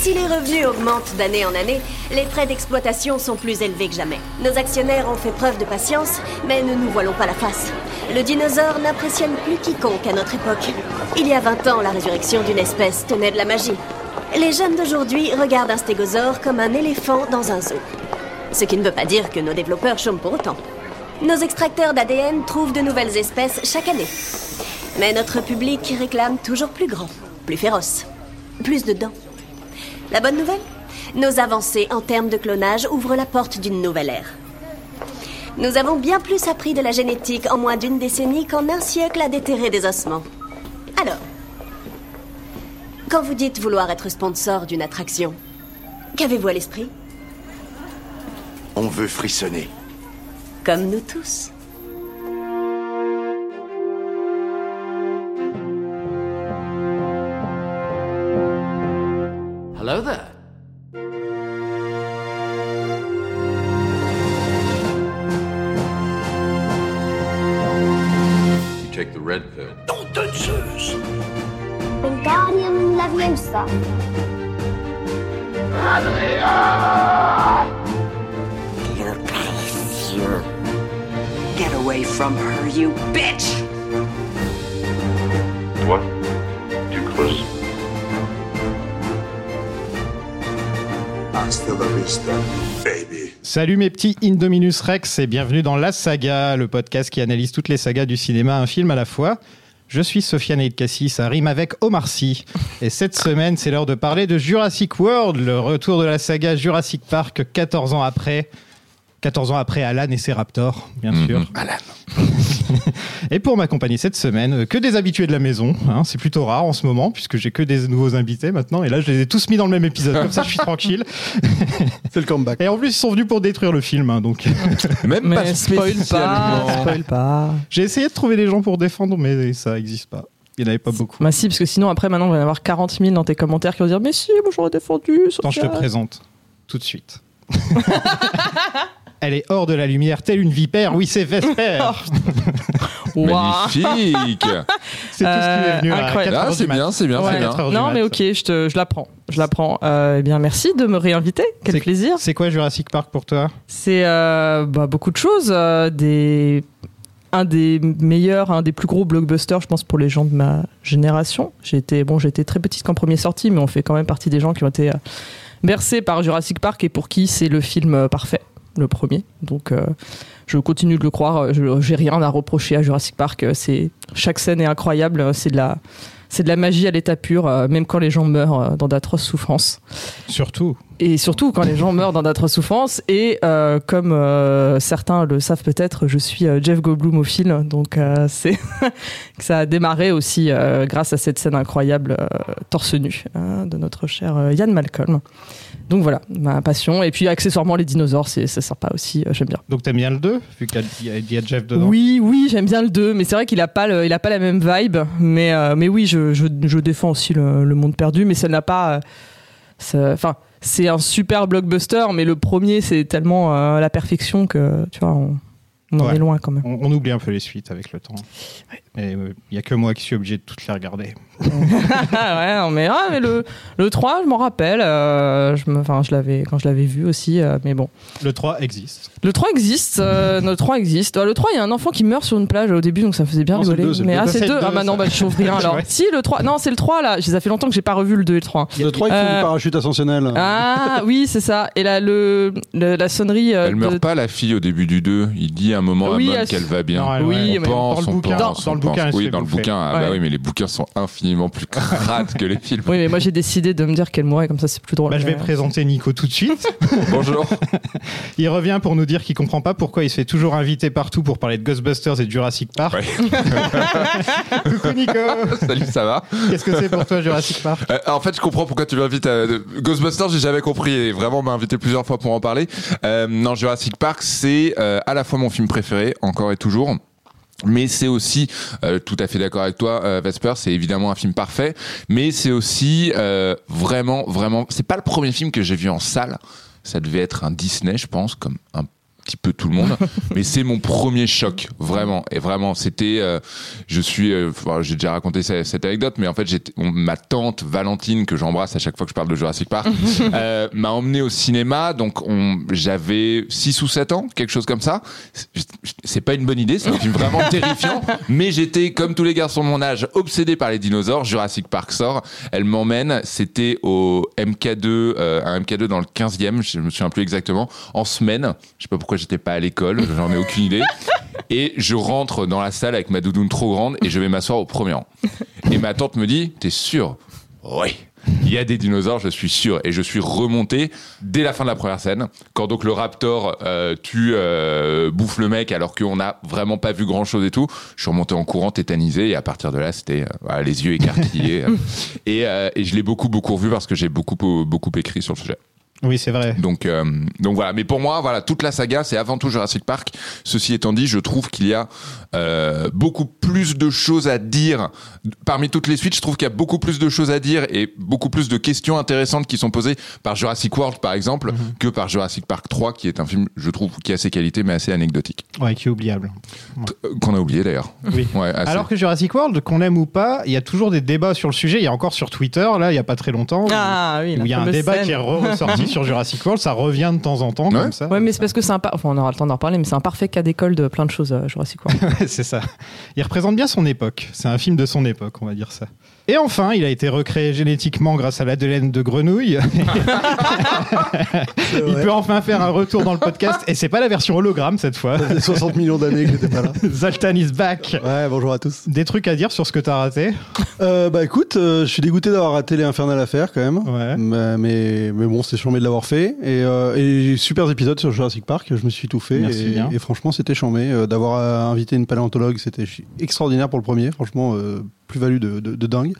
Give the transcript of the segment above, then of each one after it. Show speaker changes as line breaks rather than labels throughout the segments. Si les revenus augmentent d'année en année, les frais d'exploitation sont plus élevés que jamais. Nos actionnaires ont fait preuve de patience, mais ne nous voilons pas la face. Le dinosaure n'impressionne plus quiconque à notre époque. Il y a 20 ans, la résurrection d'une espèce tenait de la magie. Les jeunes d'aujourd'hui regardent un stégosaure comme un éléphant dans un zoo. Ce qui ne veut pas dire que nos développeurs chôment pour autant. Nos extracteurs d'ADN trouvent de nouvelles espèces chaque année. Mais notre public réclame toujours plus grand, plus féroce, plus de dents. La bonne nouvelle Nos avancées en termes de clonage ouvrent la porte d'une nouvelle ère. Nous avons bien plus appris de la génétique en moins d'une décennie qu'en un siècle à déterrer des ossements. Alors, quand vous dites vouloir être sponsor d'une attraction, qu'avez-vous à l'esprit
On veut frissonner.
Comme nous tous.
Hello there.
You take the red pill.
Wingardium Leviosa.
You're precious. Get away from her, you bitch!
What? Too close.
Hasta la vista, baby.
Salut mes petits Indominus Rex et bienvenue dans La Saga, le podcast qui analyse toutes les sagas du cinéma, un film à la fois. Je suis Sofiane Elkassi, ça rime avec Omar Sy. Et cette semaine, c'est l'heure de parler de Jurassic World, le retour de la saga Jurassic Park 14 ans après. 14 ans après Alan et ses Raptors, bien sûr. Alan. et pour m'accompagner cette semaine, que des habitués de la maison. hein, c'est plutôt rare en ce moment, puisque j'ai que des nouveaux invités maintenant. Et là, je les ai tous mis dans le même épisode, comme ça je suis tranquille.
C'est le comeback.
Et en plus, ils sont venus pour détruire le film, hein, donc...
Même pas spoil
pas, spoil pas.
J'ai essayé de trouver des gens pour défendre, mais ça n'existe pas. Il n'y en avait pas beaucoup.
Bah si, parce que sinon après maintenant on va en avoir 40 000 dans tes commentaires qui vont dire mais si,
Ah,
moi j'aurais défendu.
Attends, je te
Sophia.
présente tout de suite. Elle est hors de la lumière, telle une vipère. Oui, c'est Vesper.
Ouah.
Magnifique.
C'est tout ce qui
Euh,
est venu à
incroyable.
4
Ah,
heures
c'est
du mat.
bien, c'est bien,
Ouais,
c'est bien.
quatre heures du
Non
mat,
mais
ça.
ok, je, te, je la prends, je la prends. Euh, eh bien merci de me réinviter, quel
C'est-
plaisir.
C'est quoi Jurassic Park pour toi
C'est euh, bah, beaucoup de choses, euh, des un des meilleurs, un des plus gros blockbusters, je pense, pour les gens de ma génération. J'étais bon, j'étais très petite quand premier sorti, mais on fait quand même partie des gens qui ont été euh, bercés par Jurassic Park et pour qui c'est le film euh, parfait, le premier. Donc, euh, je continue de le croire. euh, je- J'ai rien à reprocher à Jurassic Park. euh, C'est chaque scène est incroyable. euh, C'est de la c'est de la magie à l'état pur, euh, même quand les gens meurent euh, dans d'atroces souffrances.
Surtout.
Et surtout quand les gens meurent dans d'atroces souffrances. Et euh, comme euh, certains le savent peut-être, je suis euh, Jeff Goldblumophile, donc euh, c'est que ça a démarré aussi euh, grâce à cette scène incroyable euh, torse nu hein, de notre cher euh, Ian Malcolm. Donc voilà, ma passion. Et puis accessoirement les dinosaures, c'est c'est sympa aussi, euh, j'aime bien.
Donc t'aimes bien le 2, vu qu'il y a- il y a Jeff dedans.
Oui, oui, j'aime bien le 2, mais c'est vrai qu'il a pas, le- il a pas la même vibe. Mais, euh, mais oui, je, je, je défends aussi le, le monde perdu, mais ça n'a pas. euh, ça- Enfin, c'est un super blockbuster, mais le premier, c'est tellement euh, la perfection que tu vois, on, on en
Ouais.
est loin quand même.
On, on oublie un peu les suites avec le temps. Et, euh, Il y a que moi qui suis obligé de toutes les regarder.
Ah ouais, non, mais, ah, mais le, le 3, je m'en rappelle. euh, je me, enfin, je l'avais quand je l'avais vu aussi, euh, mais bon.
Le 3 existe.
Le 3 existe, euh, le 3 existe. Ah, le 3, il y a un enfant qui meurt sur une plage au début, donc ça me faisait bien
Non, c'est le
rigoler.
deux, c'est le
mais
deux.
ah,
C'est
c'est le
le
2. Ah,
deux,
bah non,
ça.
bah, je chauffe rien alors.
Ouais.
Si, le 3, non, c'est le 3 là. Ça fait longtemps que j'ai pas revu le 2 et le 3.
Le 3, ils font
Euh,
du parachute ascensionnel.
Ah, oui, c'est ça. Et là, le, le- la sonnerie. euh,
Elle
de-
meurt pas, la fille, au début du 2. Il dit à un moment à
Oui,
Mom
elle-
qu'elle va bien.
Non, elle-
Oui,
ouais.
mais
on
dans
pense,
le
on
bouquin-
pense,
dans
on
le bouquin,
pense.
elle se
Oui,
fait
dans le
bouffer.
bouquin. Ah bah
Ouais.
oui, mais les bouquins sont infiniment plus crades que les films.
Oui, mais moi j'ai décidé de me dire qu'elle mourait, comme ça c'est plus drôle.
Bah, je vais
Euh,
présenter Nico tout de suite.
Bonjour.
Il revient pour nous dire qu'il comprend pas pourquoi il se fait toujours inviter partout pour parler de Ghostbusters et de Jurassic Park. Coucou Nico
Salut, ça va
Qu'est-ce que c'est pour toi Jurassic Park
Euh, en fait, je comprends pourquoi tu m'invites à euh, Ghostbusters. J'ai jamais compris et vraiment on m'a invité plusieurs fois pour en parler. Euh, non, Jurassic Park, c'est euh, à la fois mon film préféré, encore et toujours. Mais c'est aussi, euh, tout à fait d'accord avec toi, euh, Vesper, c'est évidemment un film parfait, mais c'est aussi euh, vraiment, vraiment, c'est pas le premier film que j'ai vu en salle. Ça devait être un Disney, je pense, comme un petit peu tout le monde, mais c'est mon premier choc vraiment et vraiment c'était euh, je suis euh, enfin, j'ai déjà raconté ce- cette anecdote mais en fait j'étais on- ma tante Valentine que j'embrasse à chaque fois que je parle de Jurassic Park euh, m'a emmené au cinéma donc on j'avais 6 ou 7 ans quelque chose comme ça C'est- c'est pas une bonne idée c'est un film vraiment terrifiant mais j'étais comme tous les garçons de mon âge obsédé par les dinosaures Jurassic Park sort elle m'emmène c'était au MK2 euh, un MK2 dans le 15e je me souviens plus exactement en semaine je sais pas pourquoi j'étais pas à l'école j'en ai aucune idée et je rentre dans la salle avec ma doudoune trop grande et je vais m'asseoir au premier rang. Et ma tante me dit T'es sûr Oui. Il y a des dinosaures, je suis sûr. Et je suis remonté dès la fin de la première scène, quand donc le raptor euh, tue, euh, bouffe le mec alors qu'on n'a vraiment pas vu grand chose et tout. Je suis remonté en courant, tétanisé, et à partir de là, c'était euh, voilà, les yeux écarquillés. euh. et, euh, et je l'ai beaucoup, beaucoup revu parce que j'ai beaucoup, beaucoup écrit sur le sujet.
Oui, c'est vrai.
Donc, euh, donc voilà. Mais pour moi, voilà, toute la saga, c'est avant tout Jurassic Park. Ceci étant dit, je trouve qu'il y a euh, beaucoup plus de choses à dire parmi toutes les suites. Je trouve qu'il y a beaucoup plus de choses à dire et beaucoup plus de questions intéressantes qui sont posées par Jurassic World, par exemple,
Mhm.
que par Jurassic Park 3, qui est un film, je trouve, qui a ses qualités mais assez anecdotique,
Ouais, qui est oubliable.
Euh, qu'on a oublié d'ailleurs.
Oui.
Ouais, assez.
Alors que Jurassic World, qu'on aime ou pas, il y a toujours des débats sur le sujet. Il y a encore sur Twitter, là, il y a pas très longtemps, où-
Ah oui,
où il y a un débat qui est ressorti sur Jurassic World. Ça revient de temps en temps,
Ouais.
comme ça.
Ouais, mais c'est parce que c'est un par- enfin, on aura le temps d'en reparler, mais c'est un parfait cas d'école de plein de choses, euh, Jurassic World.
Ouais, c'est ça. Il représente bien son époque. C'est un film de son époque, on va dire ça. Et enfin, il a été recréé génétiquement grâce à l'ADN de grenouille. il peut enfin faire un retour dans le podcast. Et c'est pas la version hologramme cette fois.
Ça faisait 60 millions d'années que j'étais pas là.
Zoltan is back.
Ouais, bonjour à tous.
Des trucs à dire sur ce que t'as raté
Euh, bah écoute, euh, je suis dégoûté d'avoir raté les Infernales à faire quand même.
Ouais.
Mais, mais, mais bon, c'est chambé de l'avoir fait. Et, euh, et super épisode sur Jurassic Park, je me suis tout fait.
Merci hein.
et,
bien.
et franchement, c'était chambé. Euh, d'avoir euh, invité une paléontologue, c'était chi- extraordinaire pour le premier. Franchement, euh, plus-value de, de- de dingue.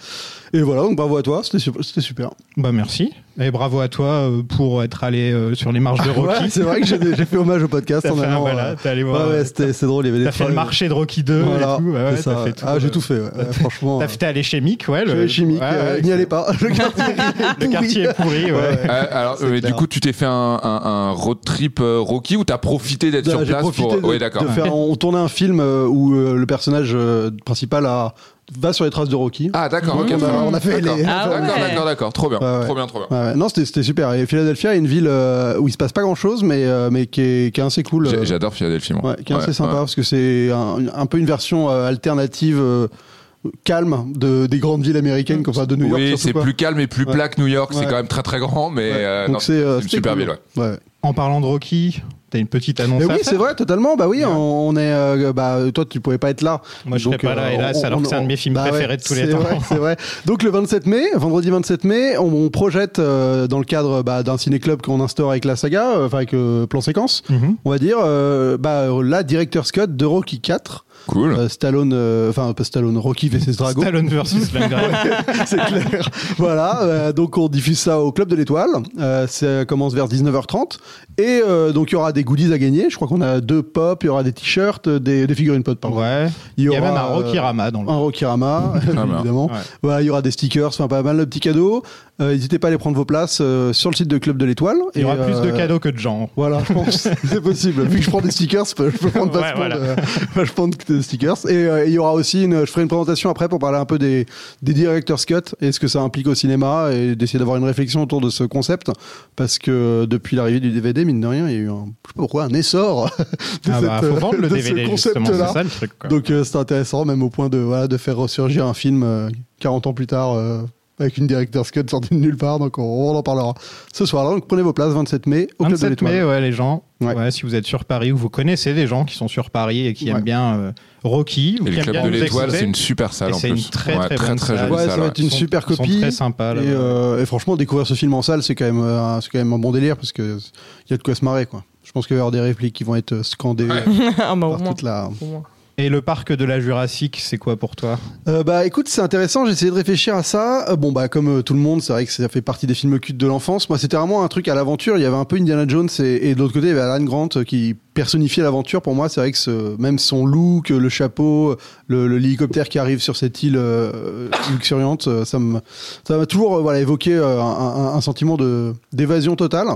Et voilà, donc bravo à toi, c'était super. C'était super.
Bah merci. Et bravo à toi euh, pour être allé euh, sur les marches de Rocky.
Ah Ouais, c'est vrai que j'ai, j'ai fait hommage au podcast
T'as
en
fait un-
allant.
voilà,
euh,
t'es allé voir,
Ouais,
euh,
ouais, c'était, c'est drôle. Il y avait des
T'as fait le
trolls.
marché de Rocky 2
Voilà,
et tout. Ouais, ouais,
c'est
t'as
ça.
fait tout,
ah, j'ai
euh,
tout fait. ouais. Ouais, franchement,
T'as fait allé chimique, ouais.
euh, chimique.
ouais,
euh,
ouais,
n'y allez pas. Le quartier est
Le
pourri.
quartier est pourri, ouais.
Ah, Ouais.
Euh, alors,
C'est
euh,
clair.
du coup, tu t'es fait un, un- un road trip euh, Rocky ou t'as profité d'être sur
Bah, J'ai
place
profité
pour.
de,
Ouais, d'accord.
de faire. On tournait un film euh, où euh, le personnage euh, principal a- va sur les traces de Rocky.
Ah, d'accord. ok,
on a-
très bien.
on a fait
D'accord.
les-
Ah
D'accord,
ouais.
d'accord, d'accord. Trop bien.
Ouais, ouais.
Trop bien, trop bien.
Ouais, ouais. non, c'était, c'était super. Et Philadelphia est une ville euh, où il se passe pas grand chose, mais, euh, mais qui, est, qui est assez cool.
J'ai-
euh,
J'adore Philadelphie. moi.
Ouais, qui est assez
Ouais,
sympa
ouais.
parce que c'est un, un peu une version euh, alternative euh, calme de, des grandes villes américaines, comme ça, de New York.
Mm. Oui,
surtout,
c'est
quoi.
plus calme et plus
Ouais.
plat que New York. C'est
Ouais.
quand même très très grand,
Ouais.
mais euh, non,
Donc c'est, euh,
une
c'était
super
cool.
ville. Ouais.
Ouais.
En parlant de Rocky, t'as une petite annonce
Mais
à
oui,
faire
c'est vrai, totalement. Bah oui, on, on est. euh, bah, toi, tu pouvais pas être là. euh,
Moi, je serais pas là, hélas, alors que c'est un de mes films préférés de tous les
bah c'est
temps.
vrai, c'est vrai. Donc le 27 mai, vendredi 27 mai, on, on projette euh, dans le cadre bah, d'un ciné-club qu'on instaure avec la saga, euh, enfin avec euh, plan séquence,
Mhm.
on va dire, euh, bah, euh, la director's cut de Rocky 4,
Cool.
Stallone, euh, enfin pas Stallone, Rocky vs Drago.
Stallone versus Lundgren.
c'est clair. voilà, euh, donc on diffuse ça au Club de l'Étoile. Euh, ça commence vers 19h30. Et euh, donc il y aura des goodies à gagner. Je crois qu'on a deux pop, il y aura des t-shirts, des, des figurines pop, pardon.
Ouais.
Il y
Il y a
aura,
même un
euh,
Rocky Rama dans le.
Un Rokirama,
ben.
évidemment.
Ouais.
Voilà, il y aura des stickers, enfin pas mal de petits cadeaux. Euh, N'hésitez pas à aller prendre vos places euh, sur le site de Club de l'Étoile.
Il
Et,
y aura plus de
euh,
cadeaux que de gens.
voilà, je pense. c'est possible. Vu que je prends des stickers, je peux je peux prendre
Ouais,
vachement
voilà.
de- vachement de- de stickers. Et euh, il y aura aussi une. Je ferai une présentation après pour parler un peu des, des directors cut et ce que ça implique au cinéma et d'essayer d'avoir une réflexion autour de ce concept. Parce que euh, depuis l'arrivée du DVD, mine de rien, il y a eu un, je sais pas pourquoi, un essor de,
Ah bah,
cette, euh,
faut vendre le
de
DVD
ce
justement, c'est
concept-là.
ça le truc. quoi.
Donc euh, c'est intéressant, même au point de, voilà, de faire ressurgir un film euh, 40 ans plus tard euh, avec une director's cut sortie de nulle part. Donc on, on en parlera ce soir. Donc prenez vos places, 27 mai, au Club de
27
l'Étoile.
mai, ouais, les gens.
Ouais.
Ouais, si vous êtes sur Paris ou vous connaissez des gens qui sont sur Paris et qui
Ouais.
aiment bien euh, Rocky, ou
Et
qui
le
aiment
club
bien
de
nous
l'étoile,
écouter,
c'est une super salle
Et
en
c'est
plus.
une très,
Ouais,
très
très,
bonne salle.
jolie
Ouais, ça
salle.
va
ouais.
être une
sont-
super
sont
copie.
très sympas, Ah là,
et,
ouais.
euh, et franchement, découvrir ce film en salle, c'est quand même, euh, un- c'est quand même un bon délire parce que il y a de quoi se marrer, quoi. Je pense qu'il va y avoir des répliques qui vont être scandées euh,
ah, bah, au
par
moins.
toute la.
au moins.
Et le parc de la Jurassique, c'est quoi pour toi
Euh, bah, écoute, c'est intéressant. J'ai essayé de réfléchir à ça. Euh, bon, bah, comme euh, tout le monde, c'est vrai que ça fait partie des films cultes de l'enfance. Moi, c'était vraiment un truc à l'aventure. Il y avait un peu Indiana Jones et, et de l'autre côté, il y avait Alan Grant euh, qui personnifiait l'aventure. Pour moi, c'est vrai que ce- même son look, euh, le chapeau, le le- l'hélicoptère qui arrive sur cette île euh, luxuriante, euh, ça me, ça m'a toujours euh, voilà évoqué euh, un, un- un sentiment de d'évasion totale.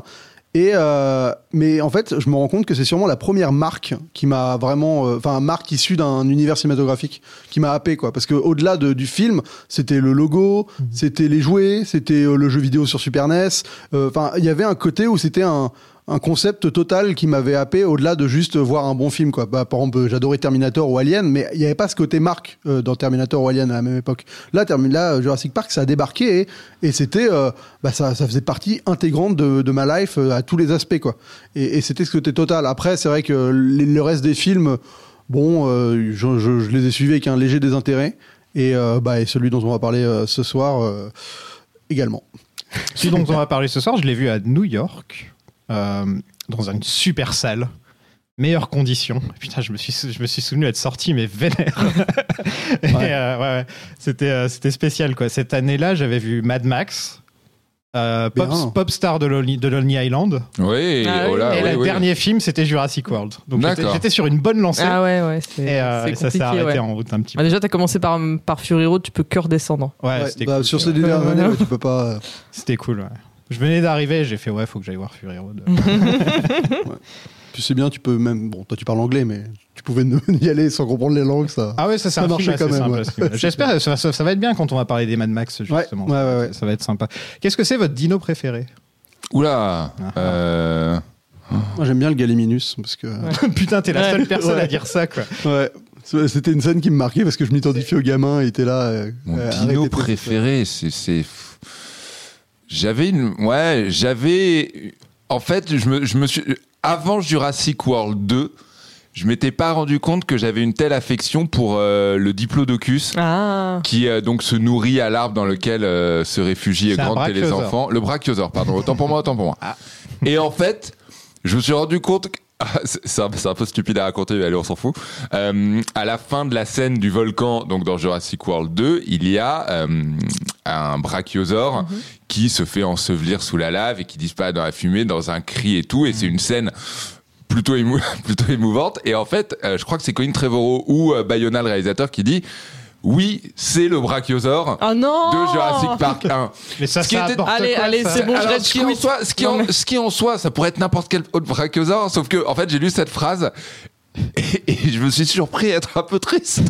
Et euh, mais en fait, je me rends compte que c'est sûrement la première marque qui m'a vraiment, euh, enfin marque issue d'un univers cinématographique qui m'a happé quoi. Parce que au-delà de- du film, c'était le logo, c'était les jouets, c'était euh, le jeu vidéo sur Super NES. Euh, Enfin, il y avait un côté où c'était un un concept total qui m'avait happé au-delà de juste voir un bon film quoi. Bah, par exemple, j'adorais Terminator ou Alien, mais il n'y avait pas ce côté marque euh, dans Terminator ou Alien à la même époque. Là, Termi- là euh, Jurassic Park, ça a débarqué et, et c'était, euh, bah, ça, ça faisait partie intégrante de, de ma life euh, à tous les aspects quoi. Et, et c'était ce côté total. Après, c'est vrai que les- le reste des films, bon, euh, je, je- je les ai suivis avec un léger désintérêt et, euh, bah, et celui dont on va parler euh, ce soir euh, également.
Celui dont on va parler ce soir, je l'ai vu à New York, euh, dans une super salle, meilleures conditions. Putain, je me suis, je me suis souvenu être sorti, mais vénère. Et, euh, ouais, ouais. C'était, euh, c'était spécial, quoi. Cette année-là, j'avais vu Mad Max, euh,
Bien.
Pop, Popstar de Lonely, de Lonely Island,
Oui,
Ah oui,
oh là,
mais
et
oui,
le
oui.
dernier film, c'était Jurassic World. Donc j'étais-
D'accord.
j'étais sur une bonne lancée.
Ah ouais, ouais, c'est
Et, euh,
c'est
et ça s'est
compliqué,
arrêté
ouais.
en route un petit
Bah,
peu.
déjà, t'as commencé par, par Fury Road, tu peux que redescendre.
Ouais,
Ouais,
c'était
bah,
cool,
sur
ouais.
ces deux
Ouais,
dernières
ouais,
années,
ouais.
ouais, tu peux pas. euh,
C'était cool, ouais. Je venais d'arriver, j'ai fait ouais, faut que j'aille voir Fury Road.
Tu sais bien, tu peux même. Bon, toi, tu parles anglais, mais tu pouvais ne- y aller sans comprendre les langues, ça.
Ah ouais, ça c'est
Ça
un
marchait
film assez
quand même,
sympa,
ouais.
ce film-là. J'espère que ça, ça- ça va être bien quand on va parler des Mad Max justement.
Ouais, ouais, ouais, ouais.
Ça, ça va être sympa. Qu'est-ce que c'est votre dino préféré Ah.
Oula. euh,
Moi, j'aime bien le Galiminus, parce que.
Putain, t'es la
Ouais.
seule personne à
Ouais.
dire ça quoi.
Ouais. C'est- C'était une scène qui me marquait parce que je m'identifiais au gamin, il était là. euh,
Mon
euh, arrête
dino
tes trucs.
préféré, c'est- c'est. J'avais une. Ouais, j'avais. En fait, je me, je me suis. Avant Jurassic World 2, je m'étais pas rendu compte que j'avais une telle affection pour euh, le Diplodocus.
Ah,
Qui euh, donc se nourrit à l'arbre dans lequel euh, se réfugient et
C'est un
grandent les
brachiosaure. Ah.
enfants. Le brachiosaure, pardon. Autant pour moi, autant pour moi. Et en fait, je me suis rendu compte que. Ah, c'est- C'est un, c'est un peu stupide à raconter, mais allez, on s'en fout. Euh, à la fin de la scène du volcan, donc dans Jurassic World 2, il y a euh, un brachiosaure qui se fait ensevelir sous la lave et qui disparaît dans la fumée, dans un cri et tout. Et c'est une scène plutôt, émou- plutôt émouvante. Et en fait, euh, je crois que c'est Colin Trevorrow ou euh, Bayona, le réalisateur, qui dit Oui, c'est le brachiosaure
Ah non
de Jurassic Park 1.
Mais ça,
Ce qui
ça
était-
apporte
Allez,
quoi,
allez,
ça
c'est bon, je
Alors,
reste
ce, qui en
quitte.
soi, ce, qui
Non,
en,
mais-
ce qui en soi, ça pourrait être n'importe quel autre brachiosaure, sauf que, en fait, j'ai lu cette phrase et, et je me suis surpris à être un peu triste.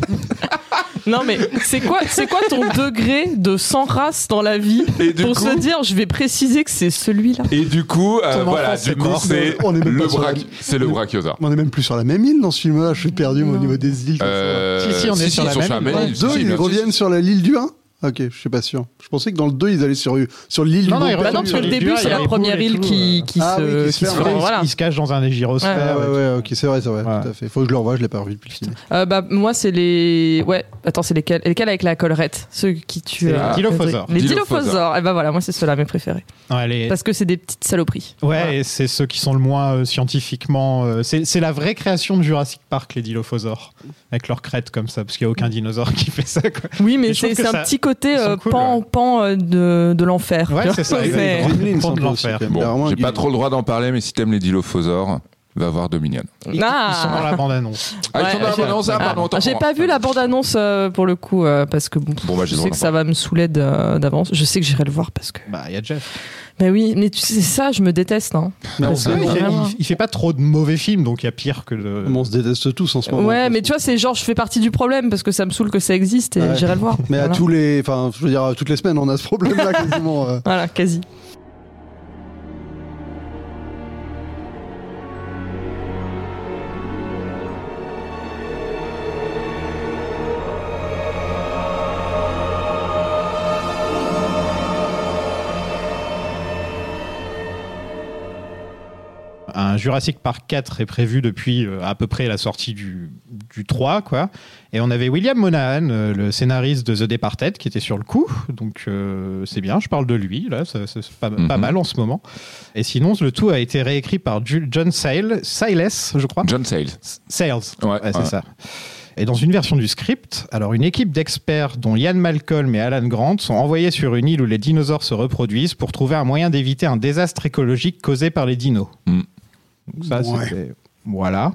Non mais c'est quoi, c'est quoi ton degré de sans race dans la vie
Et du
pour
coup-
se dire je vais préciser que c'est celui-là.
Bah
Et du coup, euh,
Ton enfant,
voilà,
c'est
du coup,
mort,
c'est
on est même
le,
pas sur la-
brach- c'est le brachiosaure.
On est même plus sur la même île dans ce film-là, je suis perdu moi, au
Non.
niveau des îles. comme ça.
Euh,
Si, si, on est sur
ils
la
sont
même île.
Dans le
île, si,
2,
si,
ils
bien sûr.
reviennent sur la l'île du 1 Ok, je suis pas sûr. Je pensais que dans le 2, ils allaient sur, sur l'île
Non,
du
non, ils
Bon
Bah non,
retournent
Perdu.
parce que
sur
le
les
début
duels
c'est la
et
première
tout, euh.
île qui, qui
Ah oui,
se,
qui se fait-
ferme,
qui
Voilà.
Il se cache dans un gyrosphère.
Ah ouais,
ouais,
ouais, ok, c'est vrai, c'est vrai,
Ouais.
tout à fait. Faut que je le revoie, je l'ai pas revu depuis le film.
Euh, bah moi c'est les ouais attends c'est lesquels lesquels avec la collerette ceux qui
C'est
tu
les dilophosaures.
les
Dilophosaures.
dilophosaures et bah voilà moi c'est ceux-là mes préférés
Ouais, les-
parce que c'est des petites saloperies
ouais,
Voilà.
et c'est ceux qui sont le moins euh, scientifiquement. euh, c'est c'est la vraie création de Jurassic Park, les dilophosaures, avec leurs crêtes comme ça, parce qu'il n'y a aucun dinosaure qui fait ça. Quoi.
oui mais
Mais je trouve
c'est
que
c'est un
ça-
petit côté
ils sont
euh,
cool,
pan
ouais.
pan euh, de de l'enfer
Ouais, c'est ça.
C'est-
exactement.
Ils ont une île,
Prendre
c'est un peu aussi,
l'enfer.
quand même. Il y a
Bon,
vraiment
j'ai
une-
pas trop le droit d'en parler, mais si t'aimes les dilophosaures, va voir Dominion.
Ah.
Ils sont dans la bande-annonce.
Ah, ils
Ouais,
sont dans la
j'ai-
bande annonce, ah,
Ah,
pardon, autant
j'ai
pour
pas
moi.
vu la bande-annonce euh, pour le coup euh, parce que bon,
Bon, bah, j'ai
je
le droit
sais
d'en
que ça va me saouler de- d'avance. Je sais que j'irai le voir parce que.
Bah, il y a Jeff.
Bah oui, mais tu sais ça, je me déteste. hein.
Non,
Parce
c'est
que-
Ouais, il, fait,
Vraiment.
il- il fait pas trop de mauvais films, donc il y a pire que de.
On se déteste tous en ce
Oh,
moment.
ouais, mais tu vois, c'est genre je fais partie du problème parce que ça me saoule que ça existe et
Ouais.
j'irai le voir.
Mais à
voilà.
tous les, enfin, je veux dire, toutes les semaines, on a ce problème-là quasiment. euh.
Voilà, quasi.
Un Jurassic Park 4 est prévu depuis euh, à peu près la sortie du, du 3, quoi. Et on avait William Monahan, euh, le scénariste de The Departed, qui était sur le coup. Donc euh, c'est bien, je parle de lui, là, ça- ça- c'est pas, pas
Mhm.
mal en ce moment. Et sinon, le tout a été réécrit par Ju- John Sale, Siles, je crois.
John Sales.
Sales.
Ouais,
Ouais, c'est
ouais.
ça. Et dans une version du script, alors une équipe d'experts dont Ian Malcolm et Alan Grant sont envoyés sur une île où les dinosaures se reproduisent pour trouver un moyen d'éviter un désastre écologique causé par les dinos.
Mm.
Donc ça,
Ouais.
c'était- Voilà.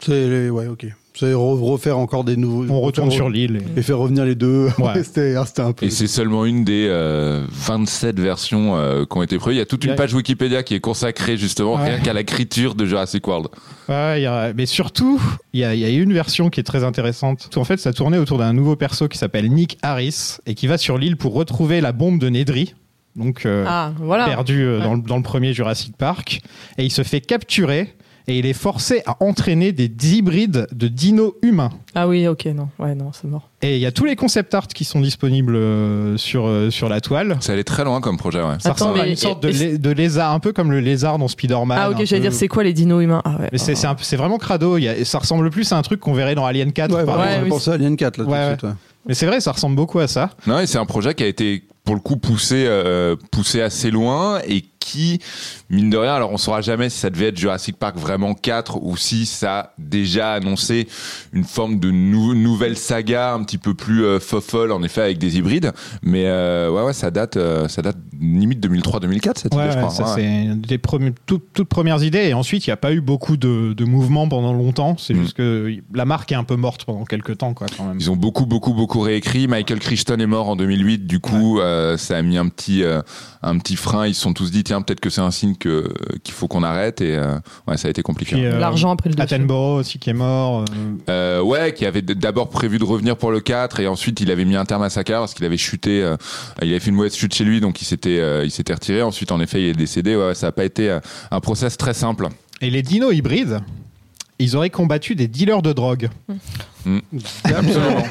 C'est, les- ouais, ok. C'est re- refaire encore des nouveaux.
On retourne
refaire-
sur l'île.
Et faire revenir les deux.
Ouais.
c'était ah, c'était un peu.
Et c'est seulement une des euh, 27 versions euh, qui ont été prévues. Il y a toute
Il y
une
a-
page Wikipédia qui est consacrée justement
Ouais.
rien qu'à l'écriture de Jurassic World.
Ouais, il y a- mais surtout, il y a, il y a une version qui est très intéressante. En fait, ça tournait autour d'un nouveau perso qui s'appelle Nick Harris et qui va sur l'île pour retrouver la bombe de Nedry, donc euh,
Ah, voilà.
perdue euh,
Ouais.
dans, le, dans le premier Jurassic Park. Et il se fait capturer et il est forcé à entraîner des hybrides de dinos humains.
Ah oui, ok, non. Ouais, non, c'est mort.
Et il y a tous les concept art qui sont disponibles euh, sur, euh, sur la toile.
Ça allait très loin comme projet, ouais.
Ça
Attends,
ressemble à
mais-
une sorte de,
et-
lé- de lézard, un peu comme le lézard dans
Bah,
Spider-Man.
Ah,
un
ok, j'allais
peu.
dire, c'est quoi les dinos humains Ah ouais.
Mais c'est- c'est un peu- c'est vraiment crado. Il y a- ça ressemble plus à un truc qu'on verrait dans Alien 4.
Ouais,
par
vraiment,
ouais,
j'ai
oui,
pensé à Alien 4 là
Ouais,
tout de suite. ouais.
Mais c'est vrai, ça ressemble beaucoup à ça.
Non, et c'est un projet qui a été pour le coup poussé, euh, poussé assez loin et qui, mine de rien, alors on saura jamais si ça devait être Jurassic Park vraiment 4 ou si ça a déjà annoncé une forme de nou- nouvelle saga un petit peu plus euh, fofolle en effet avec des hybrides. Mais euh, ouais, ouais, ça date, euh, ça date limite 2003-2004 cette idée, je crois.
ça
Ouais, ouais.
c'est une des premi- toutes, toutes premières idées. Et ensuite, il n'y a pas eu beaucoup de, de mouvements pendant longtemps. C'est
Mm.
juste que la marque est un peu morte pendant quelques temps, quoi, quand même.
Ils ont beaucoup, beaucoup, beaucoup réécrit. Michael Crichton est mort en 2008. Du coup, euh, ça a mis un petit, euh, un petit frein. Ils se sont tous dit, tiens, peut-être que c'est un signe que qu'il faut qu'on arrête. Et euh, ouais, ça a été compliqué.
Puis, euh,
L'argent après le dessus.
Attenborough aussi qui est mort. euh,
Euh, ouais, qui avait d- d'abord prévu de revenir pour le 4 et ensuite il avait mis un terme à sa carrière parce qu'il avait chuté, euh, il avait fait une mauvaise chute chez lui donc il s'était euh, il s'était retiré. Ensuite en effet il est décédé. Ouais, ouais, ça a pas été euh, un process très simple.
Et les dinos hybrides, ils auraient combattu des dealers de drogue.
Absolument.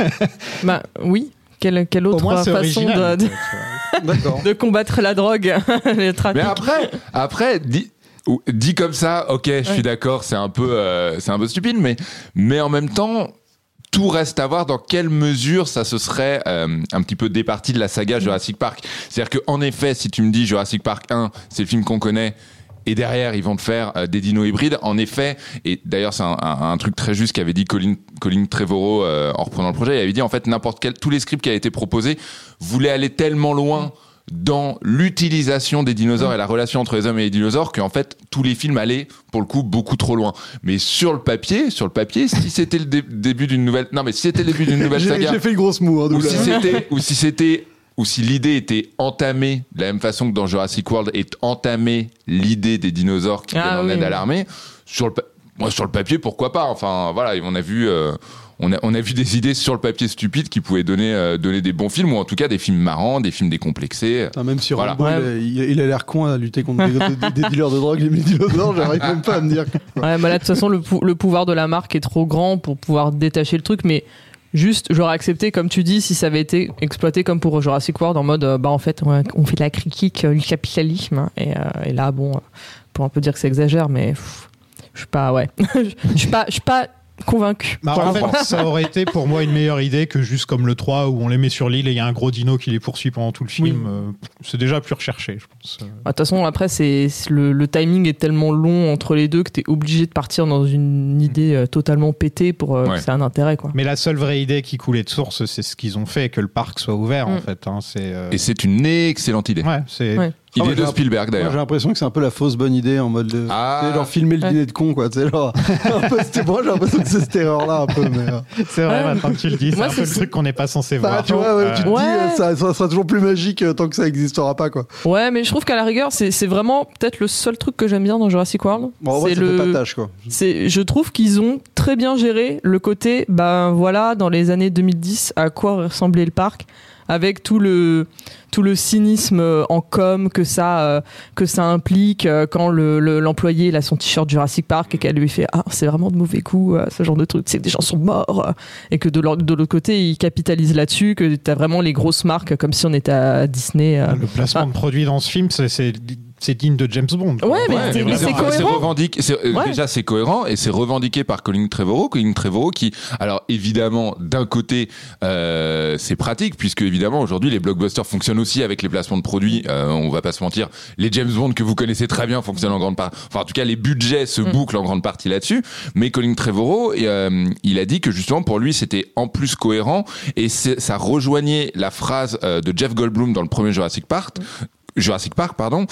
Bah oui. Quelle, quelle
Au
autre
moins, c'est
façon
original.
de,
D'accord.
de combattre la drogue, les
Mais
trafics.
après après dit ou- dit comme ça, ok, je suis
Ouais.
d'accord, c'est un peu euh, c'est un peu stupide, mais mais en même temps. Tout reste à voir dans quelle mesure ça se serait euh, un petit peu départi de la saga Jurassic Park. C'est-à-dire qu'en effet, si tu me dis Jurassic Park 1, c'est le film qu'on connaît, Et derrière, ils vont te faire euh, des dinos hybrides. En effet, et d'ailleurs, c'est un, un- un truc très juste qu'avait dit Colin, Colin Trevorrow euh, en reprenant le projet. Il avait dit, en fait, n'importe quel, tous les scripts qui avaient été proposés voulaient aller tellement loin dans l'utilisation des dinosaures et la relation entre les hommes et les dinosaures qu'en fait, tous les films allaient, pour le coup, beaucoup trop loin. Mais sur le papier, sur le papier, si c'était le dé- début d'une nouvelle, non, mais si c'était le début d'une nouvelle
J'ai
saga
j'ai fait une grosse moue. hein,
ou
donc
si
là.
c'était ou si c'était ou si l'idée était entamée de la même façon que dans Jurassic World est entamée l'idée des dinosaures qui
Ah
viennent en
oui,
aide à
oui.
l'armée sur le pa- moi sur le papier pourquoi pas enfin voilà et on a vu euh, on a, on a vu des idées sur le papier stupides qui pouvaient donner, euh, donner des bons films, ou en tout cas des films marrants, des films décomplexés.
Putain, même si
Voilà.
Rambo, il, a- il a- il a l'air con à lutter contre des, des- des dealers de drogue, les dinosaures, j'arrive même pas à me dire.
Ouais, bah là, de toute façon, le, pou- le pouvoir de la marque est trop grand pour pouvoir détacher le truc, mais juste, j'aurais accepté, comme tu dis, si ça avait été exploité comme pour Jurassic World, en mode, euh, bah en fait, on, on fait de la critique, euh, du capitalisme, hein, et, euh, et là, bon, euh, pour un peu dire que ça exagère, mais pff, je suis pas, ouais, je suis pas, je suis pas convaincu.
Bah, en fait, ça aurait été pour moi une meilleure idée que juste comme le 3 où on les met sur l'île et il y a un gros dino qui les poursuit pendant tout le film. Euh, C'est déjà plus recherché, je pense. Euh,
Bah, De toute façon, après, c'est c'est- le, le timing est tellement long entre les deux que t'es obligé de partir dans une idée euh, totalement pétée pour euh,
Ouais.
que ça ait un intérêt, quoi.
Mais la seule vraie idée qui coulait de source, c'est ce qu'ils ont fait, que le parc soit ouvert
Mm.
en fait. hein. c'est euh,
Et c'est une excellente idée.
ouais, c'est
Ouais.
Idée
Ah, mais
de
j'ai-
Spielberg
Moi,
d'ailleurs.
J'ai l'impression que c'est un peu la fausse bonne idée en mode. De...
Ah.
tu sais, genre filmer le
Ouais.
dîner de con, quoi. Tu sais, genre. un peu, c'était moi, j'ai l'impression que c'est cette erreur-là, un peu. Mais, euh,
c'est vrai
Ouais.
maintenant que tu le dis, c'est
Moi,
un peu le
c'est-
truc qu'on n'est pas censé
bah,
voir.
tu vois, ouais,
Euh,
tu te dis,
Ouais.
euh, ça, ça sera toujours plus magique euh, tant que ça n'existera pas, quoi.
Ouais, mais je trouve qu'à la rigueur, c'est c'est vraiment peut-être le seul truc que j'aime bien dans Jurassic World.
Bon, en vrai,
c'est
ça fait pas tâche, quoi.
c'est- je trouve qu'ils ont très bien géré le côté, ben voilà, dans les années 2010, à quoi ressemblait le parc, avec tout le tout le cynisme euh, en com que ça euh, que ça implique euh, quand le- le- l'employé il a son t-shirt Jurassic Park et qu'elle lui fait ah c'est vraiment de mauvais coups euh, ce genre de truc, c'est que des gens sont morts euh, et que de l'autre de l'autre côté ils capitalisent là-dessus, que t'as vraiment les grosses marques comme si on était à Disney. euh,
Le placement de produits dans ce film, c'est- c'est c'est digne de James Bond. quoi.
Ouais, mais
Ouais,
c'est-
mais
c'est
enfin,
cohérent.
revendiqué- c'est- euh,
Ouais.
Déjà, c'est cohérent et c'est revendiqué par Colin Trevorrow. Colin Trevorrow qui, alors évidemment, d'un côté, euh, c'est pratique puisque évidemment aujourd'hui les blockbusters fonctionnent aussi avec les placements de produits. Euh, on va pas se mentir, les James Bond que vous connaissez très bien fonctionnent en grande partie. Enfin, en tout cas, les budgets se
Mm.
bouclent en grande partie là-dessus. Mais Colin Trevorrow, euh, il a dit que justement pour lui, c'était en plus cohérent et c'est- ça rejoignait la phrase euh, de Jeff Goldblum dans le premier Jurassic Park. Jurassic Park, pardon,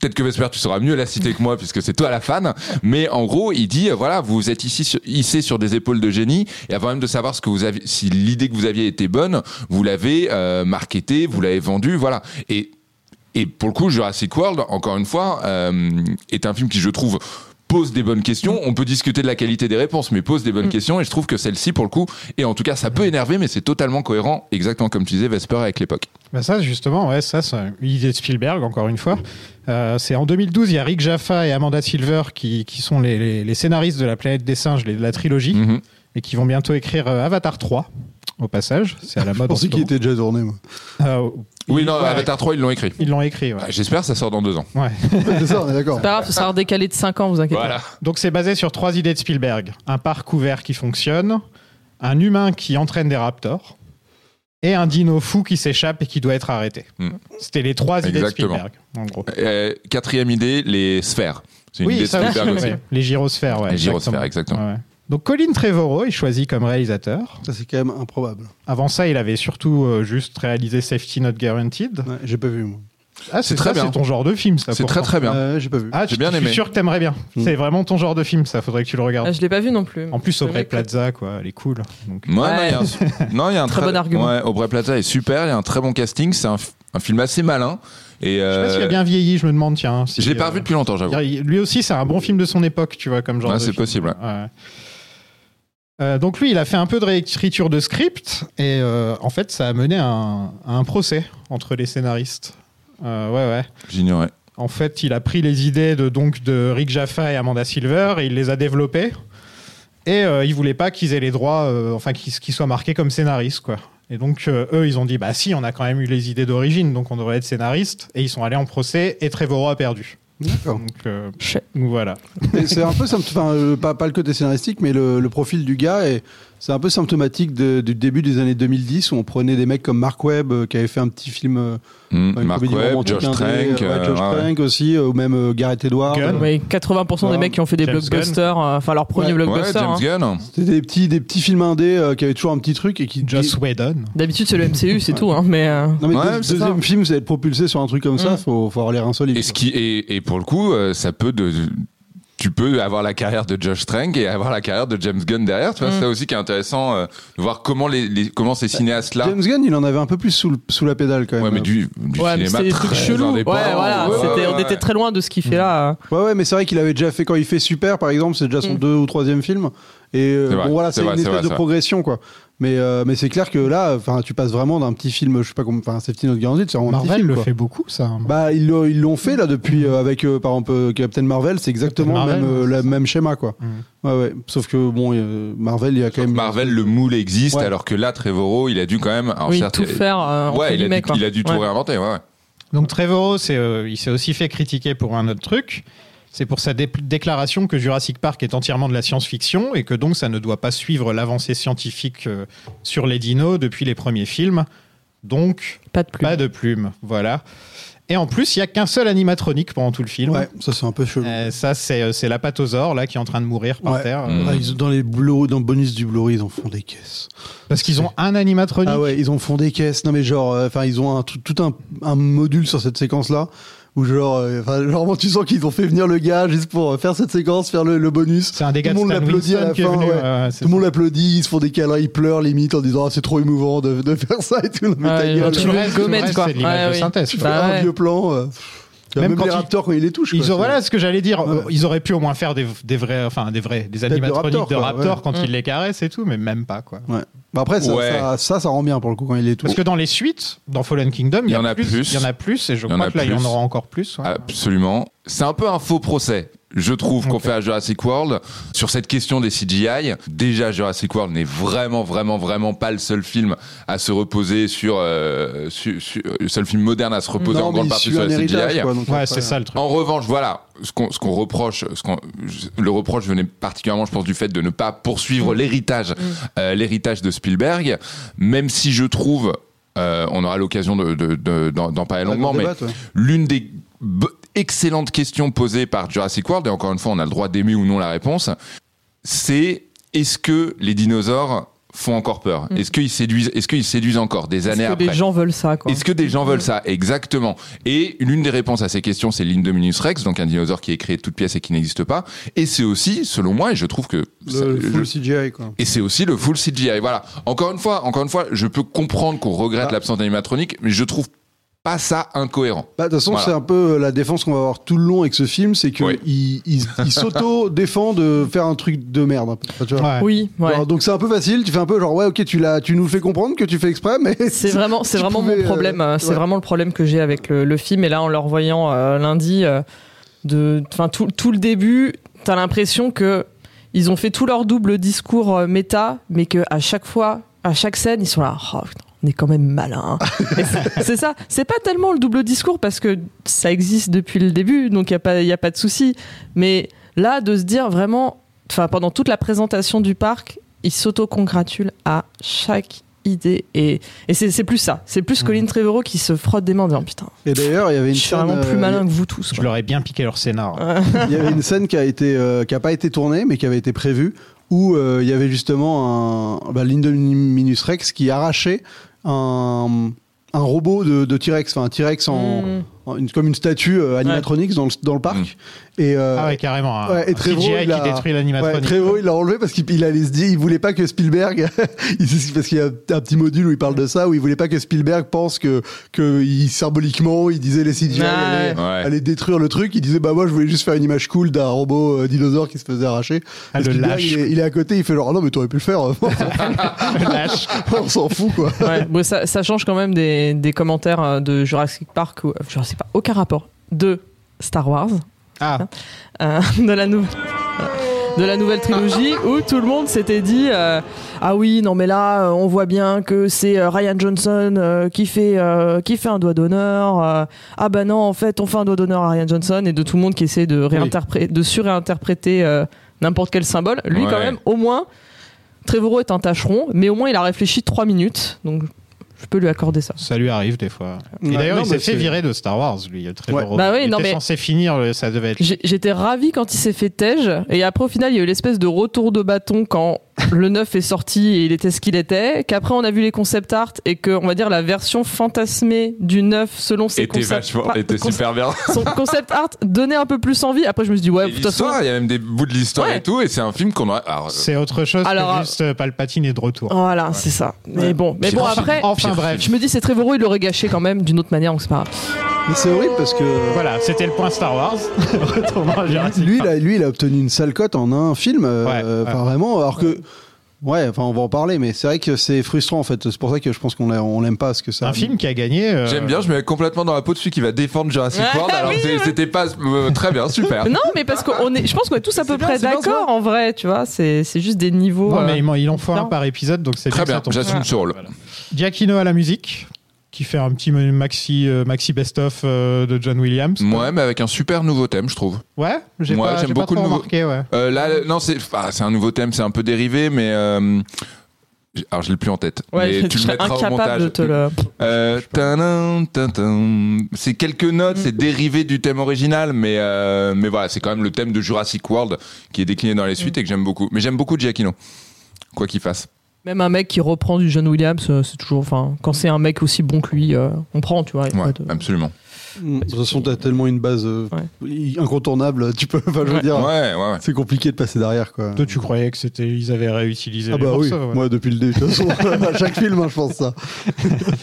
peut-être que Vesper, tu sauras mieux la citer que moi puisque c'est toi la fan. Mais en gros, il dit euh, voilà, vous êtes ici sur- hissé sur des épaules de génie et avant même de savoir ce que vous aviez, si l'idée que vous aviez était bonne, vous l'avez euh, marketée, vous l'avez vendue, voilà. Et et pour le coup, Jurassic World, encore une fois, euh, est un film qui, je trouve, pose des bonnes questions. On peut discuter de la qualité des réponses, mais pose des bonnes questions. Et je trouve que celle-ci, pour le coup, et en tout cas, ça peut énerver, mais c'est totalement cohérent, exactement comme tu disais, Vesper, avec l'époque.
Bah ça, justement, ouais, ça, c'est une idée de Spielberg, encore une fois. Euh, c'est en 2012, il y a Rick Jaffa et Amanda Silver qui, qui sont les, les- les scénaristes de La planète des singes, les- de la trilogie,
Mm.
Mhm.
et qui vont bientôt écrire euh, Avatar 3, au passage. C'est à la
Je
mode. en
pensais
ce
qu'il était déjà tourné, moi.
moment. Euh,
Oui,
ils-
non,
ouais,
Avatar 3, ils l'ont écrit.
Ils l'ont écrit, ouais.
Ah, J'espère que ça sort dans deux ans.
Ouais.
C'est ça, on est d'accord.
C'est pas grave, ce sera redécalé de 5 ans, vous inquiétez
Voilà.
Donc c'est basé sur trois idées de Spielberg. Un parc ouvert qui fonctionne, un humain qui entraîne des raptors, et un dino fou qui s'échappe et qui doit être arrêté.
Mm.
C'était les trois idées de
Exactement.
Spielberg, en gros.
Euh, quatrième idée, les sphères. C'est une idée de
ça,
Spielberg
ouais.
aussi.
Les gyrosphères, ouais.
Les gyrosphères, exactement.
Ouais, ouais. Donc Colin Trevorrow est choisi comme réalisateur.
Ça, c'est quand même improbable.
Avant ça, il avait surtout euh, juste réalisé Safety Not Guaranteed.
Ouais, j'ai pas vu, moi.
Ah, c'est
C'est très
ça,
bien.
c'est ton genre de film, ça.
C'est
pourtant.
très très bien.
Euh, j'ai pas vu.
Ah,
J'ai
tu-
bien
je
aimé.
suis sûr que t'aimerais bien.
Mm.
C'est vraiment ton genre de film, ça. Faudrait que tu le regardes.
pas. Ah, Je l'ai pas vu non plus.
En plus, Aubrey
vrai que-
Plaza, quoi, elle est cool. Donc,
Ouais, non, il y a un, non, il y a un
Très bon argument.
Ouais, Aubrey Plaza est super, il y a un très bon casting, c'est un, f- un film assez malin.
Je
Et
sais pas s'il a
euh,
bien vieilli, je me demande, tiens. si,
je l'ai pas
euh,
revu depuis longtemps, j'avoue.
il- Lui aussi, c'est un bon film de son époque, tu vois, comme genre.
Ouais,
de
c'est
film.
possible, ouais.
Ouais. Euh, donc lui, il a fait un peu de réécriture de script et euh, en fait, ça a mené à un, à un procès entre les scénaristes. Euh, ouais, ouais.
J'ignorais.
En fait, il a pris les idées de, donc, de Rick Jaffa et Amanda Silver et il les a développées. Et euh, il voulait pas qu'ils aient les droits, euh, enfin, qu'ils qu'ils soient marqués comme scénaristes, quoi. Et donc, euh, eux, ils ont dit, bah si, on a quand même eu les idées d'origine, donc on devrait être scénariste. Et ils sont allés en procès et Trevorrow a perdu.
D'accord.
Donc, euh,
Chut.
donc voilà.
Et c'est un peu symptomatique, enfin, euh, pas, pas le côté scénaristique, mais le, le profil du gars, est, c'est un peu symptomatique de- du début des années 2010 où on prenait des mecs comme Mark Webb euh, qui avait fait un petit film. euh,
Hmm,
une
Mark
comédie
Webb,
romantique
Josh
indé, euh,
Trank.
ouais,
euh,
Josh
ouais, ouais.
Trank aussi, euh, ou même euh, Gareth Edwards.
Gunn.
Oui, 80% des
Ouais.
mecs qui ont fait des
James
blockbusters, euh, enfin leur premier
Ouais.
Ouais,
blockbuster.
James
hein.
Gunn.
C'était des petits, des petits films indés euh, qui avaient toujours un petit truc et qui.
Joss Whedon.
D'habitude, c'est le MCU, c'est tout, hein, mais. euh,
Non, mais
Ouais,
deux-
c'est
deuxième film, c'est être propulsé sur un truc comme
Mm.
ça, faut, faut avoir l'air insolite.
Et, ce qui, et, et pour le coup, euh, ça peut de. Tu peux avoir la carrière de Josh Trank et avoir la carrière de James Gunn derrière. Tu vois, c'est ça aussi qui est intéressant euh, de voir comment les, les- comment ces cinéastes là.
James Gunn, il en avait un peu plus sous, le- sous la pédale quand même.
Ouais, mais du, du
Ouais, mais
cinéma
c'est des trucs
très
chelous. Ouais,
indépendant. euh,
voilà,
Ouais,
c'était-
ouais,
on
ouais.
était très loin de ce qu'il
Mm.
fait là. hein.
Ouais, ouais, mais c'est vrai qu'il avait déjà fait quand il fait Super, par exemple, c'est déjà son
Mm.
deux ou troisième film. Et euh,
C'est vrai,
bon, voilà,
c'est
c'est une
vrai, c'est
espèce
vrai,
de
c'est
progression, quoi. Mais, euh, mais c'est clair que là, enfin, tu passes vraiment d'un petit film, je sais pas comment, enfin, Safety Not Guaranteed, c'est vraiment un petit
Marvel
film,
le
quoi.
fait beaucoup, ça. hein.
Bah, ils l'ont, ils l'ont fait là depuis euh, avec euh, par exemple euh, Captain Marvel, c'est exactement le
Marvel,
même, euh,
ouais,
la-
c'est ça. Mm.
même schéma, quoi. Ouais, ouais. Sauf que bon, euh, Marvel, il y a quand même.
Marvel, le moule existe,
Ouais.
alors que là, Trevorrow, il a dû quand même. alors,
oui,
certes,
tout
il-
faire. euh, entre
Ouais, il a,
guillemets,
dû,
quoi.
il a dû tout
Ouais.
réinventer, ouais. ouais.
Donc Trevorrow, c'est, euh, il s'est aussi fait critiquer pour un autre truc. C'est pour sa dé- déclaration que Jurassic Park est entièrement de la science-fiction et que donc ça ne doit pas suivre l'avancée scientifique euh, sur les dinos depuis les premiers films.
hein.
Donc,
Pas de plus.
pas de plumes. Voilà. Et en plus, il n'y a qu'un seul animatronique pendant tout le film.
Ouais, ça c'est un peu chelou.
Euh, ça, c'est euh, c'est l'apatosaure, là, qui est en train de mourir par
Ouais.
terre.
Mm.
Ah, ils- dans les blu dans le bonus du Blu-ray, ils en font des caisses.
Parce qu'ils ont un animatronique.
Ah ouais, ils en font des caisses. Non mais genre, euh, enfin, ils ont un, tout, tout un, un module sur cette séquence-là où genre, euh, enfin, genre, vraiment, tu sens qu'ils ont fait venir le gars juste pour euh, faire cette séquence, faire le, le bonus.
C'est un des
Tout
gars
le
de
monde
Stan
l'applaudit à
Winston
la
qui est
fin.
venu.
ouais.
euh, c'est
Tout le monde l'applaudit, ils se font des câlins, ils pleurent limite en disant ah, c'est trop émouvant de, de faire ça et tout. Non, mais
Ouais,
ta
ils
gueule. euh,
ont
ça. Tout
tout le
le
monde
reste, c'est de
gommette,
l'image
quoi.
de
Ouais, oui.
synthèse.
Tu
quoi.
fais
Bah
un
ouais.
vieux plan. euh, il y a
Même
même,
quand
les
ils-
raptors quand ils les touchent.
Ils
quoi,
ont,
c'est-
voilà ce que j'allais dire.
Ouais.
Ils auraient pu au moins faire des, des vrais, enfin des vrais, des animatroniques de
raptors,
raptors,
quoi, ouais.
quand ils les caressent et tout, mais même pas quoi.
Ouais. Bah après, ça,
Ouais.
ça, ça, ça rend bien pour le coup quand il les touche.
Parce que dans les suites, dans Fallen Kingdom, il y, en a plus, Il y en a plus, et je
Il y en
crois
a
que là, il y en
plus. Ah,
aura encore plus. ouais.
Absolument. C'est un peu un faux procès, je trouve, qu'on
Ok.
fait à Jurassic World sur cette question des CGI. Déjà, Jurassic World n'est vraiment, vraiment, vraiment pas le seul film à se reposer sur, euh, su- su- le seul film moderne à se reposer
Non,
en
mais
grande
il
partie
suit
sur
un
la CGI.
héritage. quoi, donc
Ouais,
euh,
après,
c'est ça le truc.
En revanche, voilà, ce qu'on ce qu'on reproche, ce qu'on le reproche venait particulièrement, je pense, du fait de ne pas poursuivre l'héritage, euh, l'héritage de Spielberg, même si je trouve, euh, on aura l'occasion de- de- de- d'en d'en parler
on va
longuement, mais
débattre, ouais.
l'une des b- excellentes questions posées par Jurassic World, et encore une fois, on a le droit d'aimer ou non la réponse, c'est est-ce que les dinosaures font encore peur Est-ce qu'ils séduisent, est-ce qu'ils séduisent encore des
Est-ce
années
que
après
les gens veulent ça, quoi
Est-ce que des gens veulent ça Exactement. Et l'une des réponses à ces questions, c'est l'Indominus Rex, donc un dinosaure qui est créé de toutes pièces et qui n'existe pas. Et c'est aussi, selon moi, et je trouve que ça-
euh, Le
je-
full CGI, quoi.
et c'est aussi le full CGI. Voilà. Encore une fois, encore une fois, je peux comprendre qu'on regrette
Ah.
l'absence d'animatronique, mais je trouve pas ça incohérent.
Bah, de toute façon,
Voilà.
c'est un peu la défense qu'on va avoir tout le long avec ce film, c'est que
Oui.
il, il- il s'auto-défend de faire un truc de merde. Enfin,
euh,
tu vois.
Ouais.
Oui, ouais.
Genre, donc c'est un peu facile, tu fais un peu genre ouais ok tu l'as tu nous fais comprendre que tu fais exprès mais
C'est vraiment, c'est
tu
vraiment
pouvais,
mon problème.
euh,
euh, c'est
ouais.
vraiment le problème que j'ai avec euh, le, le film. Et là, en le revoyant euh, lundi, euh, de, enfin tout, tout le début, t'as l'impression que ils ont fait tout leur double discours euh, méta, mais que à chaque fois, à chaque scène, ils sont là. Oh, putain, on est quand même malin. hein. c'est ça. C'est pas tellement le double discours parce que ça existe depuis le début, donc il y a pas, y a pas de souci. Mais là, de se dire vraiment, enfin pendant toute la présentation du parc, ils s'autocongratulent à chaque idée et, et c'est c'est plus ça. C'est plus Colin Trevorrow qui se frotte des mains en disant putain,
et d'ailleurs il y avait Mm. une
je suis
scène,
vraiment
euh,
plus malin que vous tous.
Je
quoi.
leur ai bien piqué leur scénar.
il y avait une scène qui a été euh, qui a pas été tournée mais qui avait été prévue où euh, il y avait justement un bah, l'Indominus Rex qui arrachait un un robot de, de T-Rex enfin un T-Rex en,
Mm.
en- une- comme une statue euh, animatronique dans le dans le parc et euh,
Ah ouais, carrément. hein.
ouais, et
Un
Trevorrow,
CGI
il a-
qui détruit
Ouais,
l'animatronique.
Trevorrow, il l'a enlevé parce qu'il il allait se dire, il voulait pas que Spielberg, il- parce qu'il y a un petit module où il parle de ça, où il voulait pas que Spielberg pense que, que il, symboliquement, il disait les CGI
Ouais.
allaient,
Ouais.
allaient détruire le truc. Il disait, bah moi, je voulais juste faire une image cool d'un robot euh, dinosaure qui se faisait arracher.
Ah,
Et
le
Spielberg,
lâche.
Il, est, il est à côté, il fait genre, ah non, mais t'aurais pu le faire.
Lâche.
On s'en fout, quoi.
Ouais, bon, ça, ça change quand même des, des commentaires euh, de Jurassic Park ou euh, je sais pas aucun rapport de Star Wars
Ah,
euh, de la nouvelle de la nouvelle trilogie où tout le monde s'était dit euh, ah oui non mais là euh, on voit bien que c'est euh, Ryan Johnson euh, qui fait euh, qui fait un doigt d'honneur euh, ah bah non en fait on fait un doigt d'honneur à Ryan Johnson et de tout le monde qui essaie de réinterpréter de surinterpréter euh, n'importe quel symbole lui
Ouais.
quand même au moins Trevorrow est un tâcheron mais au moins il a réfléchi trois minutes donc je peux lui accorder ça
ça lui arrive des fois.
Ouais,
Et d'ailleurs,
non,
il
mais
s'est fait
c'est-
virer de Star Wars, lui, Trevorrow.
Ouais. Bah oui,
il
non,
était
mais-
censé finir, le- ça devait être.
J'ai- J'étais ravi quand il s'est fait tège. Et après, au final, il y a eu l'espèce de retour de bâton quand le 9 est sorti et il était ce qu'il était. Qu'après, on a vu les concept art et que, on va dire, la version fantasmée du 9 selon ses
Était
concept,
vachement,
pas-
était
con-
super bien.
son concept art donnait un peu plus envie. Après, je me suis dit, ouais,
Et
de toute façon.
L'histoire, il y a même des bouts de l'histoire
Ouais.
et tout, et c'est un film qu'on aurait. alors,
C'est autre chose
Alors,
que juste euh, Palpatine est de retour.
Voilà, c'est ça. Mais bon, mais
Pire
bon,
film.
après,
Enfin
pire
bref.
je me dis, c'est Trevorrow, il l'aurait gâché quand même d'une autre manière, donc c'est pas grave.
Mais c'est horrible parce que.
Voilà, c'était le point Star Wars. Retournons à Jurassic
Lui, il
Park.
a, lui, il a obtenu une sale cote en un film. euh,
Ouais,
euh,
ouais.
enfin, vraiment, alors que. Ouais, enfin, on va en parler, mais c'est vrai que c'est frustrant en fait. C'est pour ça que je pense qu'on l'a- on l'aime pas ce que ça.
un film qui a gagné. euh,
J'aime bien, je me mets complètement dans la peau de celui qui va défendre Jurassic
Ouais,
World. Alors
oui,
que c'est-
ouais.
c'était pas euh, très bien, super.
Non, mais parce qu'on est, je pense qu'on est tous à peu
bien,
près
c'est bien, c'est
d'accord en vrai, tu vois. C'est c'est juste des niveaux.
Non,
euh,
mais il m'en- il en faut un
différents.
par épisode, donc c'est
Très
que ça
bien,
tombe.
j'assume ce rôle.
Giacchino à la musique, qui fait un petit maxi, euh, maxi best-of euh, de John Williams.
Ouais, mais avec un super nouveau thème, je trouve.
Ouais, j'ai
Moi,
pas,
j'aime
j'ai pas
beaucoup
trop
le nouveau-
remarqué, ouais.
Euh, là, le- non, c'est ah, c'est un nouveau thème, c'est un peu dérivé, mais. euh, j'ai- alors, je l'ai plus en tête.
Ouais,
mais
je
tu le
serais
mettras au montage.
incapable de te le.
Euh, tadam, tadam. c'est quelques notes,
Mm.
c'est dérivé du thème original, mais euh, mais voilà, c'est quand même le thème de Jurassic World qui est décliné dans les suites
Mm.
et que j'aime beaucoup. Mais j'aime beaucoup Giacchino, quoi qu'il fasse.
Même un mec qui reprend du John Williams, euh, c'est toujours. Enfin, quand c'est un mec aussi bon que lui, euh, on prend, tu vois. y a
Ouais,
pas de-
absolument.
Mm, De toute façon, t'as tellement une base euh, incontournable, tu peux. Enfin, je veux
Ouais.
dire,
Ouais, ouais. ouais.
c'est compliqué de passer derrière, quoi.
Toi, tu croyais que c'était ils avaient réutilisé
Ah
les
bah oui,
morceaux, ouais.
moi depuis le début. De toute façon, à chaque film, hein, je pense ça.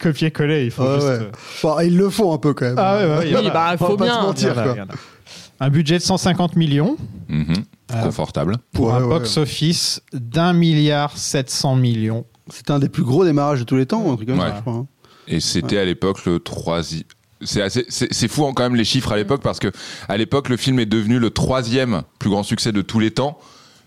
Copier-coller, il faut
Ouais,
juste...
ouais.
euh,
Enfin, ils le font un peu quand même.
Ah ouais, ouais, il y en
Oui,
a.
bah,
On va
faut
pas se
bien.
mentir. tire,
Il y en a,
quoi.
il y en a. Un budget de 150 millions
Mhm.
Euh,
Confortable.
pour
Ouais,
un euh.
ouais.
box-office d'un milliard 700 millions.
C'est un des plus gros démarrages de tous les temps, un truc comme ça,
Ouais.
je crois. hein.
Et c'était à l'époque le troisième. C'est assez, c'est, c'est fou hein, quand même les chiffres à l'époque parce que à l'époque le film est devenu le troisième plus grand succès de tous les temps,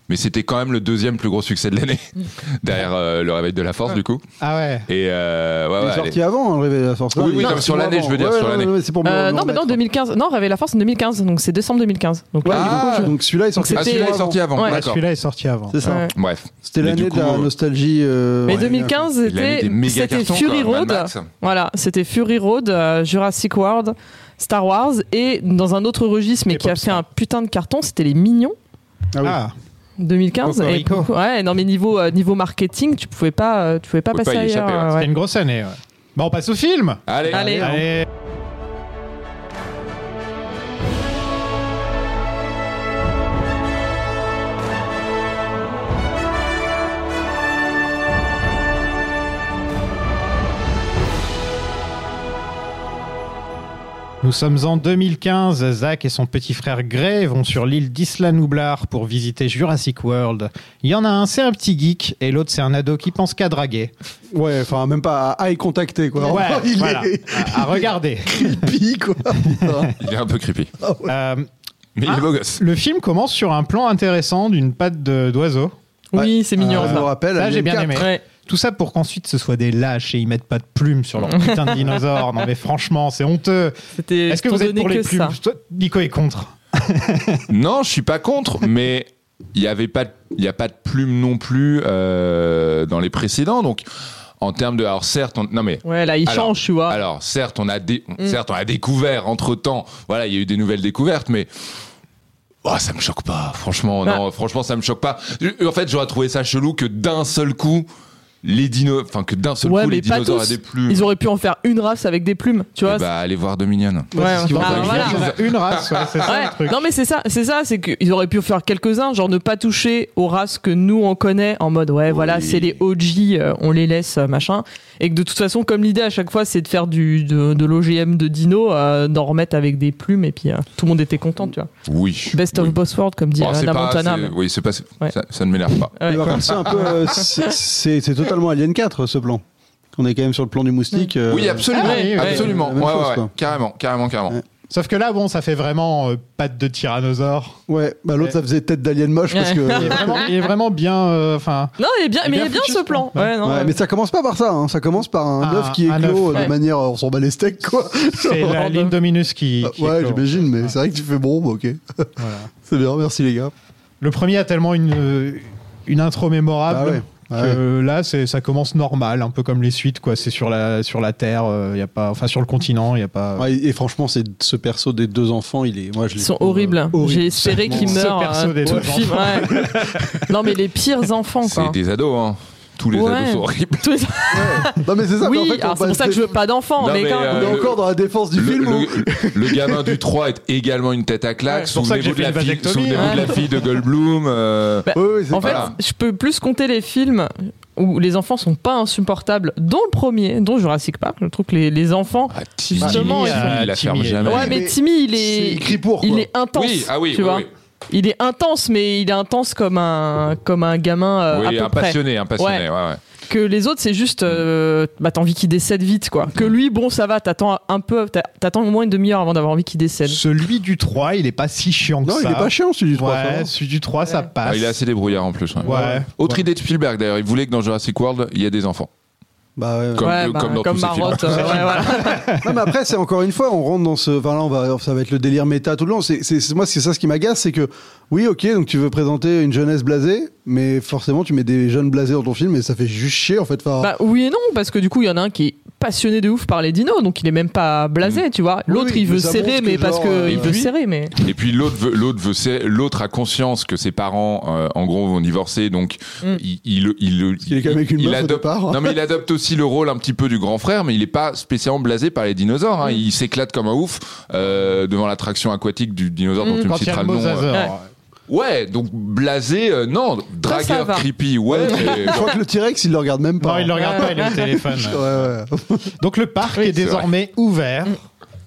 mais c'était quand même le deuxième plus gros succès de l'année derrière euh, le réveil de la force du coup.
Ah ouais
Et euh,
Il
ouais, ouais,
est
allez.
sorti avant, hein, le réveil de la force.
Oui,
Non,
oui,
il est
non,
sorti
sur l'année,
avant.
je veux dire,
Ouais,
sur
ouais,
l'année.
ouais, c'est pour me- me
Euh, non, mais non,
remettre.
2015. Non, Réveille la Force, c'est 2015. Donc c'est décembre 2015. Donc
Ouais,
là,
du coup,
Ah.
je- donc celui-là est sorti
Donc
Ah, celui-là est
avant.
sorti avant,
Ouais.
d'accord.
Celui-là est sorti avant.
C'est ça.
Ouais.
Bref.
C'était
Mais
l'année
du coup,
de la
euh,
nostalgie. euh,
Mais
ouais,
2015,
l'année
c'était
des méga
c'était
cartons,
Fury
quoi, Mad
Road.
Max.
Voilà, c'était Fury Road, euh, Jurassic World, Star Wars. Et dans un autre registre, mais
Et
qui a fait
Popstar.
un putain de carton, c'était Les Mignons.
Ah oui.
Ah,
2015.
Cocorico.
Et pour le coup- ouais, non mais niveau euh, niveau marketing, tu pouvais pas euh, tu pouvais pas
Pouvais
passer
pas y
ailleurs.
échapper,
euh,
C'était une grosse année. ouais. Bon, on passe au film.
Allez,
Allez.
Allez. Nous sommes en 2015. Zach et son petit frère Gray vont sur l'île d'Isla Nublar pour visiter Jurassic World. Il y en a un, c'est un petit geek, et l'autre, c'est un ado qui pense qu'à draguer.
Ouais, enfin, même pas à eye contacter, quoi.
Ouais,
Il
voilà.
est
À, à regarder.
creepy, quoi.
il est un peu creepy.
Euh,
Mais il
Ah.
est beau gosse.
le film commence sur un plan intéressant d'une patte de- d'oiseau.
Oui, c'est mignon
Euh,
Ah,
je me
ça.
rappelle,
Ça, j'ai bien
Alien
aimé.
Ouais.
Tout ça pour qu'ensuite ce soit des lâches et ils mettent pas de plumes sur leur putain de dinosaure. Non mais franchement, c'est honteux.
C'était
Est-ce que
ils t'ont
vous êtes
donné
pour les
que
plumes
ça.
Toi, Nico est contre.
Non, je suis pas contre, mais il y avait pas, de- il y a pas de plume non plus euh, dans les précédents. Donc, en termes de, alors certes, on- non mais
Ouais, là il
Alors-
change, tu vois.
Alors, certes, on a, dé-
Ah. Mm.
certes, on a découvert entre temps. Voilà, il y a eu des nouvelles découvertes, mais. Oh, ça me choque pas. Franchement,
Bah.
non, franchement, ça me choque pas. Je- En fait, j'aurais trouvé ça chelou que d'un seul coup, les dinos. Enfin, que d'un seul
Ouais,
coup,
mais
les
pas
dinosaures
tous.
aient des plumes.
Ils auraient pu en faire une race avec des plumes, tu vois.
Eh
ben,
bah, allez voir Dominion.
Ouais,
c'est ce qu'ils vont
bah,
faire.
voilà.
Il y en a une race, ouais, c'est ça
Ouais.
le truc.
Non mais c'est ça, c'est ça, c'est qu'ils auraient pu faire quelques-uns, genre ne pas toucher aux races que nous on connaît en mode ouais voilà c'est les OG, euh, on les laisse euh, machin, et que de toute façon comme l'idée à chaque fois c'est de faire du de, de l'OGM de dino, euh, d'en remettre avec des plumes et puis euh, tout le monde était content tu vois.
Oui.
Best of
oui.
Boss World comme dit
Oh, c'est
Anna
pas-
Montana.
c'est-
mais-
Oui, c'est pas. c'est-
Ouais.
Ça, ça ne m'énerve pas.
Ouais.
Mais par contre, c'est un peu. euh, c'est- c'est c'est totalement Alien 4, ce plan. On est quand même sur le plan du moustique. euh,
Oui, absolument.
Ah, oui, oui.
absolument.
La même
Ouais,
chose,
ouais,
quoi.
ouais. Carrément, carrément, carrément.
Ouais.
Sauf que là, bon, ça fait vraiment euh, patte de tyrannosaure.
Ouais, bah l'autre, ça faisait tête d'alien moche parce que.
Il est vraiment, il est vraiment bien. euh, Enfin,
Non il est bien,
Il est
mais il
bien
est bien
foutu,
ce
ce
plan.
plan.
Ouais, non,
Ouais,
ouais. Ah,
mais ça commence pas par ça, hein. ça commence par un
Un-
œuf qui
un
éclot
œuf,
euh,
ouais.
de manière euh, on s'en bat les steaks quoi.
c'est la ligne Dominus qui. qui
Ah, ouais,
est clos.
j'imagine, mais c'est vrai que tu fais bon, bah, ok.
Voilà.
C'est bien, merci les gars.
Le premier a tellement une, euh, une intro mémorable.
Ah ouais. Ah ouais.
que là, c'est ça commence normal, un peu comme les suites, quoi. C'est sur la sur la terre, euh, y a pas, enfin sur le continent, il y a pas.
Ouais, et franchement, c'est ce perso des deux enfants, il est, moi je
Ils
l'ai
sont
trouvé, euh,
horribles.
horrible.
J'ai espéré qu'ils
Ce
meurent
perso
euh,
des
tout le
deux
film. ouais. non mais les pires enfants
C'est
quoi.
des ados, hein. Tous les
Ouais.
ados sont horribles.
Tous les-
Non mais c'est ça. mais en
oui,
fait, on
alors c'est pour
passe-
ça que je veux pas d'enfants,
Non,
mais,
mais,
quand-
euh,
On est encore dans la défense du
le,
film. où-
le- le gamin du 3 est également une tête à claque.
Ouais.
pour ça que
Souvenez-vous de,
j'ai fait
la
une
fille-
vasectomie,
souvenez-vous
hein.
de la fille de Goldblum. euh,
Bah,
Oui, oui, c'est
En fait,
Voilà.
je peux plus compter les films où les enfants sont pas insupportables, dont le premier, dont Jurassic Park. Je trouve que les, les enfants.
ah, Timmy,
Justement, ils
sont-
il la ferme
Timmy,
jamais.
Ouais, mais
mais
Timmy, il
c'est
est.
écrit pour,
Il
quoi.
est intense.
Oui, ah oui,
tu
oui,
vois.
oui.
Il est intense, mais il est intense comme un, comme un gamin euh,
oui,
à
un
peu près.
passionné, un passionné. Ouais. ouais.
Que les autres, c'est juste. euh, bah, t'as envie qu'il décède vite, quoi. Que lui, bon, ça va, t'attends un peu. t'a- T'attends au moins une demi-heure avant d'avoir envie qu'il décède.
Celui du 3, il est pas si chiant que
Non,
ça.
il est pas chiant celui du 3.
Ouais, celui du 3, ça passe.
Ah, il est assez hein. débrouillard en plus. ouais.
Ouais.
Autre
Ouais.
idée de Spielberg d'ailleurs, il voulait que dans Jurassic World, il y ait des enfants.
Bah ouais. ouais.
Comme-
ouais,
euh,
bah,
comme dans tous ces films.
Marotte. euh, ouais, voilà.
Non, mais après, c'est encore une fois, on rentre dans ce. Enfin, là, on va, ça va être le délire méta tout le long. C'est, c'est- c'est- moi, c'est ça ce qui m'agace, c'est que, oui, ok, donc tu veux présenter une jeunesse blasée, mais forcément, tu mets des jeunes blasés dans ton film et ça fait juste chier, en fait. Enfin,
Bah oui et non, parce que du coup, il y en a un qui est passionné de ouf par les dinos, donc il est même pas blasé,
Mm.
tu vois.
Oui,
L'autre,
oui,
il
mais
veut
ça
serrer,
montre
mais
que
parce
genre,
que
euh,
il veut
puis-
serrer, mais.
Et puis l'autre veut, l'autre veut, serrer- l'autre a conscience que ses parents, euh, en gros, vont divorcer, donc
Mm.
il, il, il,
qu'il est quand même avec une meuf au départ.
Non mais il adopte aussi le rôle un petit peu du grand frère, mais il est pas spécialement blasé par les dinosaures. hein. Il s'éclate comme un ouf euh, devant l'attraction aquatique du dinosaure dont
Mm.
tu me
Quand il y a
citeras
le
le nom. euh,
mosasaur.
Ouais.
Ouais, donc blasé, euh, non, dragueur
va.
creepy, ouais. mais
je
bon.
crois que le T-Rex, il le regarde même pas.
Non, il le regarde pas, il est au téléphone.
Ouais, ouais.
Donc le parc est
c'est
désormais ouvert.
Mm.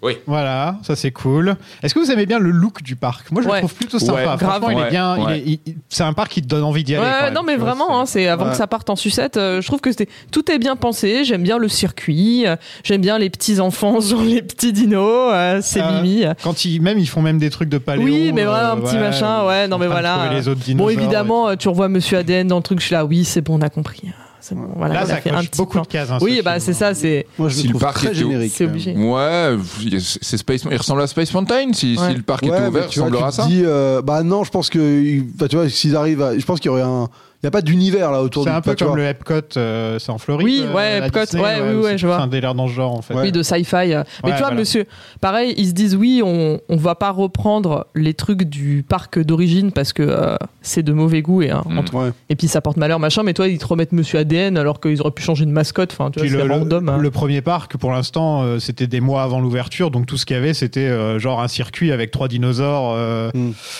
Oui.
Voilà, ça c'est cool. Est-ce que vous aimez bien le look du parc Moi je
Ouais.
le trouve plutôt sympa.
Ouais, grave.
Franchement, il est
Ouais,
bien. il
ouais.
est- il- il- c'est un parc qui te donne envie d'y aller.
Ouais,
quand même,
non, mais
tu vois,
vraiment, hein, c'est avant
Ouais.
que ça parte en sucette. euh, je trouve que c'était tout est bien pensé. J'aime bien le circuit. euh, J'aime bien les petits enfants, genre les petits dinos. euh, c'est
Ah.
mimi.
Quand ils, même ils font même des trucs de paléo.
Oui, mais voilà,
euh,
un petit machin, ouais, non,
en
mais
train de
voilà.
trouver les autres
Bon,
dinosaures.
évidemment, euh, tu revois Monsieur ADN dans le truc. Je suis là, oui, c'est bon, on a compris. hein. C'est bon, voilà.
Là,
on a
ça
fait un
coche
petit
beaucoup
plan.
de cases. hein, ce
Oui, bah
film.
c'est ça, c'est
Moi, je
Si
le
le
trouve
parc
très
était-
générique.
c'est
quand même.
obligé.
Ouais, c'est Space, il ressemble à Space Mountain si,
Ouais.
si le parc
Ouais,
était
mais
ouvert, il
tu vois,
ressemblera à
tu te
ça.
dis, euh, bah non, je pense que, bah, tu vois, s'ils arrivent, à- je pense qu'il y aurait un, n'y a pas d'univers là autour
C'est
du
un peu
enfin, tu
comme
vois.
le Epcot, euh, c'est en Floride.
Oui,
euh,
ouais,
à
Epcot,
Disney,
ouais, oui,
aussi.
ouais, je vois.
C'est un délire dans ce genre, en fait.
Oui, de sci-fi. euh. Mais tu vois,
euh, voilà.
monsieur, pareil, ils se disent oui, on, on va pas reprendre les trucs du parc d'origine parce que euh, c'est de mauvais goût et, hein,
Mm.
entre-
Ouais.
et puis ça porte malheur, machin. Mais toi, ils te remettent monsieur ADN alors qu'ils auraient pu changer de mascotte. Enfin, tu vois,
Puis
c'est
le, le-
random. hein.
le premier parc, pour l'instant, euh, c'était des mois avant l'ouverture, donc tout ce qu'il y avait, c'était euh, genre un circuit avec trois dinosaures. euh,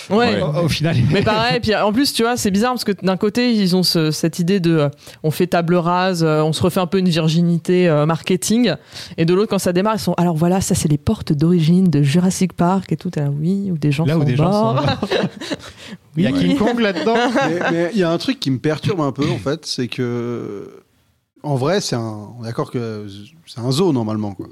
Ouais.
Ouais.
au, au final,
Mais pareil, puis en plus, tu vois, c'est bizarre parce que d'un côté, ils ont ce- cette idée de euh, on fait table rase, euh, on se refait un peu une virginité euh, marketing, et de l'autre, quand ça démarre, ils sont alors voilà, ça c'est les portes d'origine de Jurassic Park et tout, T'es là, oui, où des gens
là
sont
où des gens sont.
morts.
Il y a
Oui.
King Kong là-dedans.
mais mais il y a un truc qui me perturbe un peu en fait, c'est que en vrai, c'est un, on est d'accord que c'est un zoo normalement quoi.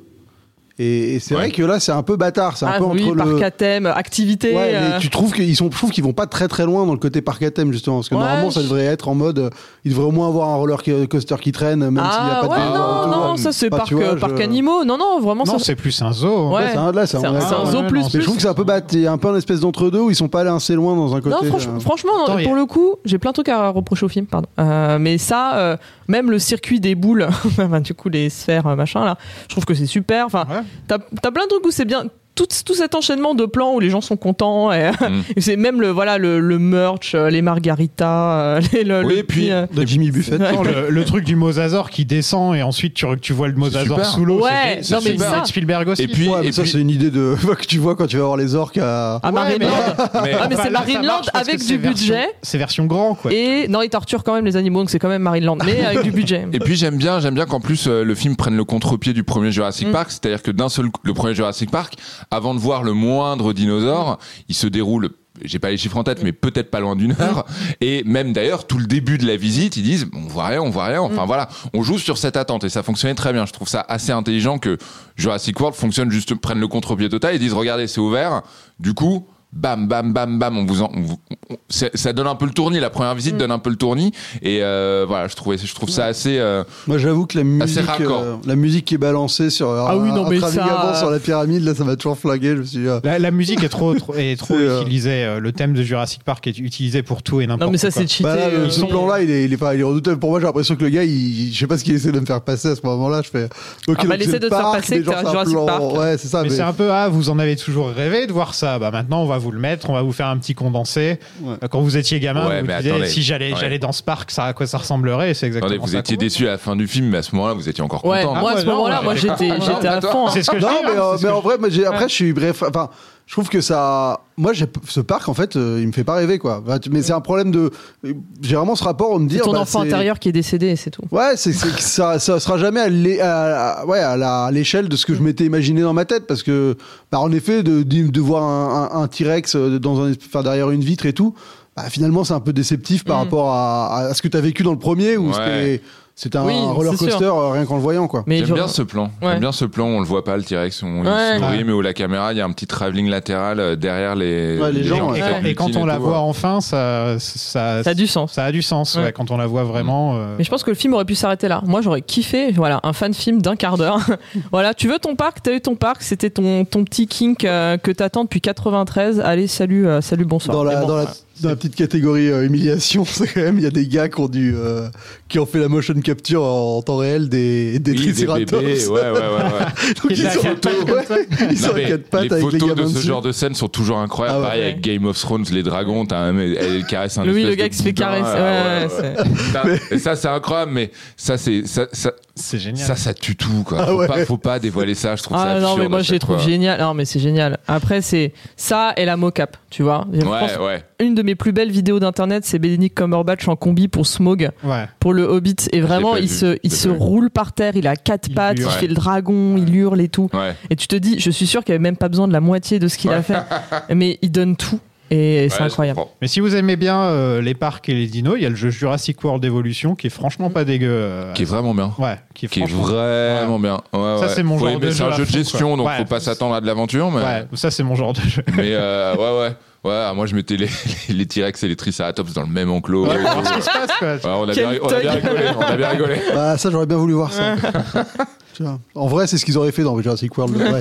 Et, et c'est
Ouais.
vrai que là, c'est un peu bâtard, c'est un
Ah
peu
oui,
entre
parc
le.
à thème, activité.
Ouais, mais
euh,
tu trouves qu'ils sont, je trouve qu'ils vont pas très très loin dans le côté parc à thème justement, parce que
Ouais,
normalement, ça
je-
devrait être en mode, euh, il devrait au moins avoir un roller co- coaster qui traîne, même s'il n'y a
Ah
pas de
ouais,
dinosaures
non,
autour.
non, ça c'est
Enfin,
parc,
tu vois,
euh,
je-
parc animaux. Non, non, vraiment,
Non,
ça.
c'est plus un zoo.
Ouais.
Ouais, c'est un- là, c'est
C'est un-
ouais.
c'est un
Ouais,
zoo
ouais,
plus
non,
plus.
Mais je trouve que c'est un peu bât- il y a un peu un espèce d'entre-deux où ils sont pas allés assez loin dans un côté.
Non, franch-
euh,
franchement, non,
Attends, il y a-
pour le coup, j'ai plein de trucs à reprocher au film, pardon. Euh, mais ça, euh, même le circuit des boules, enfin, du coup, les sphères, euh, machin, là, je trouve que c'est super. Enfin,
Ouais.
t'as t'as plein de trucs où c'est bien. Tout, tout cet enchaînement de plans où les gens sont contents et,
Mm.
et c'est même le voilà le, le merch euh, les margaritas euh, les- le,
Oui,
le
et puis-
petit, euh,
de Jimmy Buffett.
Ouais.
Non, le, le truc du mosasaur qui descend et ensuite tu, tu vois le mosasaur
super.
sous l'eau.
Ouais,
c'est-
non,
c'est
mais ça-
Steven Spielberg aussi.
Et puis,
Ouais, mais
et
ça,
puis-
c'est une idée de que tu vois quand tu vas voir les orques à.
à
Ouais,
Marineland.
mais-
Ah, mais
Enfin,
c'est
là, ça
Marineland
marche parce que
avec
c'est
du
version-
budget.
C'est version grand, quoi.
et non ils torturent quand même les animaux donc c'est quand même Marineland mais avec du budget
Et puis j'aime bien, j'aime bien qu'en plus euh, le film prenne le contre-pied du premier Jurassic
Mm.
Park, c'est-à-dire que d'un seul coup, le premier Jurassic Park, avant de voir le moindre dinosaure, il se déroule j'ai pas les chiffres en tête, mais peut-être pas loin d'une heure. Et même d'ailleurs, tout le début de la visite, ils disent on voit rien, on voit rien. Enfin voilà, on joue sur cette attente et ça fonctionnait très bien. Je trouve ça assez intelligent que Jurassic World fonctionne juste, prenne le contre-pied total et disent regardez, c'est ouvert. Du coup, bam, bam, bam, bam, on vous en, on vous- on- ça ça donne un peu le tournis. La première
Mm.
visite donne un peu le tournis et euh, voilà, je trouvais, je trouve ça assez. euh,
Moi, j'avoue que la musique,
raccord.
euh, la musique qui est balancée sur
Ah oui, non,
un
mais
travelling
ça-
avant sur la pyramide, là, ça m'a toujours flagué. Je me suis dit, ah.
La, la musique est trop, trop, est trop
C'est, euh,
utilisée. euh, Le thème de Jurassic Park est utilisé pour tout et n'importe quoi.
non mais ça c'est cheaté
Bah là,
euh,
le- ce
sont-
plan-là, il est, il, est pas- il est redoutable. Pour moi, j'ai l'impression que le gars, il, il- je sais pas ce qu'il essaie de me faire passer à ce moment-là. Je fais. Ok,
Ah bah,
donc
il
c'est
essaie de
le
te faire
parc,
passer
mais
que t'es
genre,
un
c'est un
Jurassic
plan-
Park.
Ouais, c'est ça.
Mais
mais-
c'est un peu, ah, vous en avez toujours rêvé de voir ça. Bah, maintenant, on va vous le mettre, on va vous faire un petit condensé.
Ouais.
Euh, Quand vous étiez gamin,
Ouais,
vous
mais
disiez,
attendez.
si j'allais
Ouais.
j'allais dans ce parc, ça, à quoi ça ressemblerait Et C'est exactement
Attendez, vous
ça
étiez
qu'on-
déçu à la fin du film, mais à ce moment-là, vous étiez encore
ouais
content.
moi à
Ah,
ce
ouais,
moment-là
non,
moi
ouais.
j'étais j'étais à
Attends.
fond
C'est ce que je
Non,
dis,
mais,
hein,
euh,
c'est ce
mais
que
en
je-
vrai, moi, j'ai- après, je suis bref. Enfin, je trouve que ça. Moi, j'ai- ce parc, en fait, euh, il me fait pas rêver, quoi. Enfin, tu- Mais c'est un problème de. J'ai vraiment ce rapport, on me dit.
ton
bah,
enfant
c'est-
intérieur qui est décédé c'est tout
Ouais, c'est c'est que ça, ça sera jamais à l'é- à- à- ouais, à la- à l'échelle de ce que je m'étais imaginé dans ma tête, parce que, bah, en effet, de, de, de voir un, un- un T-Rex euh, dans un, enfin, derrière une vitre et tout, bah, finalement, c'est un peu déceptif par
Mm.
rapport à, à ce que tu as vécu dans le premier, où
Ouais.
c'était c'était un
Oui,
roller
c'est sûr.
coaster euh, rien qu'en le voyant, quoi.
mais
J'aime
genre-
bien ce plan.
Ouais.
J'aime bien ce plan. où On le voit pas le T-Rex, on il
Ouais.
sourit,
Ouais.
mais où la caméra, il y a un petit travelling latéral euh, derrière les,
Ouais, les gens, ouais.
qui
Et
Ouais.
quand,
s'agglutinent
et quand on la
tout,
voit
ouais.
enfin, ça, ça,
ça a du sens
ça a du sens. ouais,
Ouais.
quand on la voit vraiment. euh,
Mais je pense que le film aurait pu s'arrêter là. Moi, j'aurais kiffé, voilà, un fan film d'un quart d'heure. voilà, tu veux ton parc, t'as eu ton parc, c'était ton, ton petit kink euh, que t'attends depuis 93. Allez, salut, euh, salut, bonsoir.
Dans la,
Mais bon.
dans, la, dans la petite catégorie euh, humiliation, c'est quand même, il y a des gars qui ont, dû, euh, qui ont fait la motion capture en, temps réel des, des
Oui, des
triceratops.
bébés, ouais, ouais, ouais, ouais.
Donc, ils
a
sont,
quatre pattes comme
ouais, ils sont
Non,
à
mais
quatre pattes
les
avec les
photos
gamins
de ce
dessus.
genre de scène sont toujours incroyables.
Ah ouais.
Pareil
Ouais.
avec Game of Thrones, les dragons, t'as un mec, elle caresse un
Louis,
espèce
le gars
de
qui se fait
boudin,
caresser.
euh,
Ouais,
ouais, ouais, ouais. Ça, et ça, c'est incroyable, mais ça, c'est ça, ça,
C'est génial.
ça, ça tue tout.
Ah
Quoi. Faut,
ouais.
pas, faut pas dévoiler ça. Je trouve ça
Ah non,
absurde
mais moi,
à
je les
chaque
trouve
fois.
génial. Non, mais c'est génial. Après, c'est ça et la mocap, tu vois. Je pense
Ouais, ouais.
Une de mes plus belles vidéos d'internet, c'est Benedict Cumberbatch en combi pour Smog.
Ouais.
pour le Hobbit et vraiment
pas
il
vu,
se,
je l'ai
il se
pas vu.
roule par terre il a quatre
Il
pattes
hurle.
il
Ouais.
fait le dragon il hurle et tout
Ouais.
et tu te dis je suis sûr qu'il avait même pas besoin de la moitié de ce qu'il a fait mais il donne tout et c'est
Ouais, je
incroyable
comprends.
Mais si vous aimez bien euh, les parcs et les dinos, il y a le jeu Jurassic World Evolution qui est franchement pas dégueu. euh,
Qui est vraiment bien.
Ouais, qui est,
qui est
franchement-
vraiment bien. Ouais,
Ça,
ouais.
c'est mon
Faut
genre
aimer,
de
C'est
jeu
un
à
jeu de
fond,
gestion,
quoi.
donc
Ouais.
faut pas s'attendre à de l'aventure, mais,
Ouais, ça c'est mon genre de jeu.
mais euh, ouais, ouais. Ouais, moi je mettais les, les, les T-Rex et les Triceratops dans le même enclos.
Ouais,
Ouais,
voir ce qui se passe, quoi.
on, a
Quel
bien, on a bien
thug.
rigolé, on a bien rigolé.
Bah, ça, j'aurais bien voulu voir ça. Tu vois. En vrai, c'est ce qu'ils auraient fait dans Jurassic World. le vrai.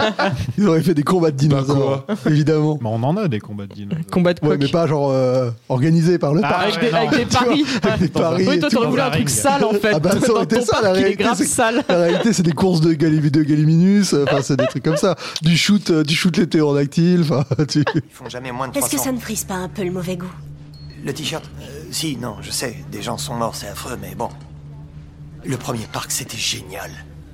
Ils auraient fait des combats de dinosaures,
hein.
évidemment.
Mais on en a des combats de dinosaures.
Combat de
Ouais,
coq.
mais pas genre euh, organisé par le
Ah,
parc.
avec,
ouais,
des,
non.
avec des paris.
Avec des paris
Ah. Oui,
et
toi,
tout.
t'aurais voulu
dans
un
la
truc
ring.
sale en fait.
Ah bah, ça aurait été
Dans ton
ça, la
parc, il est
réalité,
grave
c'est-
sale.
La réalité, c'est des courses de, Gali- de Galiminus, euh, enfin, c'est des trucs comme ça. Du shoot, euh, du shoot les ptérodactyles, enfin, tu-
Ils font jamais moins de
Est-ce que
300.
ça ne frise pas un peu le mauvais goût
Le t-shirt euh, Si, non, je sais, des gens sont morts, c'est affreux, mais bon. Le premier parc, c'était génial.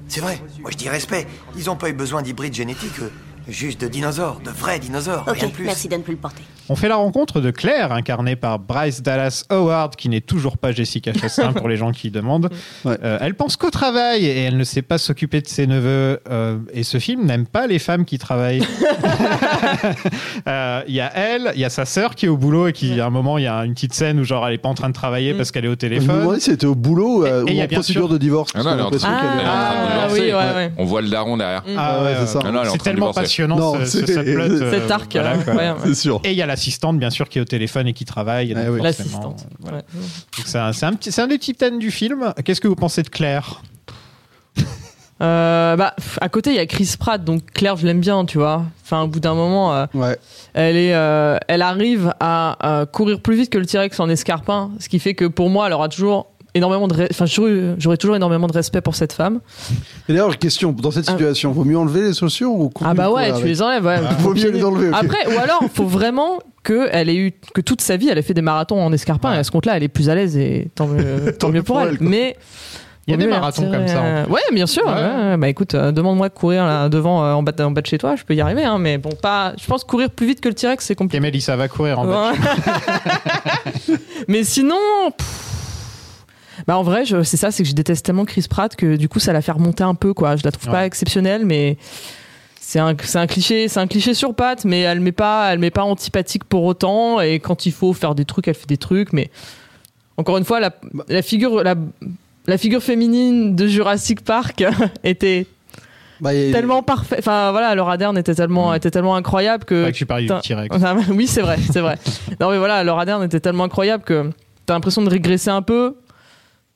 C'est vrai, moi je dis respect. Ils ont pas eu besoin d'hybrides génétiques, eux. juste de dinosaures, de vrais dinosaures,
Ok,
rien de plus.
merci de ne plus le porter.
On fait la rencontre de Claire, incarnée par Bryce Dallas Howard, qui n'est toujours pas Jessica Chastain pour les gens qui demandent.
Ouais.
Euh, elle pense qu'au travail et elle ne sait pas s'occuper de ses neveux. Euh, et ce film n'aime pas les femmes qui travaillent. Euh, Il y a elle, il y a sa sœur qui est au boulot et qui, à un moment, il y a une petite scène où genre elle est pas en train de travailler
Mm.
parce qu'elle est au
Je me
téléphone.
demandais si c'était au boulot euh,
Et- et il y
ou
a
en
bien
procédure
sûr-
de divorce.
Ah non,
parce qu'on
elle est
a
en
l'impression
train-
qu'elle est-
elle est en train de
Ah oui,
divorcer.
ouais, ouais.
On voit le daron derrière.
Ah ouais, c'est ça.
Ah non, elle est en
c'est
train de
tellement
divorcer.
passionnant
Non,
ce, ce
c'est- hein.
subplot, euh,
Cet arc,
voilà,
euh,
quoi.
ouais.
C'est sûr.
Et il y a l'assistante, bien sûr, qui est au téléphone et qui travaille.
Ah
donc
oui.
forcément,
L'assistante.
voilà.
Ouais.
Donc C'est un, c'est un petit- c'est un des titanes du film. Qu'est-ce que vous pensez de Claire
Euh, bah, pff, à côté, il y a Chris Pratt, donc Claire, je l'aime bien, tu vois. Enfin, au bout d'un moment, euh,
Ouais.
elle, est, euh, elle arrive à euh, courir plus vite que le T-Rex en escarpin, ce qui fait que pour moi, elle aura toujours énormément de. re- Enfin, j'aurai j'aurai toujours énormément de respect pour cette femme.
Et d'ailleurs, question, dans cette
Ah.
situation, vaut mieux enlever les chaussures ou
Ah bah ouais, tu les enlèves.
Ah.
Ouais.
Vaut mieux les enlever. ok.
Après, ou alors, faut vraiment que elle ait eu que toute sa vie, elle ait fait des marathons en escarpin.
Ouais.
Et à ce compte-là, elle est plus à l'aise et tant mieux, tant mieux pour elle.
quoi.
Mais
Il y a
vaut
des
mieux la
marathons
retirer,
comme ça, en
euh, Ouais, bien sûr.
Ouais.
ouais, ouais. Bah écoute, euh, demande-moi de courir là, devant, euh, en, bas de, en bas de chez toi, je peux y arriver. hein, mais bon, pas. Je pense courir plus vite que le T-Rex, c'est compliqué.
Camille, ça va courir en bas.
Ouais. mais sinon. pff, Bah en vrai, je- c'est ça, c'est que je déteste tellement Chris Pratt que du coup, ça la fait remonter un peu, quoi. Je la trouve
Ouais.
pas exceptionnelle, mais c'est un, c'est un cliché, c'est un cliché sur pattes, mais elle met pas, elle met pas antipathique pour autant. Et quand il faut faire des trucs, elle fait des trucs. Mais encore une fois, la, la figure, la, la figure féminine de Jurassic Park était
Bah, et-
tellement parfaite. Enfin voilà, Laura Dern était tellement, était tellement incroyable
C'est
que
vrai que tu parlais du
Putain.
T-Rex.
ah, oui, c'est vrai, c'est vrai. non, mais voilà, Laura Dern était tellement incroyable que t'as l'impression de régresser un peu,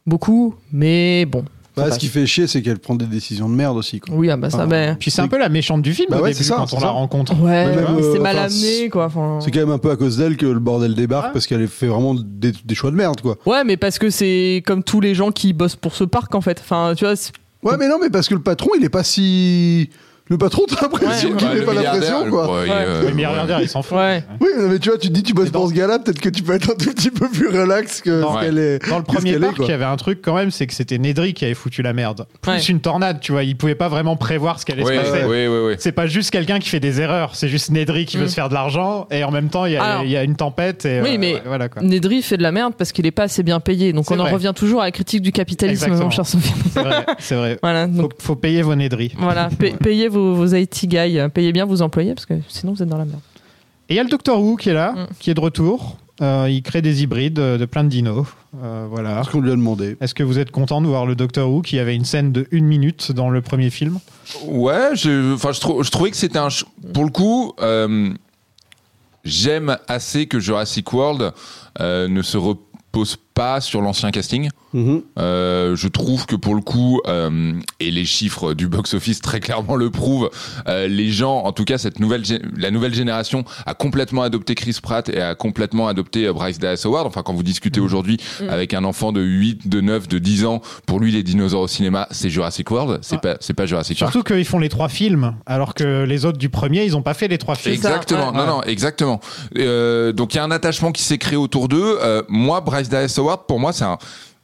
beaucoup, mais bon.
bah,
passe.
ce qui fait chier, c'est qu'elle prend des décisions de merde aussi. Quoi.
Oui, ah bah ça,
Ah.
ben.
Puis c'est un peu la méchante du film
Bah
au
ouais,
début
c'est ça,
quand on
c'est
la
ça.
rencontre.
Ouais,
Mais même,
c'est
euh,
mal
enfin,
amené, quoi. enfin.
C'est quand même un peu à cause d'elle que le bordel débarque
Ah.
parce qu'elle fait vraiment des, des choix de merde, quoi.
Ouais, mais parce que c'est comme tous les gens qui bossent pour ce parc, en fait. Enfin, tu vois, c'est-
Ouais, mais non, mais parce que le patron, il est pas si. Le patron, t'as l'impression
Ouais,
qu'il
Ouais,
met
le
pas la
milliardaire,
pression,
le-
quoi.
ouais, il,
Ouais.
euh,
Le milliardaire,
ouais.
il s'en fout.
ouais.
Oui, mais tu vois, tu te dis, tu bosses
dans-
pour ce gars-là, peut-être que tu peux être un tout petit peu plus relax que
Dans-
ce qu'elle est.
Dans le
que ce
premier
qu'elle est,
parc,
quoi.
il y avait un truc quand même, c'est que c'était Nedry qui avait foutu la merde. Plus
Ouais.
une tornade, tu vois. Il pouvait pas vraiment prévoir ce qu'allait
Oui,
se passer.
oui, oui, oui.
C'est pas juste quelqu'un qui fait des erreurs, c'est juste Nedry qui veut
Mm.
se faire de l'argent et en même temps il y a,
Alors.
il y a une tempête et
Oui,
euh,
mais-
ouais, voilà quoi.
Nedry fait de la merde parce qu'il est pas assez bien payé. Donc
C'est
on en
vrai.
revient toujours à la critique du capitalisme,
Exactement.
mon cher Sophie.
C'est vrai, c'est vrai.
Voilà,
Faut,
donc
faut payer vos Nedry.
voilà, pa- payez vos, vos IT guys, euh, payez bien vos employés parce que sinon vous êtes dans la merde.
Et il y a le Docteur Who qui est là,
Mm.
qui est de retour. Euh, il crée des hybrides euh, de plein de dinos. Euh, voilà.
Parce qu'on lui a demandé.
Est-ce que vous êtes content de voir le Docteur Who qui avait une scène de une minute dans le premier film
Ah. Ouais, je, enfin, je, trou- je trouvais que c'était un. ch- Pour le coup, euh, j'aime assez que Jurassic World euh, ne se repose pas sur l'ancien casting.
Mhm.
Euh, je trouve que pour le coup, euh, et les chiffres du box-office très clairement le prouvent, euh, les gens, en tout cas cette nouvelle, gé- la nouvelle génération a complètement adopté Chris Pratt et a complètement adopté euh, Bryce Dallas Howard. Enfin, quand vous discutez aujourd'hui avec un enfant de 8, de 9, de 10 ans, pour lui les dinosaures au cinéma, c'est Jurassic World, c'est
Ah.
pas, c'est pas Jurassic Park.
Surtout qu'ils font les trois films, alors que les autres du premier, ils n'ont pas fait les trois films.
Exactement,
ouais.
non, non, exactement. Euh, donc il y a un attachement qui s'est créé autour d'eux. Euh, moi, Bryce Dallas Howard, pour moi, c'est un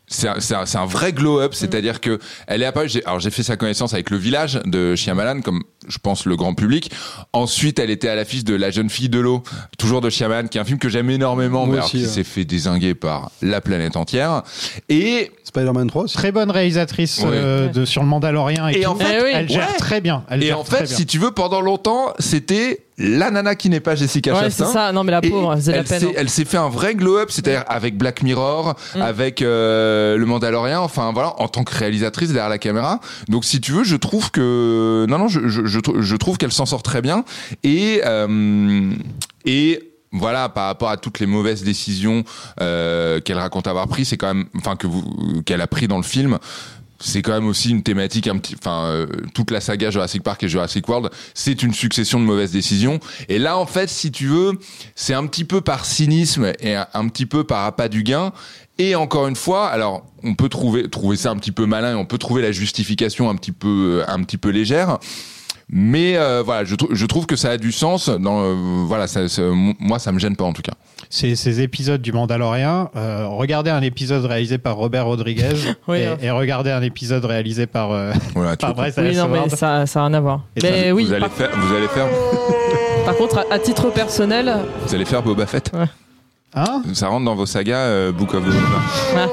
c'est un, c'est un, c'est un vrai
Mm.
glow-up, c'est-à-dire que elle est apparue. j'ai- Alors j'ai fait sa connaissance avec le village de Shyamalan, comme je pense le grand public. Ensuite, elle était à l'affiche de La jeune fille de l'eau, toujours de Shyamalan, qui est un film que j'aime énormément,
Moi
mais alors
aussi,
qui
ouais.
s'est fait désinguer par la planète entière. Et
Spider-Man 3 aussi.
Très bonne réalisatrice
Ouais.
euh, de sur le Mandalorian et,
Et
tout.
en fait,
Eh oui.
elle gère
ouais.
très bien. Elle
et
gère
en
très
fait,
bien.
si tu veux, pendant longtemps, c'était la nana qui n'est pas Jessica
Ouais, c'est
Chastain.
ça. Non, mais la
Et
pauvre, c'est la
elle
peine.
s'est-
hein. Mm.
elle s'est fait un vrai glow-up, c'est-à-dire avec Black Mirror, avec euh, le Mandalorian, enfin voilà, en tant que réalisatrice derrière la caméra. Donc si tu veux, je trouve que non non, je je je, trou- je trouve qu'elle s'en sort très bien et euh, et voilà, par rapport à toutes les mauvaises décisions euh, qu'elle raconte avoir pris, c'est quand même, enfin que vous qu'elle a pris dans le film. c'est quand même aussi une thématique un petit enfin euh, toute la saga Jurassic Park et Jurassic World c'est une succession de mauvaises décisions et là en fait si tu veux c'est un petit peu par cynisme et un, un petit peu par appât du gain et encore une fois alors on peut trouver trouver ça un petit peu malin et on peut trouver la justification un petit peu euh, un petit peu légère mais euh, voilà je, trou- je trouve que ça a du sens dans euh, voilà ça- ça- moi ça me gêne pas en tout cas
ces, ces épisodes du Mandalorian, euh, regardez un épisode réalisé par Robert Rodriguez
Oui,
et,
hein.
et regardez un épisode réalisé par, euh,
voilà tu-
par Bryce
Oui,
Dallas
non, mais
Howard.
ça, ça a rien à voir.
Et
Mais
ça,
Eh oui,
vous allez
par,
faire vous allez faire
par contre, à, à titre personnel,
vous allez faire Boba Fett
Hein
ça rentre dans vos sagas euh, Book of the Boba.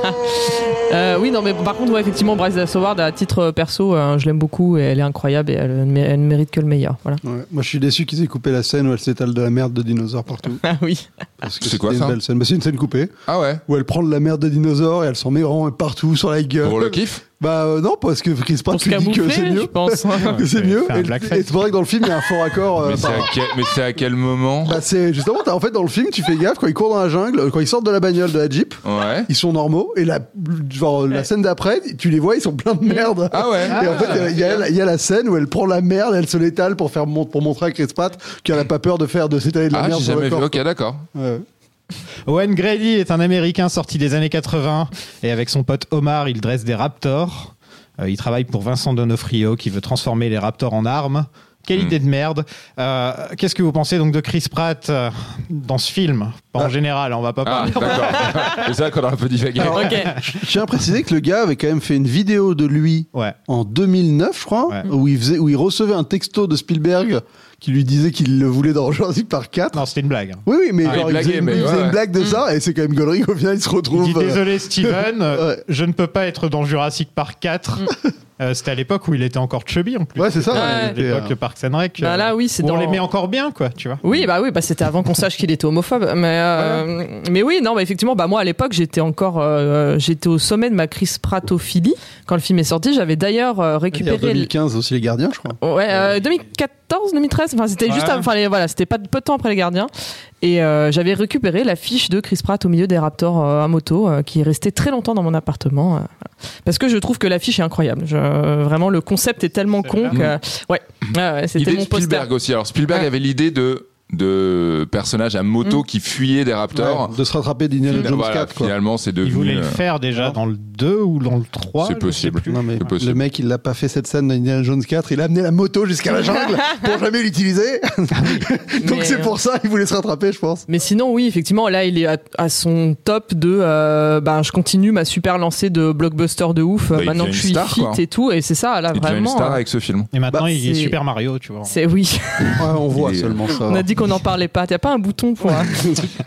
euh, oui, non, mais par contre, ouais, effectivement, Bryce Dallas Howard, à titre perso, euh, je l'aime beaucoup et elle est incroyable et elle, ne mé- elle ne mérite que le meilleur. Voilà.
Ouais. Moi, je suis déçu qu'ils aient coupé la scène où elle s'étale de la merde de dinosaures partout.
Ah oui.
Parce que
C'est quoi,
c'était
ça
une belle scène. Bah, C'est une scène coupée
ah ouais
où elle prend de la merde de dinosaures et elle s'en met rang partout sur la gueule.
pour le kiff
Bah euh, non, parce que Chris
Pour
Pratt
se
lui dit que
camoufler,
c'est
je
mieux.
pense.
Que c'est
Ouais,
mieux.
faire un
Et,
blackface.
et c'est vrai que dans le film, il y a un fort accord. euh,
mais c'est à
par-
quel- mais c'est à quel moment
Bah c'est justement, t'as- en fait, dans le film, tu fais gaffe quand ils courent dans la jungle, euh, quand ils sortent de la bagnole de la Jeep,
Ouais.
ils sont normaux et la, genre, la scène d'après, tu les vois, ils sont pleins de merde.
Ah ouais.
Et en fait, il y, a- il y a- il y a la scène où elle prend la merde, elle se l'étale pour faire mon- pour montrer à Chris Pratt qu'elle a pas peur de faire de s'étaler de la
Ah,
merde
j'ai
sur
jamais
le
vu.
corps.
Ok, d'accord.
Ouais.
Owen Grady est un Américain sorti des années 80 et avec son pote Omar, il dresse des raptors. Euh, il travaille pour Vincent Donofrio qui veut transformer les raptors en armes. Quelle
Hmm.
idée de merde. Euh, Qu'est-ce que vous pensez donc de Chris Pratt euh, dans ce film Pas En
Ah.
général, hein, on va pas
Ah,
parler.
d'accord. c'est ça qu'on a un peu divagué.
ok.
Je tiens à préciser que le gars avait quand même fait une vidéo de lui
Ouais.
en 2009, je crois,
Ouais.
où, il faisait, où il recevait un texto de Spielberg qui lui disait qu'il le voulait dans Jurassic Park 4.
Non, c'était une blague. hein.
Oui, oui, mais
Ah, il
genre, il,
blaguait,
faisait, une-
mais
il faisait
ouais, ouais.
une blague de
Mm.
ça, et c'est quand même gaulerie qu'au final, il se retrouve.
Il dit
euh,
désolé Steven, euh,
Ouais.
je ne peux pas être dans Jurassic Park 4.
Hmm.
Euh, c'était à l'époque où il était encore chubby en plus.
Ouais, c'est ça.
Ouais.
À
il était,
l'époque
euh,
le parc Senrec.
Bah
euh,
là, oui, c'est
où
dans-
on les met encore bien quoi, tu vois.
Oui, bah oui, bah c'était avant qu'on sache qu'il était homophobe. Mais, euh, mais oui, non, bah effectivement, bah moi à l'époque j'étais encore, euh, j'étais au sommet de ma crise pratophilie quand le film est sorti. J'avais d'ailleurs euh,
en
récupéré. le-
2015 aussi les gardiens, je crois.
Ouais, euh, 2014, 2013, enfin c'était
Ouais.
juste, avant- enfin les- voilà, c'était pas peu de temps après les Gardiens, et euh, j'avais récupéré l'affiche de Chris Pratt au milieu des Raptors euh, à moto, euh, qui est restée très longtemps dans mon appartement, euh, voilà. parce que je trouve que l'affiche est incroyable. Je- vraiment, le concept est tellement con que,
Celle-là
ouais, Ouais, ouais, c'était
Idée de
mon poster.
Mm. Spielberg aussi. Alors Spielberg
Ouais. Mm.
avait l'idée de de personnages à moto qui fuyaient des raptors.
Ouais, de se rattraper d'Indiana
Fina-
Jones
voilà,
4, quoi.
finalement, c'est
Il
devenu.
voulait le
euh,
faire déjà dans le 2 ou dans le 3.
C'est
je
possible.
sais plus.
Non, mais
C'est possible.
le mec, il l'a pas fait cette scène d'Indiana Jones 4, il a amené la moto jusqu'à la jungle pour jamais l'utiliser. Donc
Mais,
c'est
euh,
pour ça qu'il voulait se rattraper, je pense.
Mais sinon, oui, effectivement, là, il est à, à son top de. euh, ben, je continue ma super lancée de blockbuster de ouf.
Bah, il
maintenant
devient
que je
une
suis
star,
fit
quoi.
et tout, et c'est ça, là,
Il devient une
vraiment.
star
hein.
euh,
avec ce film.
Et maintenant,
Bah,
il est
c'est-
Super Mario, tu vois.
C'est oui.
on
voit
voit
Il est-
seulement ça.
On a dit qu'on n'en parlait pas. T'as pas un bouton pour. hein.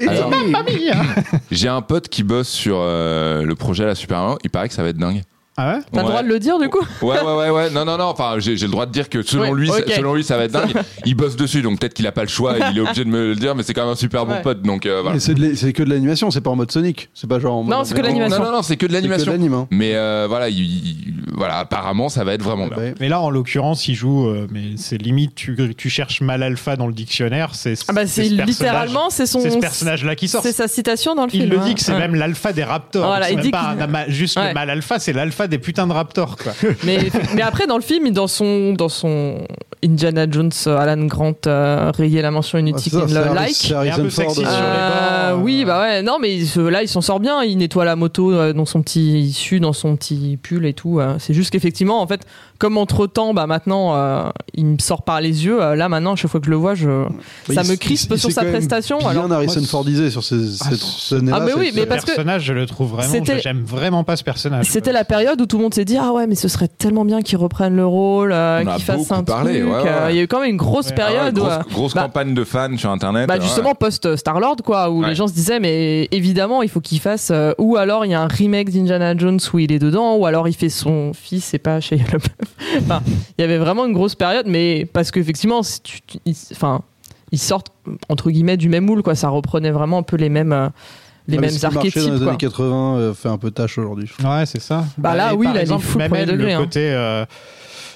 Alors,
Ah
Famille, hein.
J'ai un pote qui bosse sur euh, le projet à la Superman. Il paraît que ça va être dingue.
Ah ouais
T'as le
Ouais.
droit de le dire, du coup.
Ouais, ouais, ouais, ouais. Non, non, non. Enfin, j'ai j'ai le droit de dire que selon,
Ouais,
lui, ça-
ok.
selon lui, ça va être dingue. Il bosse dessus, donc peut-être qu'il a pas le choix. Il est obligé de me le dire, mais c'est quand même un super bon
Ouais.
pote. Donc euh, voilà.
Mais c'est de la- c'est que de l'animation, c'est pas en mode Sonic. C'est pas genre en mode-
Non, c'est que de l'animation.
Non, non, non, c'est que de
C'est que de
l'animation.
l'anime, hein.
Mais euh, voilà, il- il- voilà, apparemment, ça va être vraiment bien.
Ouais.
Mais là, en l'occurrence, il joue. euh, mais c'est limite, tu, tu cherches mal alpha dans le dictionnaire. C'est
Ah bah c'est
ce personnage-
littéralement c'est son
C'est ce personnage-là qui sort.
c'est sa citation dans le
Il
film.
le
hein.
dit que c'est
Ouais.
même l'alpha des raptors.
Voilà,
c'est
il
même
dit
pas
qu'il-
un ama- juste
Ouais.
le mal alpha, c'est l'alpha des putains de raptors. Quoi.
Mais, mais après dans le film dans son dans son Indiana Jones euh, Alan Grant euh, rayer la mention
Ah, c'est
inutile
ça,
in
c'est
the
Harri-
like.
c'est Harrison
Et un peu
Ford.
sexy sur les bancs,
Euh,
euh,
oui, bah ouais, non, mais euh, là, il s'en sort bien. Il nettoie la moto euh, dans son petit issu, dans son petit pull et tout. euh. C'est juste qu'effectivement, en fait, comme entre temps, bah maintenant, euh, il me sort par les yeux. euh, là, maintenant, à chaque fois que je le vois, je...
Bah,
ça
il-
me
il-
crispe
il
sur
s'est
sa
quand même
prestation.
Bien
Alors,
Harrison
moi,
Fordisé sur ces,
Ah,
cette scène
Ah, mais oui, mais
Ce
parce que-
personnage, je le trouve vraiment.
C'était-
je- J'aime vraiment pas ce personnage.
c'était la période où tout le monde s'est dit Ah ouais, mais ce serait tellement bien qu'il reprenne le rôle, euh,
On a
qu'il fasse
beaucoup
un
parlé,
truc.
ouais, ouais.
euh, Il y a eu quand même une grosse
Ouais.
Ah ouais,
période. où, euh,
grosse grosse
bah,
campagne de fans sur internet. euh,
Bah
ouais.
justement post Star Lord quoi où
Ouais.
les gens se disaient mais évidemment il faut qu'il fasse euh, ou alors il y a un remake d'Indiana Jones où il est dedans ou alors il fait son fils et pas chez LaBeouf. enfin il y avait vraiment une grosse période mais parce qu'effectivement si tu- tu- ils- enfin ils sortent entre guillemets du même moule quoi ça reprenait vraiment un peu les mêmes euh, les
Ah, mais
mêmes
ce qui marchait
archétypes
dans les
quoi.
années 80 euh, fait un peu tâche aujourd'hui. je trouve.
Ouais, c'est ça.
Bah là,
et
oui,
par
là, il est
exemple,
full
même
premier
elle,
degré,
Le
hein.
côté. euh,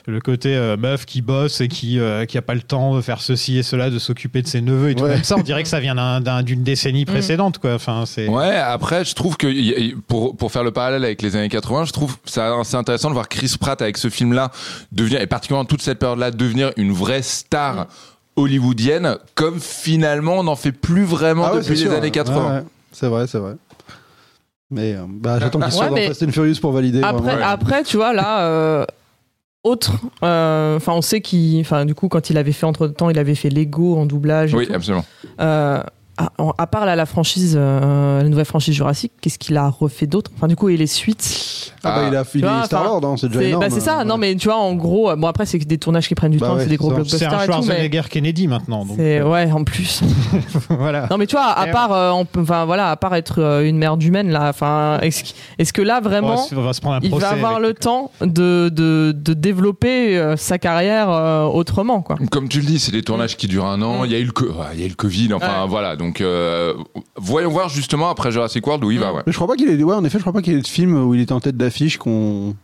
Le côté euh, meuf qui bosse et qui euh, qui a pas le temps de faire ceci et cela, de s'occuper de ses neveux et tout
Ouais.
comme ça, on dirait que ça vient d'un- d'un- d'une
Mm.
décennie précédente, quoi. Enfin, c'est.
Ouais, après, je trouve que y- y- pour, pour faire le parallèle avec les années 80, je trouve ça c'est intéressant de voir Chris Pratt avec ce film-là devenir, et particulièrement toute cette période-là, devenir une vraie
Mm.
star hollywoodienne, comme finalement on n'en fait plus vraiment
Ah ouais,
depuis
c'est
les
sûr.
années 80.
Ouais, ouais. C'est vrai, c'est vrai. Mais euh, bah, j'attends qu'il
Ouais,
soit dans
mais-
Fast and Furious pour valider.
Après,
vraiment.
après, tu vois, là, euh, autre. euh, Enfin, on sait qu'il. Enfin, du coup, quand il avait fait entre temps, il avait fait Lego en doublage. et
Oui,
tout.
absolument.
Euh, à, en- à part là, la franchise, euh, la nouvelle franchise Jurassic, qu'est-ce qu'il a refait d'autre Enfin, du coup, et les suites.
Ah, bah, il a
Tu
fini
vois, enfin,
Star-Lord, hein, c'est déjà
C'est
énorme.
bah, c'est ça, non, mais tu vois, en gros, euh, bon, après, c'est que des tournages qui prennent du
Bah
temps,
ouais,
c'est des gros
c'est ça.
C'est
blockbusters
un
et tout, mais.
Schwarzenegger Kennedy maintenant, donc
c'est-
euh,
Ouais, en plus.
voilà.
Non mais tu vois, à
Eh
part, euh, on peut- enfin voilà, à part être euh, une merde humaine là, enfin, est-ce est-ce que là
On va,
vraiment,
se- on va se prendre un
il
procès.
va avoir
avec-
le temps de, de, de développer euh, sa carrière euh, autrement quoi.
Comme tu le dis, c'est des tournages qui durent un an.
Mm.
Il y a eu le, co- ouais, il y a eu le Covid. Enfin,
Ouais.
voilà. Donc, euh, voyons voir justement après Jurassic World où il va. Ouais.
Mais je crois pas qu'il ait. Ouais, en effet, je crois pas qu'il ait de film où il était en tête d'affiche qu'on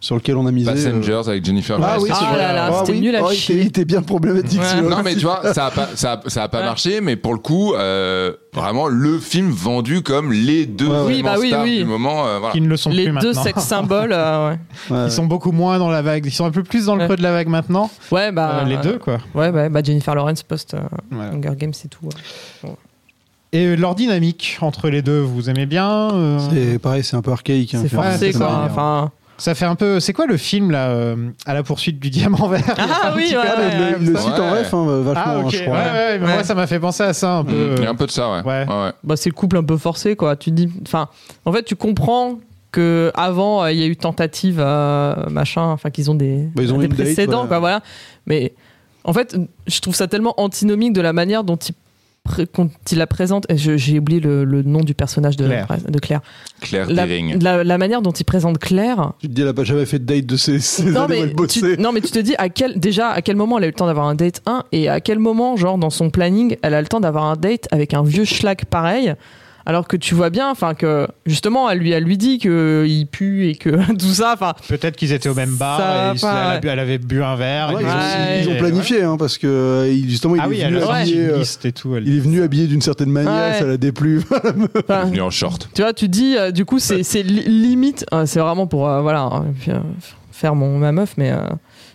sur lequel on a misé. euh.
Passengers avec Jennifer.
Ah
Lawrence.
oui, c'est
Ah
vrai.
là là,
Ah
c'était
oui.
nul à
Oh, il
chier.
était- Il était bien problématique.
Ouais.
celui-là.
Non mais tu vois, ça a pas, ça a, ça a pas marché, mais pour le coup, euh, vraiment le film vendu comme les deux
Ouais, ouais.
Oui,
vraiment
bah oui,
stars
oui.
du moment. euh, voilà.
Qui ne le sont
Les
plus
deux
maintenant.
sex symboles, euh, ouais.
Ouais.
Ils sont beaucoup moins dans la vague. Ils sont un peu plus dans le
Ouais.
creux de la vague maintenant.
ouais bah
Euh, les deux, quoi.
Ouais bah, bah, Jennifer Lawrence post euh,
Voilà.
Hunger Games c'est tout. euh. ouais.
Et leur dynamique entre les deux, vous aimez bien euh,
C'est pareil, c'est un peu archaïque. hein.
C'est
Enfin,
forcé
c'est
quoi.
ça.
Enfin,
Ça fait un peu. C'est quoi le film là euh, à la poursuite du diamant vert Il y a
Ah
un
oui,
petit peu-
ouais,
Ah, mais
ouais,
il le, il le
ouais.
cite en ref, hein, vachement,
Ah ok.
hein, je crois.
Ouais, ouais, mais
Ouais.
Moi ça m'a fait penser à ça un peu.
Mm.
Il y a
euh,
un peu de ça, ouais.
Ouais.
ouais.
bah, c'est le couple un peu forcé quoi. Tu te dis, enfin, en fait tu comprends que avant euh, il y a eu tentative euh, machin, enfin qu'ils ont des,
Bah, ils ont
des
une date,
précédents
ouais.
quoi voilà. Mais en fait je trouve ça tellement antinomique de la manière dont il pré- quand il la présente, et je- j'ai oublié le, le nom du personnage de
Claire.
de Claire.
Claire
La,
Deering.
la- la manière dont il présente Claire,
Tu te dis, elle a pas jamais fait de date de ces, ces
non
années où
mais,
elle
tu,
bossait.
non mais tu te dis à quel déjà à quel moment elle a eu le temps d'avoir un date 1 et à quel moment genre dans son planning elle a le temps d'avoir un date avec un vieux schlack pareil alors que tu vois bien enfin que justement elle lui elle lui dit que il pue et que tout ça enfin
Peut-être qu'ils étaient au même bar.
Ça
et
va
ils se-
pas,
elle, a
ouais.
bu- elle avait bu un verre.
Ah, Ouais,
et
ils, ont,
aussi-
ils ont
et-
planifié, hein, parce que euh, il- justement, il
Ah oui,
est
elle
venu
a sorti
habillé.
une
euh,
liste et tout. elle-
Il est venu habillé d'une certaine manière,
Ouais.
ça l'a déplu.
enfin,
Venu en short.
tu vois tu te dis euh, du coup c'est c'est li- limite euh, c'est vraiment pour euh, voilà hein, puis, euh, faire mon ma meuf mais euh,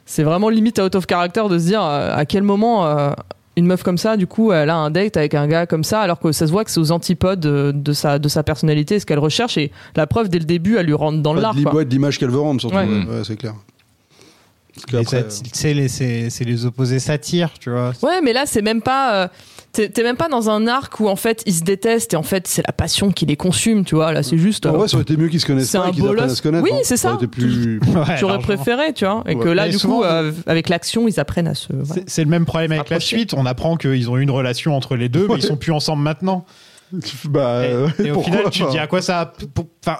c'est vraiment limite out of character de se dire euh, à quel moment euh, une meuf comme ça, du coup, elle a un date avec un gars comme ça, alors que ça se voit que c'est aux antipodes de, de sa, de sa personnalité, ce qu'elle recherche. Et la preuve, dès le début, elle lui rentre dans
Pas
l'art.
de l'im-
quoi.
ouais, de l'image qu'elle veut rendre, surtout.
Ouais.
Ouais, ouais, c'est clair. Parce
les
qu'après, euh,
sati- tu sais, les- C'est c'est les opposés satires, tu vois.
Ouais, mais là, c'est même pas. euh, t'es t'es même pas dans un arc où, en fait, ils se détestent et, en fait, c'est la passion qui les consume, tu vois. Là, c'est juste.
euh,
euh,
en vrai, ça aurait été mieux qu'ils se connaissent
C'est
pas
un
et qu'ils apprennent à
bolos.
se connaître.
Oui,
hein.
c'est ça.
aurait été plus.
Ouais,
J'aurais
largement.
préféré, tu vois, et que
Ouais.
là,
Mais
du
souvent,
coup, euh, avec l'action, ils apprennent à se. voilà.
C'est- C'est le même problème avec la
Rapprocher.
suite. On apprend qu'ils ont eu une relation entre les deux, mais
Ouais.
ils sont plus ensemble maintenant.
bah,
Et,
euh,
et au
pourquoi
final, tu te dis à quoi ça. pour- enfin,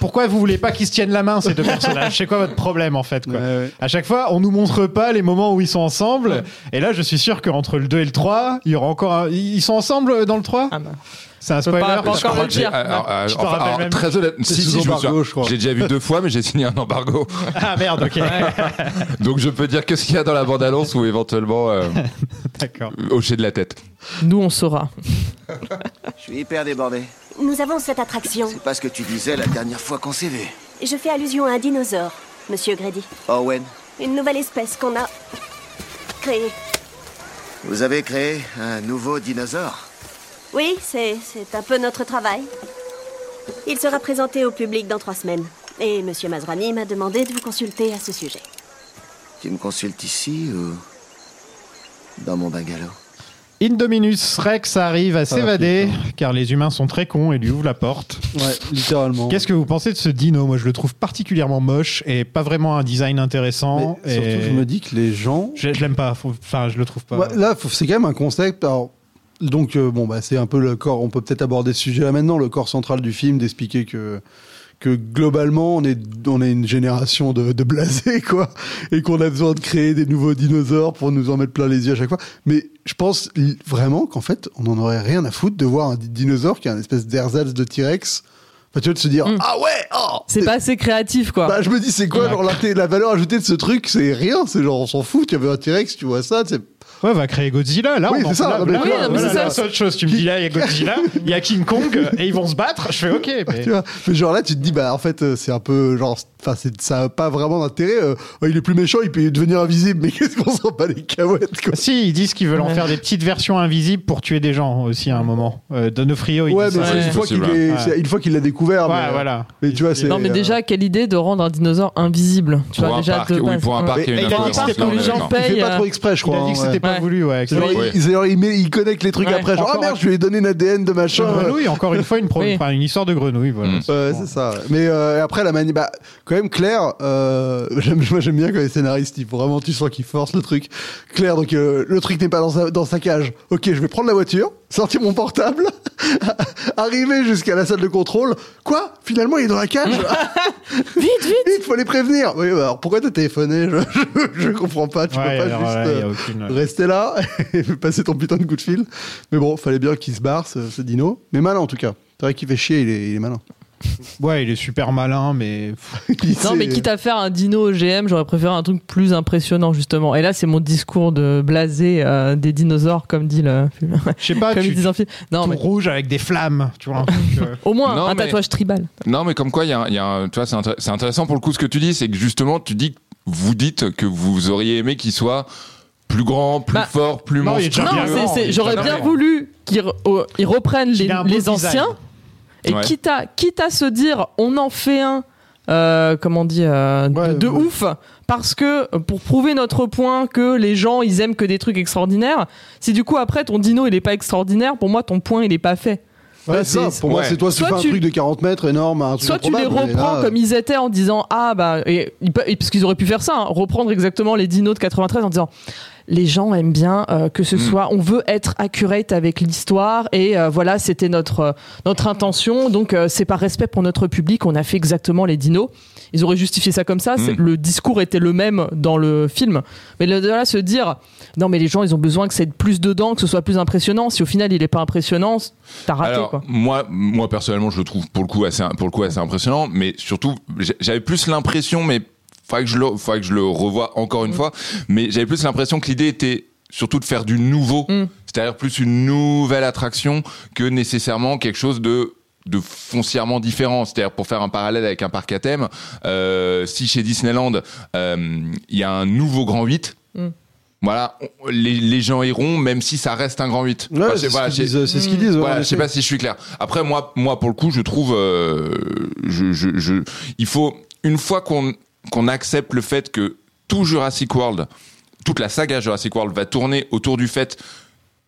pourquoi vous voulez pas qu'ils se tiennent la main ces deux personnages C'est quoi votre problème en fait
Ouais,
quoi
ouais.
À chaque fois, on nous montre pas les moments où ils sont ensemble. Et là, je suis sûr qu'entre le 2 et le 3, il y aura encore. un- Ils sont ensemble euh, dans le 3
Ah, bah.
C'est un
peux pas-
spoiler.
pas
Je
encore
crois
le
que j'ai-
dire.
alors, euh,
Je te
enfin,
rappelle
alors,
même.
très honnête, si,
sous
si, je me
embargo,
souviens.
je crois.
J'ai déjà vu deux fois, mais j'ai signé un embargo.
Ah merde, ok.
Donc je peux dire que ce qu'il y a dans la bande-annonce ou éventuellement euh,
D'accord.
hocher de la tête.
Nous, on saura.
Je suis hyper débordé.
Nous avons cette attraction.
C'est pas ce que tu disais la dernière fois qu'on s'est vu.
Je fais allusion à un dinosaure, monsieur Grady.
Owen,
Une nouvelle espèce qu'on a créée.
vous avez créé un nouveau dinosaure.
Oui, c'est c'est un peu notre travail. Il sera présenté au public dans trois semaines. Et monsieur Mazrani m'a demandé de vous consulter à ce sujet.
Tu me consultes ici ou dans mon bungalow
Indominus Rex arrive
Ah,
à s'évader, car les humains sont très cons et lui ouvre la porte.
Ouais, littéralement.
Qu'est-ce que vous pensez de ce dino Moi, je le trouve particulièrement moche et pas vraiment un design intéressant.
Mais Surtout,
et
je me dis que les gens.
Je, je l'aime pas. Faut- Enfin, je le trouve pas.
Ouais, là, faut- c'est quand même un concept. Alors, donc, euh, bon, bah, c'est un peu le corps. On peut peut-être aborder ce sujet là maintenant, le corps central du film, d'expliquer que que globalement, on est on est une génération de, de blasés, quoi, et qu'on a besoin de créer des nouveaux dinosaures pour nous en mettre plein les yeux à chaque fois. Mais je pense l- vraiment qu'en fait, on en aurait rien à foutre de voir un di- dinosaure qui a un espèce d'ersatz de T-Rex Enfin, tu vois, de se dire, ah ouais, oh
Mm. C'est pas assez créatif, quoi.
Bah, je me dis, c'est quoi, genre, l'intérêt- la valeur ajoutée de ce truc C'est rien, c'est genre, on s'en fout, tu avais un T-Rex, tu vois ça, tu sais.
Ouais, va créer Godzilla, là.
Oui,
on en-
c'est ça,
là,
non, mais
là,
tu vois,
là,
oui, non, mais
là,
c'est
là,
ça.
c'est autre chose. Tu me dis là, il y a Godzilla, il y a King Kong, et ils vont se battre. Je fais OK. mais-
Tu vois, mais genre là, tu te dis, bah en fait, euh, c'est un peu genre, enfin, c'est- ça n'a pas vraiment d'intérêt. euh, oh, il est plus méchant, il peut devenir invisible, mais qu'est-ce qu'on s'en bat les cahuètes, quoi.
Si, ils disent qu'ils veulent en
Ouais.
faire des petites versions invisibles pour tuer des gens aussi à un moment. Euh, Donofrio, il
Ouais,
dit
mais
ça.
c'est une fois qu'il est- c'est une fois qu'il l'a découvert.
Ouais,
mais, euh,
voilà.
Mais tu vois, c'est.
hein.
euh,
Non, mais déjà, quelle idée de rendre un dinosaure invisible Tu
Pour
vois,
un
déjà
parc,
de
oui,
base.
pour un parc,
Ouais.
il y a une
Il a dit que
incohérence,
c'était pour
non,
les
mais
gens
non. Il fait
payent,
pas
euh,
trop exprès, je crois,
Il a dit que
hein,
c'était
ouais.
pas
Ouais.
voulu, ouais.
c'est genre,
exactement.
il, c'est genre, il met- il connecte les trucs
Ouais.
après. Genre,
Encore
oh merde, je lui ai donné un ADN de machin. euh.
Une grenouille, encore une fois, une, pro- enfin, une histoire de grenouille.
Mm.
Voilà.
Ouais, c'est ça. Mais euh, après, la manie. Bah, quand même, Claire, euh, j'aime- moi j'aime bien quand les scénaristes, ils, vraiment, tu sens qu'ils forcent le truc. Claire, donc euh, le truc n'est pas dans sa, dans sa cage. Ok, je vais prendre la voiture, sortir mon portable, arriver jusqu'à la salle de contrôle. Quoi Finalement, il est dans la cage
Vite, vite
Vite, faut les prévenir Oui, bah, alors pourquoi t'as téléphoné je, je, je comprends pas. Tu
Ouais,
peux pas
alors là,
juste
y a
euh,
aucune-
rester là et passer ton putain de coup de fil. Mais bon, fallait bien qu'il se barre, ce, ce dino. Mais malin en tout cas. C'est vrai qu'il fait chier, il est, il est malin.
Ouais, il est super malin, mais.
Non, mais quitte à faire un dino OGM, j'aurais préféré un truc plus impressionnant, justement. Et là, c'est mon discours de blasé euh, des dinosaures, comme dit le.
euh,
Je sais pas,
comme
Ah, tu-
ils disent en film. Non,
tout
mais
rouge avec des flammes, tu vois. un truc, euh.
au moins
Non,
un
mais-
tatouage tribal.
Non, mais comme quoi, il y a, un- il y a un- tu vois, c'est intér- c'est intéressant pour le coup ce que tu dis, c'est que justement, tu dis, que vous dites que vous auriez aimé qu'il soit plus grand, plus
Bah,
fort, plus
non,
il est déjà
monstrueux.
Non,
bien
c'est-
grand,
c'est-
il est
j'aurais
déjà
bien
grand.
voulu qu'ils re- oh, ils reprennent
Qu'il
les,
a un beau
les
design.
anciens. Et
Ouais.
quitte, à, quitte à se dire, on en fait un, euh, comment on dit, euh, de- de, ouf, parce que euh, pour prouver notre point que les gens, ils aiment que des trucs extraordinaires, si du coup après ton dino, il est pas extraordinaire, pour moi, ton point, il est pas fait.
Ouais, c'est ça. Pour moi,
Ouais.
c'est toi, tu
Soit
fais un
tu-
truc de 40 mètres énorme, un truc
Soit tu les
improbable, mais
reprends
là,
comme ils étaient en disant ah bah et, ils peuvent- et- parce qu'ils auraient pu faire ça hein, reprendre exactement les dinos de 93 en disant les gens aiment bien euh, que
Mm.
ce soit on veut être accurate avec l'histoire et euh, voilà c'était notre euh, notre intention donc euh, c'est par respect pour notre public on a fait exactement les dinos ils auraient justifié ça comme ça c'est-
Mm.
le discours était le même dans le film mais de là se dire non mais les gens ils ont besoin que c'est plus dedans que ce soit plus impressionnant si au final il est pas impressionnant t'as raté
Alors,
quoi
moi, moi personnellement, je le trouve pour le coup assez, pour le coup assez impressionnant, mais surtout, j'a- j'avais plus l'impression, mais faudrait que je le, faudrait que je le revoie encore une
Mm.
fois, mais j'avais plus l'impression que l'idée était surtout de faire du nouveau, c'est-à-dire plus une nouvelle attraction que nécessairement quelque chose de de foncièrement différent, c'est-à-dire pour faire un parallèle avec un parc à thème, euh, si chez Disneyland euh, il y a un nouveau Grand 8, voilà, on- les, les gens iront même si ça reste un Grand 8.
Ouais,
Enfin,
c'est ce
voilà,
qu'ils
j'ai-
disent, c'est ce qu'ils disent, ouais,
voilà,
en
je sais
effet.
pas si je suis clair. Après, moi, moi pour le coup, je trouve, euh, je, je, je- il faut une fois qu'on qu'on accepte le fait que tout Jurassic World, toute la saga Jurassic World va tourner autour du fait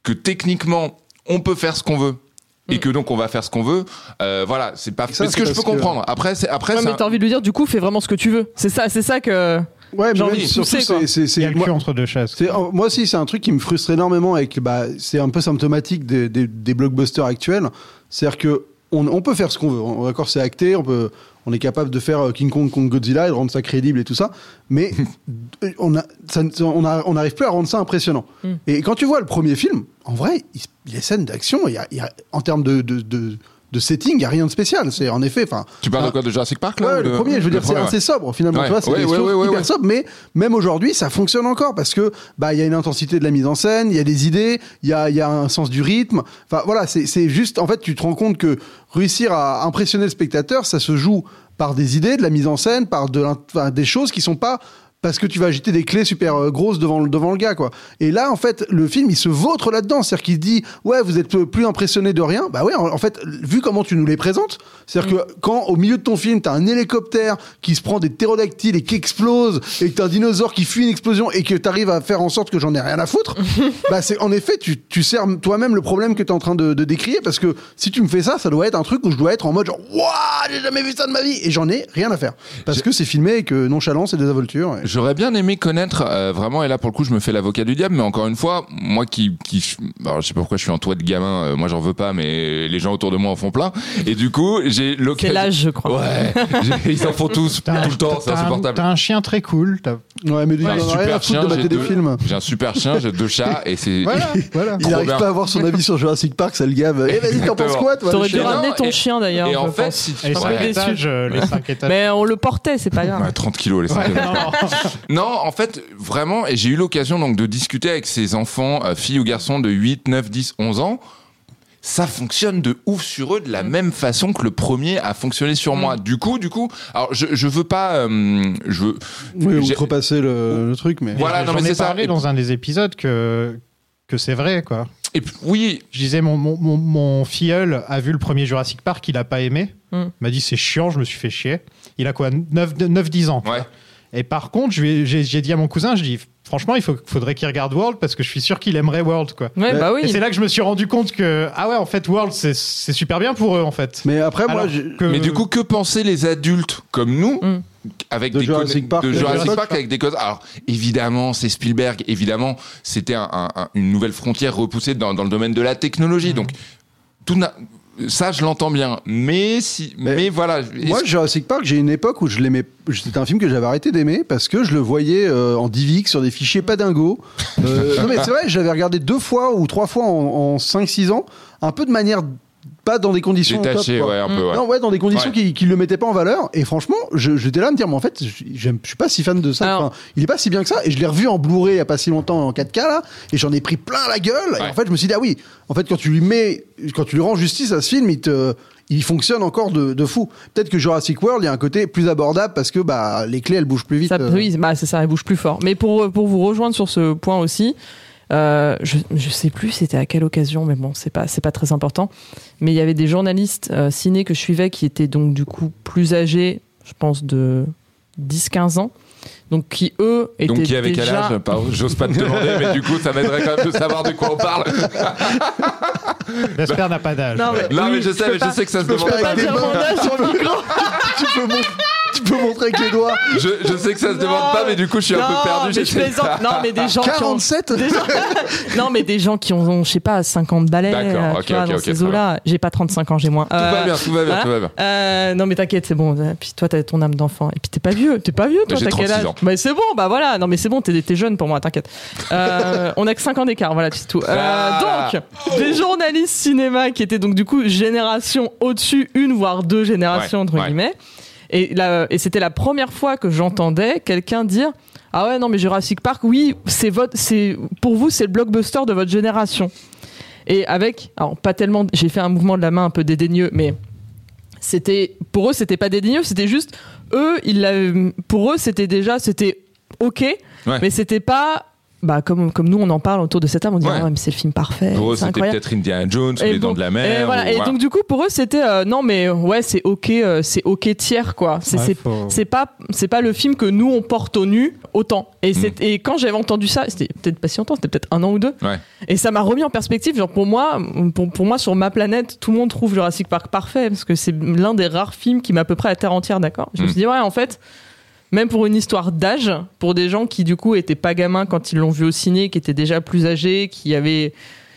que techniquement on peut faire ce qu'on veut.
Mm.
Et que donc on va faire ce qu'on veut, Euh, voilà, c'est pas.
ça,
Mais ce que
c'est
je peux
parce que-
comprendre. Après, c'est après
Ouais,
c'est
mais
un-
t'as envie de lui dire du coup fais vraiment ce que tu veux c'est ça c'est ça que
Ouais, mais
J'ai
même
envie de
surtout,
pousser, quoi.
c'est- c'est-
Il y a
c'est-
le cul
moi-
entre deux chaises.
c'est- en- moi aussi, c'est un truc qui me frustre énormément avec. Bah, c'est un peu symptomatique des, des- des blockbusters actuels. C'est-à-dire que on, on peut faire ce qu'on veut. On, d'accord, c'est acté. On peut, on est capable de faire euh, King Kong contre Godzilla et de rendre ça crédible et tout ça. Mais on a, ça ne- on a- on n'arrive plus à rendre ça impressionnant. Et quand tu vois le premier film, en vrai, il, les scènes d'action, il y a- il y a- en termes de, de, de- de setting, il n'y a rien de spécial. C'est en effet, enfin,
Tu parles de quoi de Jurassic Park là
Ah. Ouais,
ou
le
de-
premier, je veux
le
dire, c'est
premier, ouais.
assez sobre finalement.
Ouais,
tu vois, c'est
ouais,
des
ouais,
choses
ouais, ouais,
hyper
ouais.
sobres, mais même aujourd'hui, ça fonctionne encore parce que bah il y a une intensité de la mise en scène, il y a des idées, il y a, il y a un sens du rythme. Enfin voilà, c'est c'est juste en fait, tu te rends compte que réussir à impressionner le spectateur, ça se joue par des idées, de la mise en scène, par de l'in- enfin, des choses qui sont pas parce que tu vas agiter des clés super euh, grosses devant le, devant le gars quoi. Et là en fait le film il se vautre là-dedans, c'est-à-dire qu'il dit ouais vous êtes euh, plus impressionné de rien. Bah ouais en, en fait vu comment tu nous les présentes, c'est-à-dire que quand au milieu de ton film t'as un hélicoptère qui se prend des ptérodactyles et qui explose et que t'as un dinosaure qui fuit une explosion et que t'arrives à faire en sorte que j'en ai rien à foutre, bah c'est en effet tu tu sers toi-même le problème que t'es en train de, de décrier parce que si tu me fais ça ça doit être un truc où je dois être en mode genre waouh j'ai jamais vu ça de ma vie et j'en ai rien à faire parce que c'est filmé et que nonchalant c'est des avoltures. et-
J'aurais bien aimé connaître euh, vraiment, et là pour le coup je me fais l'avocat du diable, mais encore une fois, moi qui, qui alors, je sais pas pourquoi je suis entouré de gamins, euh, moi j'en veux pas, mais les gens autour de moi en font plein, et du coup j'ai l'occasion.
C'est l'âge, je crois.
Ouais. J'ai- Ils en font tous, tout le temps, c'est
T'as un-
insupportable.
T'as un chien très cool. t'as-
Ouais, mais lui,
J'ai un
il en a rien à
super
foutre de
chien,
mater
j'ai
des
deux-
films.
j'ai un super chien, j'ai deux chats et c'est.
Voilà, voilà.
Il n'arrive
bien.
pas à avoir son avis sur Jurassic Park, ça le gave. Eh, vas-y, t'en penses
Exactement.
quoi, toi
T'aurais
le
dû
Et
chien
ramener
non,
ton
et-
chien d'ailleurs.
Et en
je
fait,
pense.
si tu
Les
Ouais.
cinq
Ouais.
étages, euh, les cinq étages.
Mais on le portait, c'est pas grave.
Ouais, 30 kilos, les cinq kilos. Non, en fait, vraiment, et j'ai eu l'occasion donc de discuter avec ces enfants, euh, filles ou garçons de 8, 9, 10, 11 ans. Ça fonctionne de ouf sur eux de la même façon que le premier a fonctionné sur moi. Du coup, du coup, alors je, je veux pas, euh, je veux,
Oui,
j'ai-
outrepasser le, le truc, mais.
Voilà, non,
J'en
mais
ai
c'est ça.
parlé
Et-
dans un des épisodes que, que c'est vrai, quoi.
et puis- oui,
Je disais, mon, mon, mon, mon filleul a vu le premier Jurassic Park, il a pas aimé.
Mm.
Il m'a dit, c'est chiant, je me suis fait chier. Il a quoi 9-10 ans. tu
Ouais.
vois. Et par contre, je lui ai- j'ai j'ai dit à mon cousin, je dis, franchement, il faut, faudrait qu'il regarde World parce que je suis sûr qu'il aimerait World, quoi.
Ouais, bah
Et
oui.
c'est là que je me suis rendu compte que, ah ouais, en fait, World, c'est- c'est super bien pour eux, en fait.
Mais après, moi,
Alors
j'ai-
que-
Mais du coup, que pensaient les adultes comme nous
Mm.
avec
De
des
Jurassic
conna-
Park,
de
de
Jurassic
Jurassic
Park avec des causes. Alors évidemment, c'est Spielberg. Évidemment, c'était un- un- un- une nouvelle frontière repoussée dans, dans le domaine de la technologie.
Mm.
Donc tout n'a- ça, je l'entends bien. Mais si, mais,
Mais
voilà.
Moi,
Est-ce-
Jurassic Park, j'ai une époque où je l'aimais. C'était un film que j'avais arrêté d'aimer parce que je le voyais euh, en DivX sur des fichiers pas dingos. Euh, non, mais c'est vrai, j'avais regardé deux fois ou trois fois en, en 5-6 ans, un peu de manière pas dans des conditions.
détaché,
top, quoi. Mm.
ouais, un peu. ouais.
Non, ouais, dans des conditions
Ouais.
qui, qui le mettaient pas en valeur. Et franchement, je- j'étais là à me dire, mais en fait, je- j'aime- je suis pas si fan de ça.
Alors-
Enfin, il est pas si bien que ça. Et je l'ai revu en Blu-ray il y a pas si longtemps en 4K là. Et j'en ai pris plein la gueule. Et
Ouais.
en fait, je me suis dit, ah oui, en fait, quand tu lui mets, quand tu lui rends justice à ce film, il te, il fonctionne encore de, de fou. Peut-être que Jurassic World, il y a un côté plus abordable parce que bah, les clés, elles bougent plus vite.
Ça,
euh.
oui, bah, c'est ça, elle bouge plus fort. Mais pour, euh, pour vous rejoindre sur ce point aussi, euh, je, je sais plus c'était à quelle occasion, mais bon, c'est pas, c'est pas très important. Mais il y avait des journalistes euh, ciné que je suivais qui étaient donc du coup plus âgés, je pense de 10-15 ans. Donc qui eux étaient
Donc qui avait quel
déjà...
âge Pardon, J'ose pas te demander, mais du coup, ça m'aiderait quand même de savoir de quoi on parle.
Jasper n'a pas d'âge.
Non mais,
Non,
oui,
mais je sais,
peux
mais
pas-
je sais que ça se
peux
demande
faire
pas
pas.
avec
dire
des
mon
mains.
âge sur le micro.
tu, peux mon- tu peux montrer avec les doigts.
Je, je sais que ça se demande pas, mais du coup, je suis un
Non,
peu perdu.
mais
je
je
sais
plaisante.
pas.
Non, mais des gens qui ont-
47
Des gens- non, mais des gens qui ont, ont, je sais pas, 50 balais.
D'accord,
euh, tu
ok,
vois,
ok,
dans
ok,
ces
très
eaux-là. J'ai pas 35 ans, j'ai moins. Euh,
Tout va bien, tout va
Hein
bien, tout va bien.
non, mais t'inquiète, c'est bon. Et Puis toi, t'as ton âme d'enfant. Et puis t'es pas vieux, t'es pas vieux, toi,
J'ai
t'as quel
36
âge
ans.
Mais c'est bon, bah voilà. Non, mais c'est bon, t'es t'es jeune pour moi, t'inquiète. Euh, on a que 5 ans d'écart, voilà, c'est tout. Euh,
Ah.
donc, des journalistes cinéma qui étaient donc du coup génération au-dessus, une voire deux générations,
Ouais,
entre
ouais.
guillemets. Et, la- et c'était la première fois que j'entendais quelqu'un dire Ah ouais, non, mais Jurassic Park, oui, c'est votre, c'est, pour vous, c'est le blockbuster de votre génération. Et avec, alors pas tellement, j'ai fait un mouvement de la main un peu dédaigneux, mais c'était, pour eux, c'était pas dédaigneux, c'était juste, eux, ils l'avaient- pour eux, c'était déjà, c'était ok, mais c'était pas, bah, comme, comme nous, on en parle autour de cette table, on dit,
Ouais.
Ah ouais, mais c'est le film parfait.
Pour eux,
c'est
c'était
incroyable.
peut-être Indiana Jones, ou les dents
bon-
de la mer.
et voilà.
ou-
Et
voilà.
donc du coup pour eux c'était euh, non mais ouais c'est ok euh, c'est ok tiers quoi c'est
Ouais,
c'est-
faut-
c'est pas c'est pas le film que nous on porte au nu autant et c'est et quand j'avais entendu ça c'était peut-être pas si longtemps c'était peut-être un an ou deux
Ouais.
et ça m'a remis en perspective genre pour moi pour, pour moi sur ma planète tout le monde trouve Jurassic Park parfait parce que c'est l'un des rares films qui met à peu près la terre entière d'accord je me suis dit ouais en fait même pour une histoire d'âge, pour des gens qui du coup étaient pas gamins quand ils l'ont vu au ciné, qui étaient déjà plus âgés, qui avaient,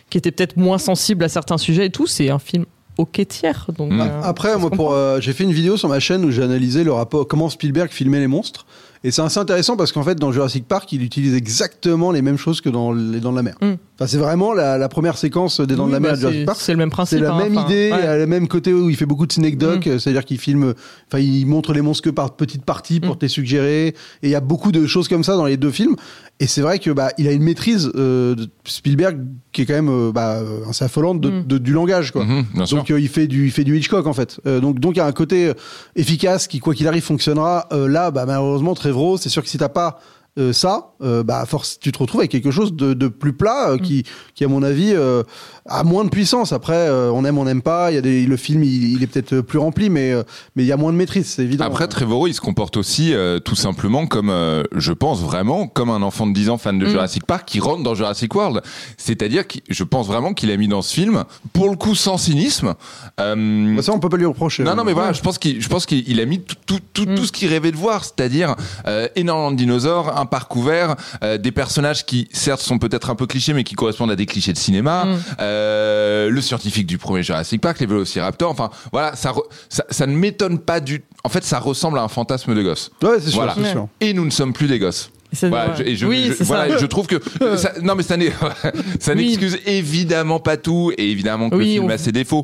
qui étaient peut-être moins sensibles à certains sujets et tout, c'est un film ok tiers. Donc
Hmm.
Mm.
euh, ça
Après,
se
moi,
comprend.
pour, euh, j'ai fait une vidéo sur ma chaîne où j'ai analysé le rapport comment Spielberg filmait les monstres. Et c'est assez intéressant parce qu'en fait, dans Jurassic Park, il utilise exactement les mêmes choses que dans les Dents de la Mer.
Mm.
Enfin, c'est vraiment la, la première séquence des Dents
Oui,
de la Mer
bah,
de Jurassic
c'est
Park.
c'est le même principe.
C'est la
hein,
même
enfin,
idée, euh,
ouais. Mm.
il a le même côté où il fait beaucoup de synecdoques, euh, c'est-à-dire qu'il filme, enfin il montre les monstres que par petites parties pour
Mm.
te les suggérer, et il y a beaucoup de choses comme ça dans les deux films. Et c'est vrai que bah il a une maîtrise euh, de Spielberg qui est quand même euh, bah, euh, assez affolante de-
Mm.
de- du langage quoi.
Mhm, bien sûr.
Donc euh, il fait du il fait du Hitchcock en fait. Euh, donc donc il y a un côté euh, efficace qui quoi qu'il arrive fonctionnera. Euh, là bah malheureusement Trevro, c'est sûr que si t'as pas euh, ça, euh, bah force tu te retrouves avec quelque chose de, de plus plat euh, qui
Mm.
qui à mon avis euh, a moins de puissance. Après euh, on aime on n'aime pas. Il y a des, le film il, il est peut-être plus rempli mais euh, mais il y a moins de maîtrise c'est évident.
Après, Trevorrow, il se comporte aussi euh, tout simplement comme, euh, je pense vraiment, comme un enfant de 10 ans fan de
Mm.
Jurassic Park qui rentre dans Jurassic World. C'est-à-dire que je pense vraiment qu'il a mis dans ce film, pour le coup sans cynisme. euh,
Bah, ça on peut pas lui reprocher.
non, non, mais voilà,
Ouais.
je pense qu'il, je pense qu'il il a mis tout, tout, tout,
Mm.
tout ce qu'il rêvait de voir, c'est-à-dire euh, énormément de dinosaures, un par couvert euh, des personnages qui certes sont peut-être un peu clichés mais qui correspondent à des clichés de cinéma
Mm.
euh, le scientifique du premier Jurassic Park les vélociraptors enfin voilà ça re- ça, ça ne m'étonne pas du en fait ça ressemble à un fantasme de gosse
ouais c'est
sûr, c'est Ouais. sûr.
et nous ne sommes plus des gosses
c'est
Voilà,
vrai.
Bah, je, et je,
Oui,
je-
c'est ça.
voilà, et je trouve que ça- non mais ça n'est- ça
Oui.
n'excuse évidemment pas tout et évidemment que
Oui,
le film
on-
a ses défauts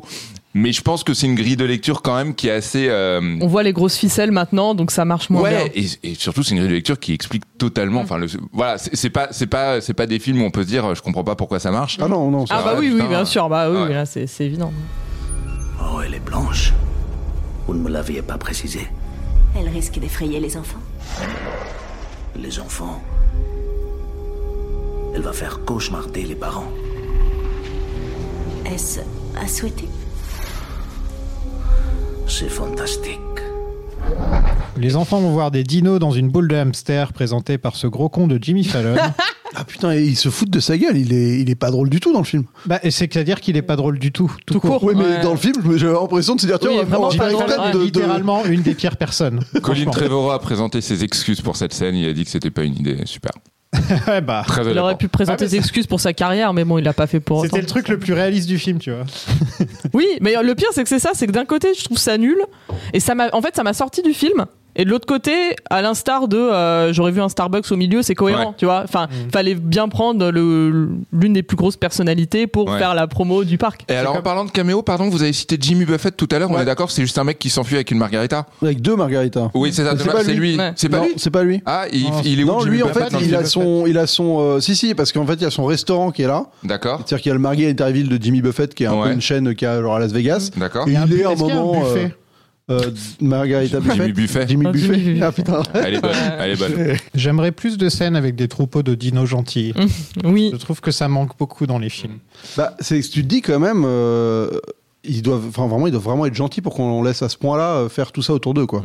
mais je pense que c'est une grille de lecture quand même qui est assez euh,
On voit les grosses ficelles maintenant, donc ça marche moins
ouais,
bien.
et, et surtout c'est une grille de lecture qui explique totalement. Enfin, le- voilà, c'est c'est pas, c'est pas, c'est pas des films où on peut se dire, euh, je comprends pas pourquoi ça marche.
Ah non, non.
Ah bah oui, oui, bien sûr, bah oui,
Ouais.
là, c'est c'est évident.
Oh, elle est blanche. Vous ne me l'aviez pas précisé.
Elle risque d'effrayer les enfants.
Les enfants. Elle va faire cauchemarder les parents.
Est-ce à souhaiter
C'est fantastique.
Les enfants vont voir des dinos dans une boule de hamster présentée par ce gros con de Jimmy Fallon.
Ah putain, ils se foutent de sa gueule. Il est, il est pas drôle du tout dans le film.
bah, et c'est-à-dire qu'il est pas drôle du tout. Tout, court.
Oui, mais dans le film, je- j'avais l'impression de se dire, tiens,
Oui,
on va
vraiment
prendre
pas
une
drôle,
tête
ouais.
de- de-
littéralement une des pires personnes.
Colin
Franchement.
Trevorrow a présenté ses excuses pour cette scène. Il a dit que c'était pas une idée. Super.
Ouais, bah.
Très
Il aurait pu
Ah,
présenter des excuses pour sa carrière, mais bon, il l'a pas fait pour.
C'était
autant.
le truc le plus réaliste du film, tu vois.
Oui, mais le pire, c'est que c'est ça, c'est que d'un côté, je trouve ça nul, et ça m'a, en fait, ça m'a sorti du film. Et de l'autre côté, à l'instar de, euh, j'aurais vu un Starbucks au milieu, c'est cohérent,
Ouais.
tu vois. Enfin, fallait bien prendre le, l'une des plus grosses personnalités pour
Ouais.
faire la promo du parc.
Et alors, en parlant de caméo, pardon, vous avez cité Jimmy Buffett tout à l'heure. On est d'accord, c'est juste un mec qui s'enfuit avec une margarita.
Avec deux margaritas.
Oui, c'est ça.
Mais
C'est pas- c'est lui. C'est pas
Non,
lui.
C'est pas lui.
Ah, il, il est où
non,
Jimmy
lui, en
Buffett
fait,
dans le
il
film
a son, il a son, euh, si, si, parce qu'en fait, il y a son restaurant qui est là.
D'accord.
C'est-à-dire qu'il y a le Margaritaville de Jimmy Buffett, qui est un peu
Ouais. Mmh.
une chaîne qui a genre à Las Vegas.
D'accord.
Et
Il y a Ah. un
il est à un
buffet, est-ce
moment.
qu'il y a un
euh,
buffet
euh, Margarita Buffett.
Jimmy Buffet.
Jimmy Buffet.
Jimmy
Ah putain.
Elle est bonne. Elle est bonne.
J'aimerais plus de scènes avec des troupeaux de dinos gentils.
Oui.
Je trouve que ça manque beaucoup dans les films.
Bah, c'est tu te dis quand même, euh, ils doivent, enfin vraiment, ils doivent vraiment être gentils pour qu'on laisse à ce point-là euh, faire tout ça autour d'eux, quoi.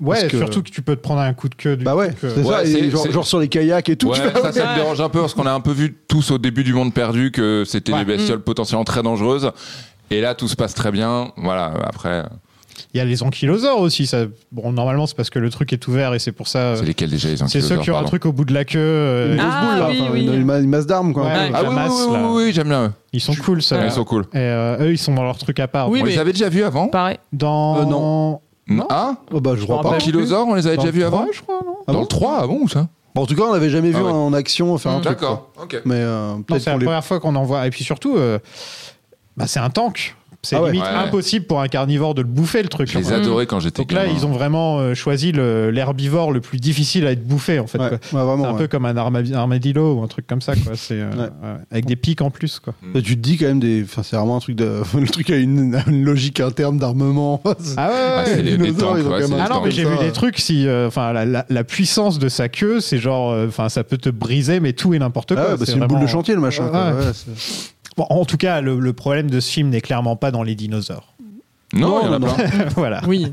Ouais,
Parce que-
surtout que tu peux te prendre un coup de queue. Du
Bah ouais,
truc, euh,
c'est ça,
Ouais,
et
c'est-
genre,
c'est-
genre sur les kayaks et tout.
Ouais,
tu vois.
ça, ça me dérange un peu parce qu'on a un peu vu tous au début du Monde Perdu que c'était
Ouais.
des bestioles
Mm.
potentiellement très dangereuses. Et là, tout se passe très bien. Voilà, après.
Il y a les ankylosaures aussi. Ça... Bon, normalement, c'est parce que le truc est ouvert et c'est pour ça. euh,
C'est lesquels déjà ils ont
C'est ceux qui ont un truc au bout de la queue.
Une
euh,
grosse
Ah,
boule, là,
oui,
enfin,
oui.
une, une ma- une masse d'armes, quoi.
Ouais,
Ah
avec la
oui, oui,
masse,
oui,
là.
oui, oui, j'aime bien eux.
Ils sont cool, ça.
Ils sont cool.
Et euh, eux, ils sont dans leur truc à part.
Oui,
on
mais-
les avait déjà vus avant
Pareil.
Dans.
Euh, non.
Non. Ah
Oh, bah, je crois pas.
rappelle.
Ankylosaure, on les avait
Dans
déjà
le
vus
trois,
avant
je crois, non
Ah
Dans
bon
le 3, ah bon ou ça
Bon, en tout cas, on l'avait jamais vu
Ah ouais.
en action faire un truc. quoi.
D'accord, ok.
Mais euh,
Mmh. Non,
peut-être
c'est la
qu'on les-
première fois qu'on en voit. Et puis surtout, euh, bah, c'est un tank. C'est
Ah ouais.
limite
Ouais.
impossible pour un carnivore de le bouffer, le truc.
Je les
Enfin,
adorais quand j'étais
Donc là,
gamin.
ils ont vraiment euh, choisi le- l'herbivore le plus difficile à être bouffé, en fait.
Ouais,
quoi.
ouais, vraiment,
C'est un
ouais.
peu comme un arma- armadillo ou un truc comme ça, quoi. C'est euh,
Ouais. Mm.
ouais, avec des pics en plus, quoi.
Et Tu te dis quand même des. Enfin, c'est vraiment un truc de. Le truc a une, une logique interne d'armement.
Ah ouais,
Ah,
ouais.
c'est les- les
dinosaures,
tanks,
ils ont quand
ouais,
même
c'est
un
les
Ah
truc
non, mais
tanks.
j'ai
comme
vu
ça.
des trucs. Si, euh, enfin, la, la- la puissance de sa queue, c'est genre, euh, enfin, ça peut te briser, mais tout et n'importe quoi.
Ah ouais, bah, c'est une boule
vraiment-
de chantier, le machin.
Ouais,
quoi.
ouais.
Ouais, c'est-
Bon, en tout cas, le, le problème de ce film n'est clairement pas dans les dinosaures.
Non, il y en a plein.
voilà.
Oui.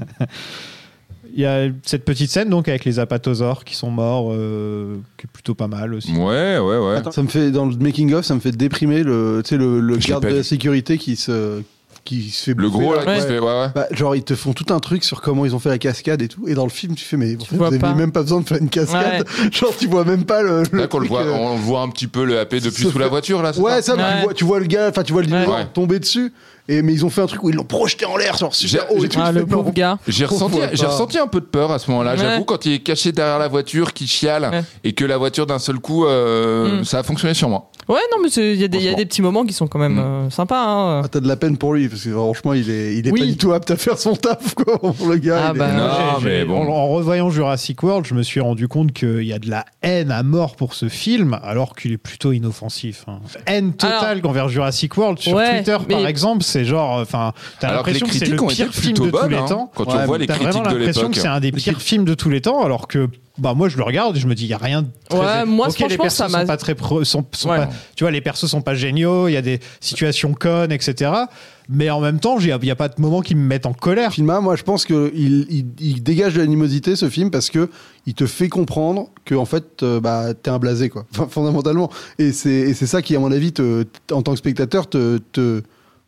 Il y a cette petite scène donc avec les apatosaures qui sont morts, euh, qui est plutôt pas mal aussi.
Ouais, ouais, ouais.
Ça me fait dans le making of, ça me fait déprimer le, tu sais, le, le
Je l'ai
garde
pas
de la
vu.
sécurité qui se, qui se fait
Le
bouffer,
gros là
Ouais.
qui se fait, ouais, ouais.
Bah, genre ils te font tout un truc sur comment ils ont fait la cascade et tout et dans le film tu fais mais en fait, vous
vois
avez
pas.
même pas besoin de faire une cascade genre tu vois même pas le, le
Là qu'on le
truc,
voit,
euh,
on le voit un petit peu le AP depuis
se
sous la
fait-
voiture
Ah,
là. c'est
ouais ça, mais
Ouais.
Tu, vois, tu vois le gars enfin tu vois le dinosaure
Ouais.
tomber dessus et mais ils ont fait un truc où ils l'ont projeté en l'air genre super
J'ai-
haut et
j'ai-
tout,
Ah,
tu
le
fais, non,
pauvre gars.
J'ai
On
ressenti,
voit
j'ai
pas.
ressenti un peu de peur à ce moment-là.
Ouais.
J'avoue, quand il est caché derrière la voiture, qui chiale,
Ouais.
et que la voiture d'un seul coup, euh,
Mm.
ça a fonctionné sur moi.
Ouais, non, mais c'est- il y, a des- il y a des petits moments qui sont quand même
Mm.
euh, sympas. hein.
Ah, t'as de la peine pour lui parce que franchement il est il est
Oui.
pas du tout apte à faire son taf quoi le gars
Ah,
il est-
bah.
Non,
Moi, j'ai-
mais
j'ai-
bon.
en, en revoyant Jurassic World, je me suis rendu compte qu'il y a de la haine à mort pour ce film, alors qu'il est plutôt inoffensif. hein. Haine totale envers Jurassic World sur
Ouais,
Twitter,
mais-
par exemple, c'est genre, euh, enfin, t'as
Alors que les
l'impression que, c'est
critiques
le
ont été
pire film de
plutôt
tous
bonnes.
les
hein,
temps.
Quand
Ouais,
on voit
mais
les
T'as vraiment
critiques de
l'impression
l'époque.
que c'est un des pires films de tous les temps, alors que bah moi je le regarde et je me dis il y a rien. de très-
Ouais, moi,
Ok, les
franchement,
persos
ça m'a-
sont pas très pro- sont- sont
Ouais.
pas- tu vois les persos sont pas géniaux, il y a des situations connes, etc. Mais en même temps, j'ai- il n'y a pas de moment qui me mettent en colère.
Filma, moi je pense que il, il- il dégage de l'animosité ce film parce que il te fait comprendre que en fait euh, bah t'es un blasé quoi Enfin, fondamentalement et c'est et c'est ça qui à mon avis te, t- en tant que spectateur te, te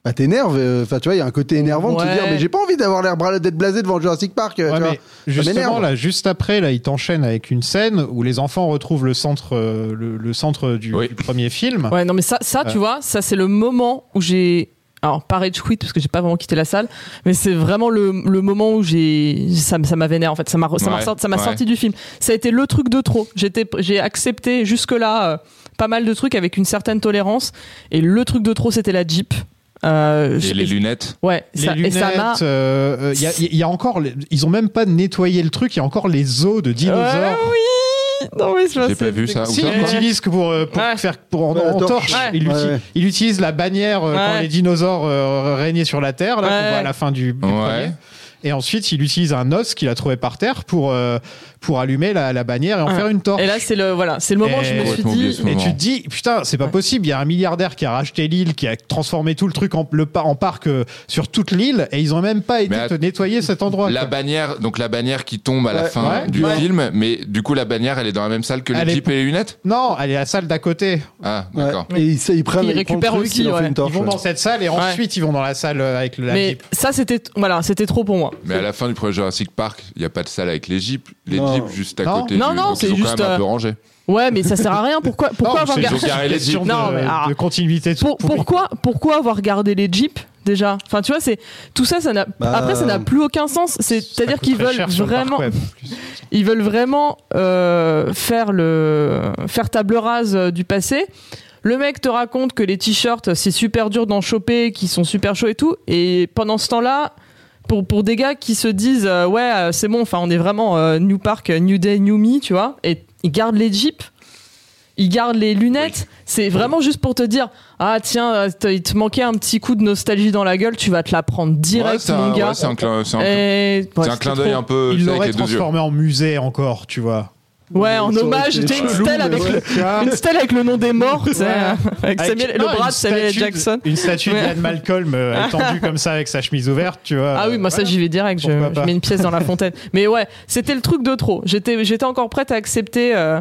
bah t'énerves. euh, Enfin, tu vois, il y a un côté énervant de
Ouais.
te dire, mais j'ai pas envie d'avoir l'air bra- d'être blasé devant Jurassic Park. euh,
Ouais,
tu vois.
mais justement,
m'énerve.
là, juste après, là, il t'enchaîne avec une scène où les enfants retrouvent le centre, euh, le, le centre du, du premier film.
Ouais, non, mais ça, ça tu
Euh.
vois, ça, c'est le moment où j'ai. Alors, pas rage quit, parce que j'ai pas vraiment quitté la salle, mais c'est vraiment le, le moment où j'ai. Ça, m- ça m'a vénère, en fait. Ça m'a re- ça m'a
Ouais,
ressorti- ça m'a
ouais.
sorti du film. Ça a été le truc de trop. J'étais- J'ai accepté jusque-là euh, pas mal de trucs avec une certaine tolérance, et le truc de trop, c'était la Jeep. Euh,
Et
je-
les lunettes.
Ouais,
Les
ça- et
lunettes,
ça m'a.
euh, euh, il y, a- il y a encore, les- ils ont même pas nettoyé le truc. Il y a encore les os de dinosaures.
Ah oui Non, mais c'est
J'ai pas vu ça. Où
Si,
ça,
ils
quoi
l'utilisent que pour, euh, pour faire pour en,
Ouais,
en
la torche.
torche.
Ouais.
Ils
Ouais, ouais.
il utilise la bannière euh, quand
Ouais.
les dinosaures euh, régnaient sur la Terre, là, qu'on
Ouais.
voit à la fin du, du
Ouais.
premier. Et ensuite, il utilise un os qu'il a trouvé par terre pour, euh, pour allumer la, la bannière et en
Ouais.
faire une torche.
Et là, c'est le, voilà, c'est le moment où je
Et-
me suis dit.
et tu te dis, putain, c'est pas possible, il y a un milliardaire qui a racheté l'île, qui a transformé tout le truc en, le, pa- en parc euh, sur toute l'île, et ils ont même pas été
Mais att-
te nettoyer cet endroit.
La
quoi.
bannière, donc la bannière qui tombe à la
Ouais.
fin
Ouais.
du
Ouais.
film, mais du coup la bannière elle est dans la même salle que
Elle
les
est-
jeeps et les lunettes
Non, elle est à la salle d'à côté.
Ah, d'accord.
Et ils, ça, ils prennent,
Ils
ils prennent le
récupèrent
truc,
aussi,
ils en font
ouais.
une torche.
Ils vont dans cette salle et ensuite ils vont dans la salle euh, avec la
Mais
Jeep.
ça, c'était. Voilà, c'était trop pour moi.
Mais à la fin du projet Jurassic Park, il n'y a pas de salle avec les jeeps, les
Non.
jeeps juste à
Non.
côté.
Non,
du-
non,
donc
c'est
ils ont
juste,
quand même
euh,
un peu rangé.
Ouais, mais ça sert à rien. Pourquoi,
Non,
pourquoi avoir
c'est
gardé
juste garé les
Question
jeeps.
de,
Non, mais alors-
de continuité. de-
Pour- pourquoi, pourquoi avoir gardé les jeeps déjà Enfin, tu vois, c'est tout ça. Ça n'a
Bah,
après, ça n'a plus aucun sens. C'est- C'est-à-dire
coûte
qu'ils
très
veulent
cher sur le
vraiment,
dark web,
ils veulent vraiment euh, faire le faire table rase euh, du passé. Le mec te raconte que les t-shirts, c'est super dur d'en choper, qu'ils sont super chauds et tout. Et pendant ce temps-là. Pour, pour des gars qui se disent euh, ouais euh, c'est bon enfin on est vraiment euh, New Park euh, New Day New Me tu vois et ils gardent les jeeps ils gardent les lunettes. C'est vraiment juste pour te dire Ah, tiens, euh, t- il te manquait un petit coup de nostalgie dans la gueule, tu vas te la prendre
Ouais,
direct,
c'est un,
mon gars.
ouais, c'est un clin, c'est un-
Et-
c'est
ouais,
un
c'était
clin d'œil
trop-
un peu tu
Ils
sais, avec
l'auraient
les deux yeux.
transformé en musée encore, tu vois.
Ouais, en
Ça aurait
hommage,
été
tu sais, une
chelou,
stèle
mais
avec,
ouais.
le, une stèle avec le nom des morts, tu sais,
Ouais.
avec Samuel,
non,
le
une
bras de Samuel L.
statue de-
Jackson.
Une statue
Ouais.
d'Ian Malcolm euh, étendue comme ça avec sa chemise ouverte, tu vois.
Ah oui, moi ça j'y vais direct, je,
Pourquoi
je
pas.
mets une pièce dans la fontaine. Mais ouais, c'était le truc de trop. J'étais j'étais encore prête à accepter euh,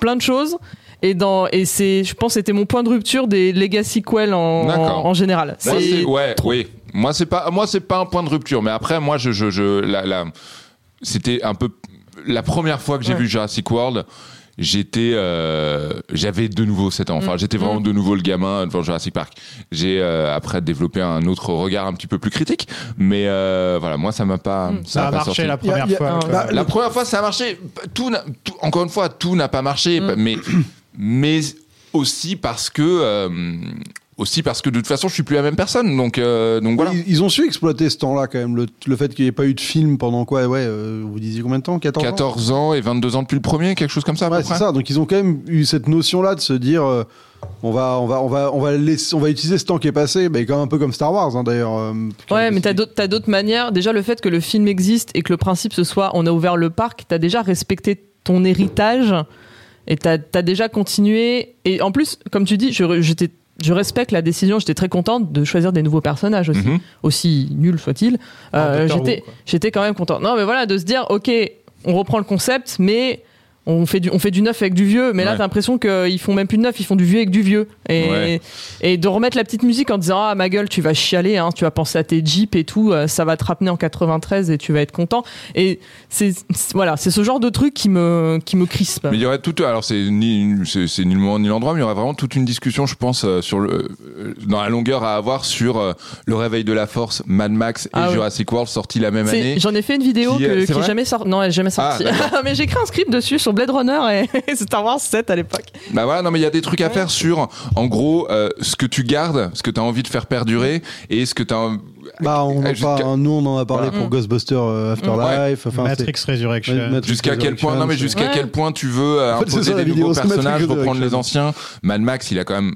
plein de choses et dans et c'est je pense que c'était mon point de rupture des legacy quels en,
D'accord.
en, en général.
Moi,
C'est-
c'est- ouais, oui. Moi c'est pas moi c'est pas un point de rupture, mais après moi je je, je la, la- c'était un peu la première fois que j'ai
Ouais.
vu Jurassic World. J'étais, euh, j'avais de nouveau 7 ans. Enfin,
Mm.
j'étais vraiment
Mm.
de nouveau le gamin devant Jurassic Park. J'ai euh, après développé un autre regard un petit peu plus critique, mais euh, voilà, moi ça m'a
Mm.
pas,
Ça
m'a
a
pas
marché
sorti.
la première
Y a- y a-
fois. quoi.
Bah, la première fois, ça a marché. Tout, n'a- tout- encore une fois, tout n'a pas marché,
Mm.
mais, mais aussi parce que. euh, aussi parce que de toute façon, je suis plus la même personne. Donc, euh, donc voilà.
Ils, ils ont su exploiter ce temps-là quand même, le, le fait qu'il n'y ait pas eu de film pendant quoi Ouais, euh, vous disiez combien de temps 14 ans
14 ans et 22 ans depuis le premier, quelque chose comme ça. à peu
Ouais,
près.
c'est ça. Donc ils ont quand même eu cette notion-là de se dire, euh, on va, on va, on va, on va laisser- on va utiliser ce temps qui est passé, mais comme un peu comme Star Wars hein, d'ailleurs. euh,
Ouais, mais t'as d'autres, t'as d'autres manières. Déjà, le fait que le film existe et que le principe ce soit on a ouvert le parc, t'as déjà respecté ton héritage et t'as, t'as déjà continué. Et en plus, comme tu dis, je, re- j'étais- je respecte la décision. J'étais très contente de choisir des nouveaux personnages aussi,
Mhm.
aussi nuls soient-ils. Euh,
Doctor Who,
j'étais,
quoi.
j'étais quand même contente. Non, mais voilà, de se dire, ok, on reprend le concept, mais. On fait, du, on fait du neuf avec du vieux, mais là
Ouais.
t'as l'impression qu'ils font même plus de neuf, ils font du vieux avec du vieux. Et,
Ouais.
et de remettre la petite musique en disant Ah, ma gueule, tu vas chialer, hein, tu vas penser à tes jeeps et tout, euh, ça va te ramener en 93 et tu vas être content. Et c'est c'est- voilà, c'est ce genre de truc qui me, qui me crispe.
Mais il y aurait tout. Alors c'est ni c'est c'est ni le moment ni l'endroit, mais il y aurait vraiment toute une discussion, je pense, euh, sur le euh, dans la longueur à avoir sur euh, le réveil de la force, Mad Max et
Ah ouais.
Jurassic World sortis la même
C'est-
année.
J'en ai fait une vidéo
Qui,
que-
euh, c'est
qui est
vrai Ah,
jamais sortie. Non, elle est jamais
d'accord.
sortie. mais j'ai écrit un script dessus sur Blade Runner et Star Wars 7 à l'époque.
Bah voilà, non mais il y a des trucs à faire sur, en gros, euh, ce que tu gardes, ce que tu as envie de faire perdurer et ce que tu as...
Bah, on en parle- nous on en a parlé
Voilà.
pour Ghostbusters euh, Afterlife, enfin,
Mm. Matrix euh,
c'est-
Resurrection.
Ouais, Matrix
Jusqu'à quel point, non mais
Resurrection,
jusqu'à
c'est-
quel point tu veux euh,
En fait, c'est ça,
imposer
la
des
vidéo,
nouveaux
c'est Matrix
personnages, reprendre les
Resurrection.
anciens. Mad Max, il a quand même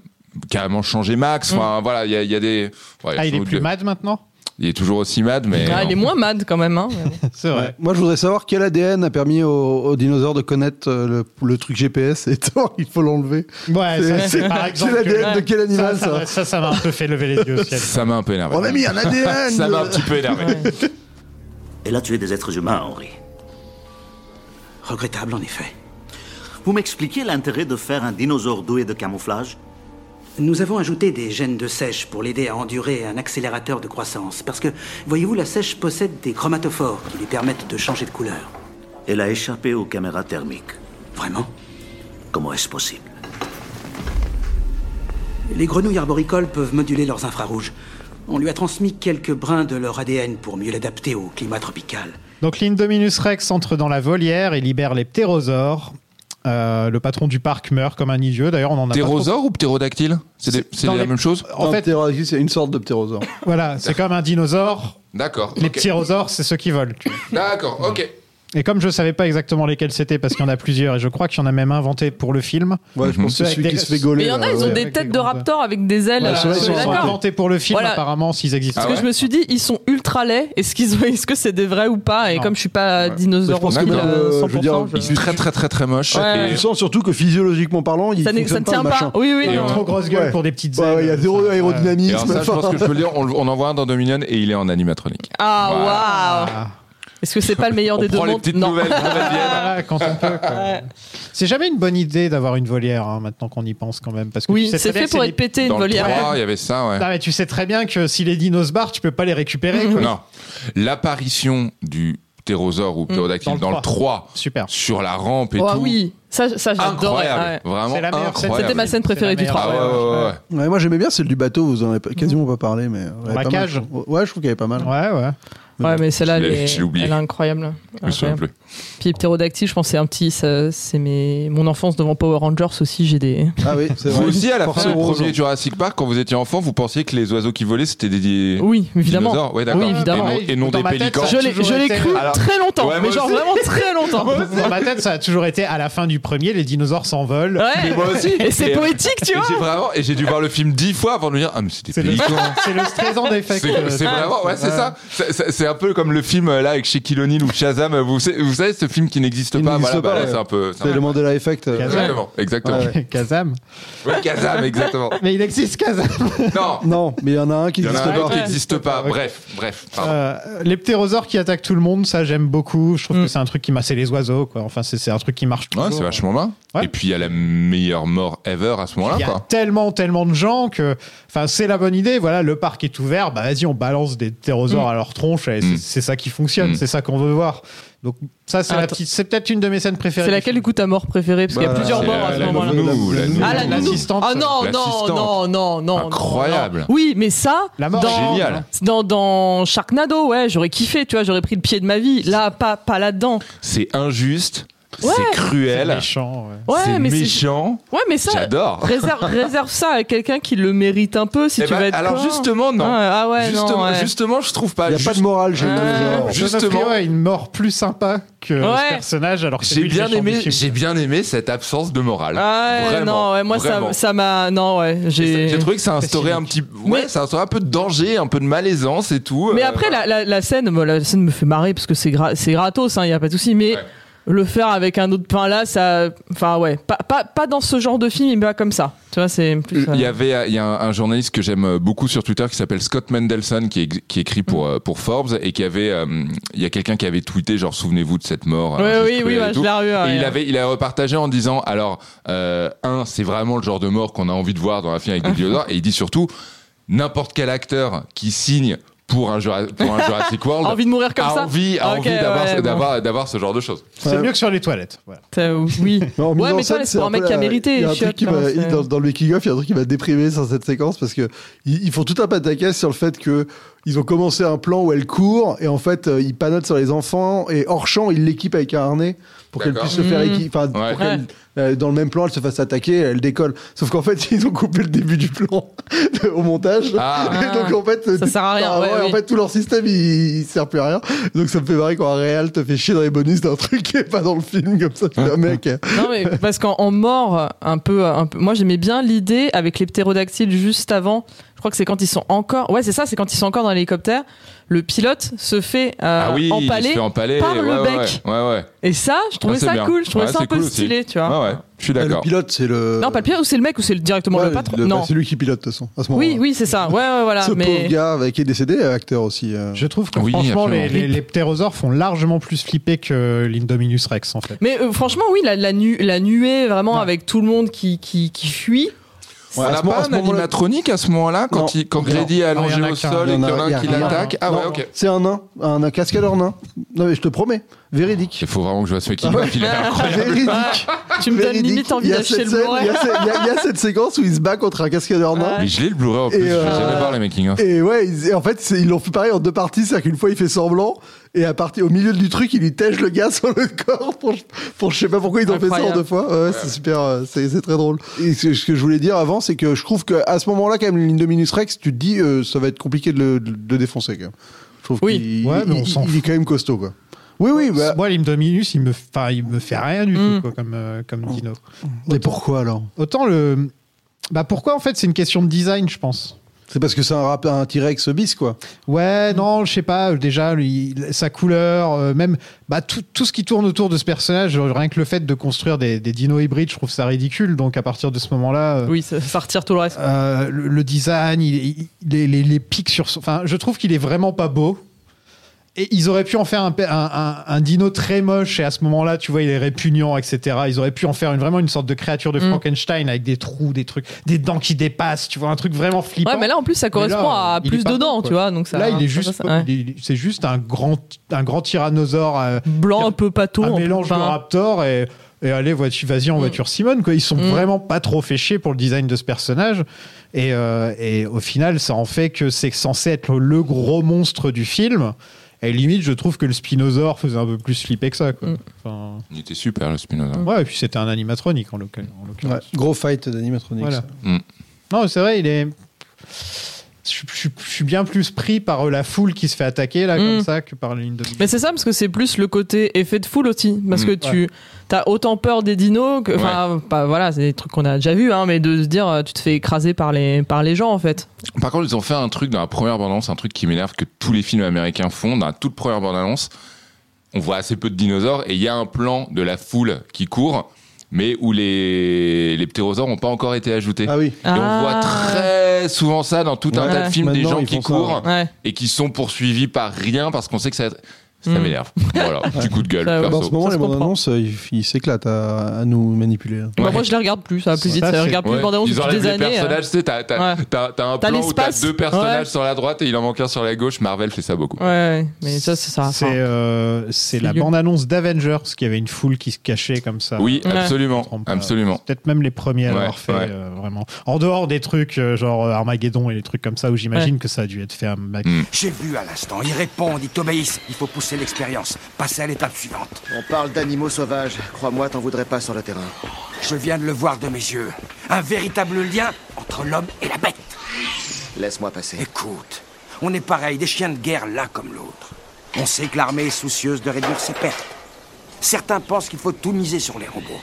carrément changé Max.
Mm.
Enfin voilà, il y a- il y, a des. ouais,
Ah, il est
faut
plus
de-
mad maintenant
Il est toujours aussi mad, mais.
Ah, il est moins mad quand même. hein.
C'est vrai.
Ouais. Moi, je voudrais savoir quel ADN a permis aux, aux dinosaures de connaître euh, le, le truc GPS et tant il faut l'enlever.
Ouais,
C'est-
ça, c'est
c'est-
par exemple.
c'est l'ADN de
que-
quel animal ça,
Ça, ça, ça m'a un peu fait lever les yeux au ciel.
Ça m'a un peu énervé.
On a mis un ADN
Ça m'a un petit peu énervé.
Elle a tué des êtres humains, Henri. Regrettable, en effet. Vous m'expliquez l'intérêt de faire un dinosaure doué de camouflage
Nous avons ajouté des gènes de sèche pour l'aider à endurer un accélérateur de croissance. Parce que, voyez-vous, la sèche possède des chromatophores qui lui permettent de changer de couleur.
Elle a échappé aux caméras thermiques.
Vraiment
Comment est-ce possible
Les grenouilles arboricoles peuvent moduler leurs infrarouges. On lui a transmis quelques brins de leur ADN pour mieux l'adapter au climat tropical.
Donc l'Indominus Rex entre dans la volière et libère les ptérosaures. Euh, le patron du parc meurt comme un idiot. D'ailleurs, on en a.
Ptérosaure ou ptérodactyle C'est des-
C'est
c'est
dans
la
les-
même chose
En fait-
ptérosaure, c'est une sorte de ptérosaure.
pas trop- Voilà, c'est comme un dinosaure.
D'accord.
Les
ok.
ptérosaures, c'est ceux qui volent. tu vois.
D'accord, ok.
Et comme je savais pas exactement lesquels c'était, parce qu'il y en a plusieurs, et je crois qu'il y en a même inventé pour le film.
Ouais, je pense que
Ceux Mm-hmm. avec
celui
des-
qui se fait gauler.
Mais il y en a,
là,
ils ont
ouais.
des têtes de raptors avec des ailes.
Voilà,
euh,
ceux qui sont
d'accord.
inventés pour le film,
Voilà. Ah
apparemment, s'ils
Ah
existent.
Parce que je me suis dit, ils sont ultra laids. Est-ce qu'ils ont, est-ce que c'est des vrais ou pas Et comme je suis pas dinosaure,
pense que, euh, je veux dire,
Ils sont très très très très moches.
Ouais.
Et-
Tu sens surtout que physiologiquement parlant, il
Ça n'est-
fonctionne
ça ne
le
tient pas.
machin.
Oui, oui,
euh,
Et non. on-
Trop grosse gueule
Ouais.
pour des petites
Bah Ouais, ouais, il y a zéro
Et alors
aérodynamisme.
ça, je pense que je peux le dire, on, le- on en voit un dans Dominion et il est en animatronique.
Ah waouh
Voilà.
Est-ce que c'est pas le meilleur
On
des deux
prend les
mondes
petites
Non.
nouvelles
Ah, quand on peut, quoi. C'est jamais une bonne idée d'avoir une volière, hein, maintenant qu'on y pense quand même. Parce que
Oui,
tu sais
c'est
très bien
fait
que c'est
pour
des-
être pété une Bah
Dans le
volière.
3, il y avait ça, ouais.
Non, mais tu sais très bien que si les dinos se barrent, tu peux pas les récupérer. quoi.
Non. L'apparition du ptérosaure ou ptérodactyle
Dans le
dans, le 3,
Super.
sur la rampe et
Mm. Oh
tout.
oui, ça, ça j'adorais.
Incroyable.
ouais.
Vraiment incroyable.
C'était ma scène préférée du 3.
Ah ouais, ouais, ouais, ouais.
Ouais, moi j'aimais bien celle du bateau, vous en avez pas- quasiment pas parlé, mais. elle est
La
pas mal.
cage.
Ouais, je trouve qu'elle est pas mal.
Ouais, ouais.
Ouais, mais celle-là, elle,
Je l'ai-
est-
je l'ai oublié.
elle est incroyable.
Je me souviens
Incroyable.
plus.
Puis Pterodactyle, je pense, c'est un petit. ça- C'est mes... mon enfance devant Power Rangers aussi. J'ai des.
Ah oui, c'est
Vous
vrai.
aussi, à la fin
Forcément
du premier Jurassic Park, quand vous étiez enfant, vous pensiez que les oiseaux qui volaient, c'était des- des.
Oui, évidemans.
dinosaures. Ouais, d'accord.
Oui, évidemment.
Et non, et non
Dans
des
ma tête,
pélicans.
ça a
Je l'ai-
toujours
je l'ai
été-
cru
Alors-
très longtemps,
Ouais, moi
mais genre
aussi.
vraiment très longtemps.
Dans ma tête, ça a toujours été à la fin du premier, les dinosaures s'envolent.
Ouais.
Mais moi aussi.
Et c'est poétique, tu
Et
vois.
j'ai vraiment, et j'ai dû voir le film dix fois avant de me dire, ah, mais c'est des
C'est le,
pélicans.
c'est le stressant d'effet.
C'est c'est vraiment, ouais, c'est ça. C'est- c'est- C'est un peu comme le film euh, là avec Shaquille O'Neal ou Shazam. Vous, savez- vous savez, ce film qui n'existe
Il
pas.
n'existe
Voilà, bah,
pas,
là,
ouais.
c'est un peu.
C'est le Mandela Effect. euh,
Kazam.
Exactement, exactement.
Ouais,
Ah Kazam.
Ouais, Kazam, exactement.
Mais il existe Kazam.
Non,
Non, mais il y en a un qui
il y en a
existe
un
pas.
qui n'existe pas. Bref, bref. pardon.
Euh, les ptérosaures qui attaquent tout le monde, ça j'aime beaucoup.
Mm.
Je trouve que c'est un truc qui masse les oiseaux. Quoi. Enfin, c'est, c'est un truc qui marche
Ouais,
toujours.
c'est vachement bien.
Ouais.
Et puis il y a la meilleure mort ever à ce
Il y
moment-là,
a
quoi.
tellement, tellement de gens que, enfin, c'est la bonne idée. Voilà, le parc est ouvert. Bah, vas-y, on balance des ptérosaures à leur tronche. et c'est,
Mm.
c'est ça qui fonctionne.
Mm.
C'est ça qu'on veut voir. Donc, ça, c'est, la
Attends.
petite, c'est peut-être une de mes scènes préférées.
C'est laquelle, du coup, ta mort préférée Parce qu'il y a
Bah,
plusieurs
C'est
morts à
la-
ce
la
moment-là.
nounou, la nounou.
Ah, la nounou.
L'assistante.
Ah non, non,
L'assistante.
non, non, non. non,
Incroyable.
non. Oui, mais ça,
La mort.
dans,
Génial.
Dans, dans Sharknado, ouais, j'aurais kiffé, tu vois, j'aurais pris le pied de ma vie. Là, pas, pas là-dedans.
C'est injuste,
Ouais.
c'est
C'est
cruel,
méchant. ouais.
Ouais,
c'est
mais c'est-
méchant.
Ouais, mais ça.
J'adore.
Réserve, réserve ça à quelqu'un qui le mérite un peu si
Eh
tu
ben,
vas être.
alors
cohérent.
justement, non.
Ah, ah ouais,
justement,
non. ouais.
justement, je trouve
Il
pas.
n'y a pas
Juste-
de morale chez le dinosaure.
Justement.
Donofrio a une mort plus sympa que
Ouais.
ce personnage. Alors que c'est
J'ai
lui le
bien
méchant
aimé,
du film.
j'ai bien aimé cette absence de morale.
Ah ouais,
Vraiment,
non, ouais, moi ça
vraiment.
ça m'a. Non, ouais,
Et ça-
j'ai.
J'ai trouvé que ça instaurait un
Fascinant.
petit, ouais,
Mais-
ça instaurait un peu de danger, un peu de malaisance et tout.
Mais
euh,
après, la, la, la scène, moi, la scène me fait marrer parce que c'est gra- c'est gratos, il n'y a pas de souci. Mais
Ouais.
le faire avec un autre pain là, ça. Enfin, ouais. Pas, pas, pas dans ce genre de film, mais pas comme ça. Tu vois, c'est plus.
Il y
euh,
avait il y a un, un journaliste que j'aime euh, beaucoup sur Twitter qui s'appelle Scott Mendelson qui, ex- qui écrit
Mm.
pour euh, pour Forbes et qui avait euh, il y a quelqu'un qui avait tweeté genre souvenez-vous de cette mort.
Ouais,
euh,
oui,
juste
oui,
cruelle
bah,
et
je
tout.
l'ai revu, ouais,
Et il
ouais.
avait il a repartagé en disant alors euh, un c'est vraiment le genre de mort qu'on a envie de voir dans un film avec des dinosaures et il dit surtout n'importe quel acteur qui signe pour un Jura- pour un Jurassic World
Envie de mourir comme
a
ça
envie a
Ok,
envie d'avoir
ouais, bon.
d'avoir d'avoir ce genre de choses.
C'est mieux que sur les toilettes. Voilà.
t'as- Oui.
Non, mise
ouais,
en
mais toi,
scène,
c'est pour un mec
peu
qui a
la-
mérité.
il y a un
chiotte,
truc qui
hein,
m'a-
c'est-
dans, dans le making-of, il y a un truc qui m'a déprimé sur cette séquence parce que ils, ils font tout un pataquès sur le fait que ils ont commencé un plan où elle court et en fait euh, ils panotent sur les enfants et hors champ ils l'équipent avec un harnais pour qu'elle
D'accord.
puisse se faire
Mmh.
équiper. Enfin, pour
Ouais.
qu'elle- euh, dans le même plan, elle se fasse attaquer, elle décolle. Sauf qu'en fait, ils ont coupé le début du plan au montage.
Ah.
Et donc en fait,
Ça sert à rien,
Ah
ouais,
en
oui.
fait, tout leur système, il, il sert plus à rien. Donc ça me fait marrer quand un réal te fait chier dans les bonus d'un truc qui est pas dans le film comme ça. Tu fais, mec. hein.
Non mais parce qu'en en mort un peu, un peu- moi j'aimais bien l'idée avec les ptérodactyles juste avant. Je crois que c'est quand ils sont encore. Ouais c'est ça, c'est quand ils sont encore dans l'hélicoptère. Le pilote se fait euh,
ah oui, il
empaler.
se fait empaler
par le
ouais, ouais,
bec.
Ouais ouais. ouais.
Et ça, je trouvais
Ah, c'est
ça
bien.
cool. Je trouvais
Ouais,
ça un
c'est
peu
cool aussi.
stylé, tu vois.
Ah Ouais ouais, je suis
Le
Ah,
d'accord.
pilote, c'est le.
Non pas le pilote ou c'est le mec ou c'est le- directement
Ouais,
le patron.
le- bah,
non.
C'est lui qui pilote, de toute façon, à ce moment-là.
Oui oui c'est ça. Ouais ouais voilà.
Ce pauvre
mais
gars avec- qui est décédé, acteur aussi. euh.
Je trouve que
Oui,
franchement, les,
absolument.
les- les ptérosaures font largement plus flipper que l'Indominus Rex en fait.
mais euh, franchement oui la, la, nu- la nuée vraiment
Ouais.
avec tout le monde qui qui, qui fuit.
On n'a pas un animatronique à ce moment-là
Non.
quand, il, quand
Non.
Grady est
Non, il
allongé
y en a
au
qu'un.
sol et
Il
qu'il
y en
y
a-
en a un
il y a
qui
rien.
l'attaque Ah
Non,
ouais, ok.
C'est un nain, un cascadeur nain. Non mais je te promets, véridique.
Il faut vraiment que je vois ce making of, il est incroyable.
Véridique.
Tu Ah, me donnes limite envie
Il y a
d'acheter
cette
le
scène-
Blu-ray.
Il y a cette- il y a- il y a cette séquence où il se bat contre un cascadeur nain.
Mais je l'ai le Blu-ray en plus, je
Et,
vais
euh,
jamais voir les making of.
Et ouais, ils- et en fait, c'est- ils l'ont fait pareil en deux parties, c'est-à-dire qu'une fois il fait semblant, et à partir, au milieu du truc, il lui tège le gars sur le corps pour, pour je sais pas pourquoi ils ont fait ça en
Incroyable.
deux fois. Ouais, c'est super, euh, c'est c'est très drôle. Et ce, ce que je voulais dire avant, c'est que je trouve qu'à ce moment-là, quand même, une ligne de Minus Rex, tu te dis, euh, ça va être compliqué de le, de le défoncer quand même. Je trouve
Oui.
qu'il
Ouais, mais on
il-
s'en
il est quand même costaud quoi. Oui, oui. bah,
Moi, l'hymne Dominus, il me, enfin, il me fait rien du tout, quoi, comme, euh, comme dino.
Mais pourquoi alors
Autant le. Bah, pourquoi en fait C'est une question de design, je pense.
C'est parce que c'est un, rap- un T-Rex bis quoi.
Ouais, non, je sais pas. Déjà, lui, sa couleur, euh, même bah, tout, tout ce qui tourne autour de ce personnage, euh, rien que le fait de construire des, des dinos hybrides, je trouve ça ridicule. Donc, à partir de ce moment-là. euh,
Oui, ça, ça retire tout le reste.
euh, le, le design, il- il- les, les- les pics sur son. Enfin, je trouve qu'il est vraiment pas beau. Et ils auraient pu en faire un, pe- un, un- un dino très moche, et à ce moment-là, tu vois, il est répugnant, etc. Ils auraient pu en faire une, vraiment une sorte de créature
Mm.
de Frankenstein avec des trous, des trucs, des dents qui dépassent, tu vois, un truc vraiment flippant.
Ouais, mais là, en plus, ça correspond à
il est
plus
pas
de dents,
quoi.
tu vois, donc ça-
là, il est
ça,
juste.
ça, ça, ouais.
il est- C'est juste un grand, un grand tyrannosaure. euh,
Blanc, un peu pâteau.
Un mélange de
enfin.
raptor et. Et allez, voici- vas-y
Mm.
en voiture Simone, quoi. Ils sont vraiment pas trop fait chier pour le design de ce personnage. Et, euh, et au final, ça en fait que c'est censé être le, le gros monstre du film. Et limite, je trouve que le Spinosaure faisait un peu plus flipper que ça, quoi.
Mm.
Enfin,
Il était super le Spinoza.
ouais, et puis c'était un animatronique en l'occurrence. en l'occurrence.
Gros fight d'animatronics.
Voilà.
Mm.
Non, c'est vrai, il est. Je, suis- je suis- je suis bien plus pris par euh, la foule qui se fait attaquer, là, comme
Mm.
ça, que par les lignes de.
Mais c'est ça, parce que c'est plus le côté effet de foule aussi. Parce
Mm.
que tu
Ouais.
as autant peur des dinos que. Enfin, pas- voilà, c'est des trucs qu'on a déjà vus, hein, mais de se dire, euh, tu te fais écraser par les, par les gens, en fait.
Par contre, ils ont fait un truc dans la première bande-annonce, un truc qui m'énerve que tous les films américains font. Dans la toute première bande-annonce, on voit assez peu de dinosaures et il y a un plan de la foule qui court, mais où les, les ptérosaures n'ont pas encore été ajoutés.
Ah oui.
Et on voit très souvent ça dans tout un
Ouais.
tas de films, des
Maintenant,
gens
ils
qui
font ça,
courent
ouais.
et qui sont poursuivis par rien parce qu'on sait que ça. Ça
Mm.
m'énerve. Voilà, petit coup de gueule.
Ça, ouais.
perso.
Bah, en ce moment, les
se
bandes annonces, euh, ils ils s'éclatent à, à nous manipuler. hein.
Bah, moi, je les regarde plus, ça va plus vite.
Ça,
Ça, je
c'est-
regarde plus
Ouais.
les bandes annonces
Ils
depuis
enlèvent
des
les
années. euh.
personnages, tu sais, t'as t'as-
Ouais.
t'as- t'as un
T'as
plan où t'as
l'espace.
deux personnages
Ouais.
sur la droite et il en manque un sur la gauche. Marvel fait ça beaucoup.
Ouais, ouais, mais ça, c'est ça.
C'est euh, c'est la
vieux.
bande-annonce d'Avengers, qui avait une foule qui se cachait comme ça.
Oui,
Ouais.
absolument, absolument.
C'est Peut-être même les premiers à
Ouais,
l'avoir fait,
ouais.
euh, vraiment. En dehors des trucs euh, genre euh, Armageddon et les trucs comme ça, où j'imagine
Ouais.
que ça a dû être fait un mec.
Mm.
J'ai vu à l'instant, ils répondent, ils t'obéissent. Il faut pousser l'expérience, passer à l'étape suivante.
On parle d'animaux sauvages. Crois-moi, t'en voudrais pas sur le terrain.
Je viens de le voir de mes yeux. Un véritable lien entre l'homme et la bête.
Laisse-moi passer.
Écoute, on est pareil, des chiens de guerre l'un comme l'autre. On sait que l'armée est soucieuse de réduire ses pertes. Certains pensent qu'il faut tout miser sur les robots.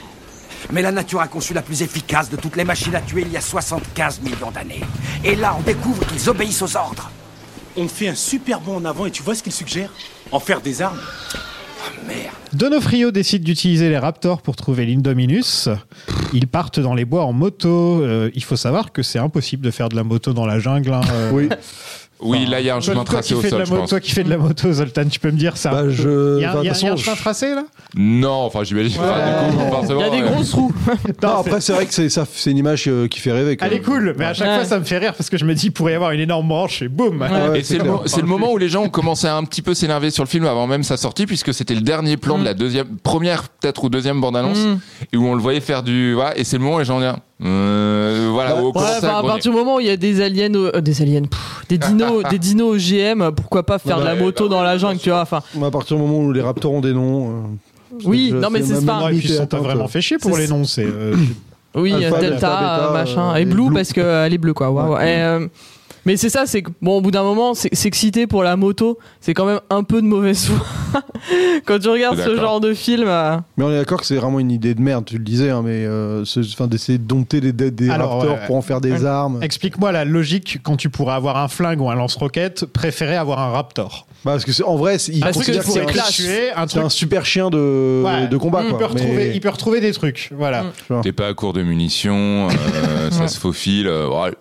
Mais la nature a conçu la plus efficace de toutes les machines à tuer il y a 75 millions d'années. Et là, on découvre qu'ils obéissent aux ordres.
On fait un super bond en avant et tu vois ce qu'il suggère En faire des armes
Donofrio décide d'utiliser les Raptors pour trouver l'Indominus. Ils partent dans les bois en moto. Euh, il faut savoir que c'est impossible de faire de la moto dans la jungle. hein, euh,
Oui.
Oui, là, il y a un chemin
toi, toi
tracé
qui
au
fais de
sol,
la
je
moto-
pense.
Toi qui fais de la moto, Zoltan, tu peux me dire ça.
Bah, je-
Il y a,
bah,
il y a-
de toute
il y a un
façon,
chemin
je-
tracé là
Non, enfin, j'imagine. enfin, du coup, forcément, euh,
roues.
Non, après, c'est vrai que c'est ça- c'est une image euh, qui fait rêver. quand
Elle est
même.
cool, mais à chaque
Ouais.
fois ça me fait rire parce que je me dis il pourrait y avoir une énorme branche et boum.
et c'est le, mo- c'est le moment où les gens ont commencé à un petit peu s'énerver sur le film avant même sa sortie, puisque c'était le dernier plan de la deuxième, première peut-être ou deuxième bande-annonce,
Mm.
et où on le voyait faire du. voilà, et c'est le moment où les gens disent. euh, voilà, où on
Ouais,
commence à
bah, à
grogner.
partir du moment où il y a des aliens, au- euh, des aliens, pff, des dinos, des dinos OGM, pourquoi pas faire
Ouais,
de la
bah,
moto dans la jungle, tu vois Enfin,
À partir du moment où les raptors ont des noms. euh,
Oui,
déjà-
non, mais c'est
même
pas-
Et puis
limité
ils
à
sont pas
attendre.
vraiment fait chier pour
C'est-
les noms. C'est euh,
oui,
Alpha,
euh,
bêta,
Delta,
bêta,
euh, machin,
euh,
et
et
Blue
Blue.
parce que euh, elle est bleue, quoi. waouh.
Ouais.
Et, euh, mais c'est ça, c'est que bon, au bout d'un moment, c'est- s'exciter pour la moto, c'est quand même un peu de mauvaise foi. quand tu regardes ce
D'accord.
genre de film, euh,
Mais on est d'accord que c'est vraiment une idée de merde, tu le disais, hein, mais euh, ce- enfin, d'essayer de dompter des, des- des
Alors,
raptors
ouais.
pour en faire des armes.
Explique-moi la logique quand tu pourrais avoir un flingue ou un lance-roquette, préférer avoir un raptor.
Bah, parce que c'est- en vrai, c'est- ils
Parce que
considèrent
c'est
que c'est
une
un,
classe.
c'est
Un truc-
un super chien de,
Ouais.
de combat.
il,
quoi.
peut retrouver,
Mais- Mm.
il peut retrouver des trucs. Voilà.
T'es pas à court de munitions, euh, ça se faufile. euh, voilà.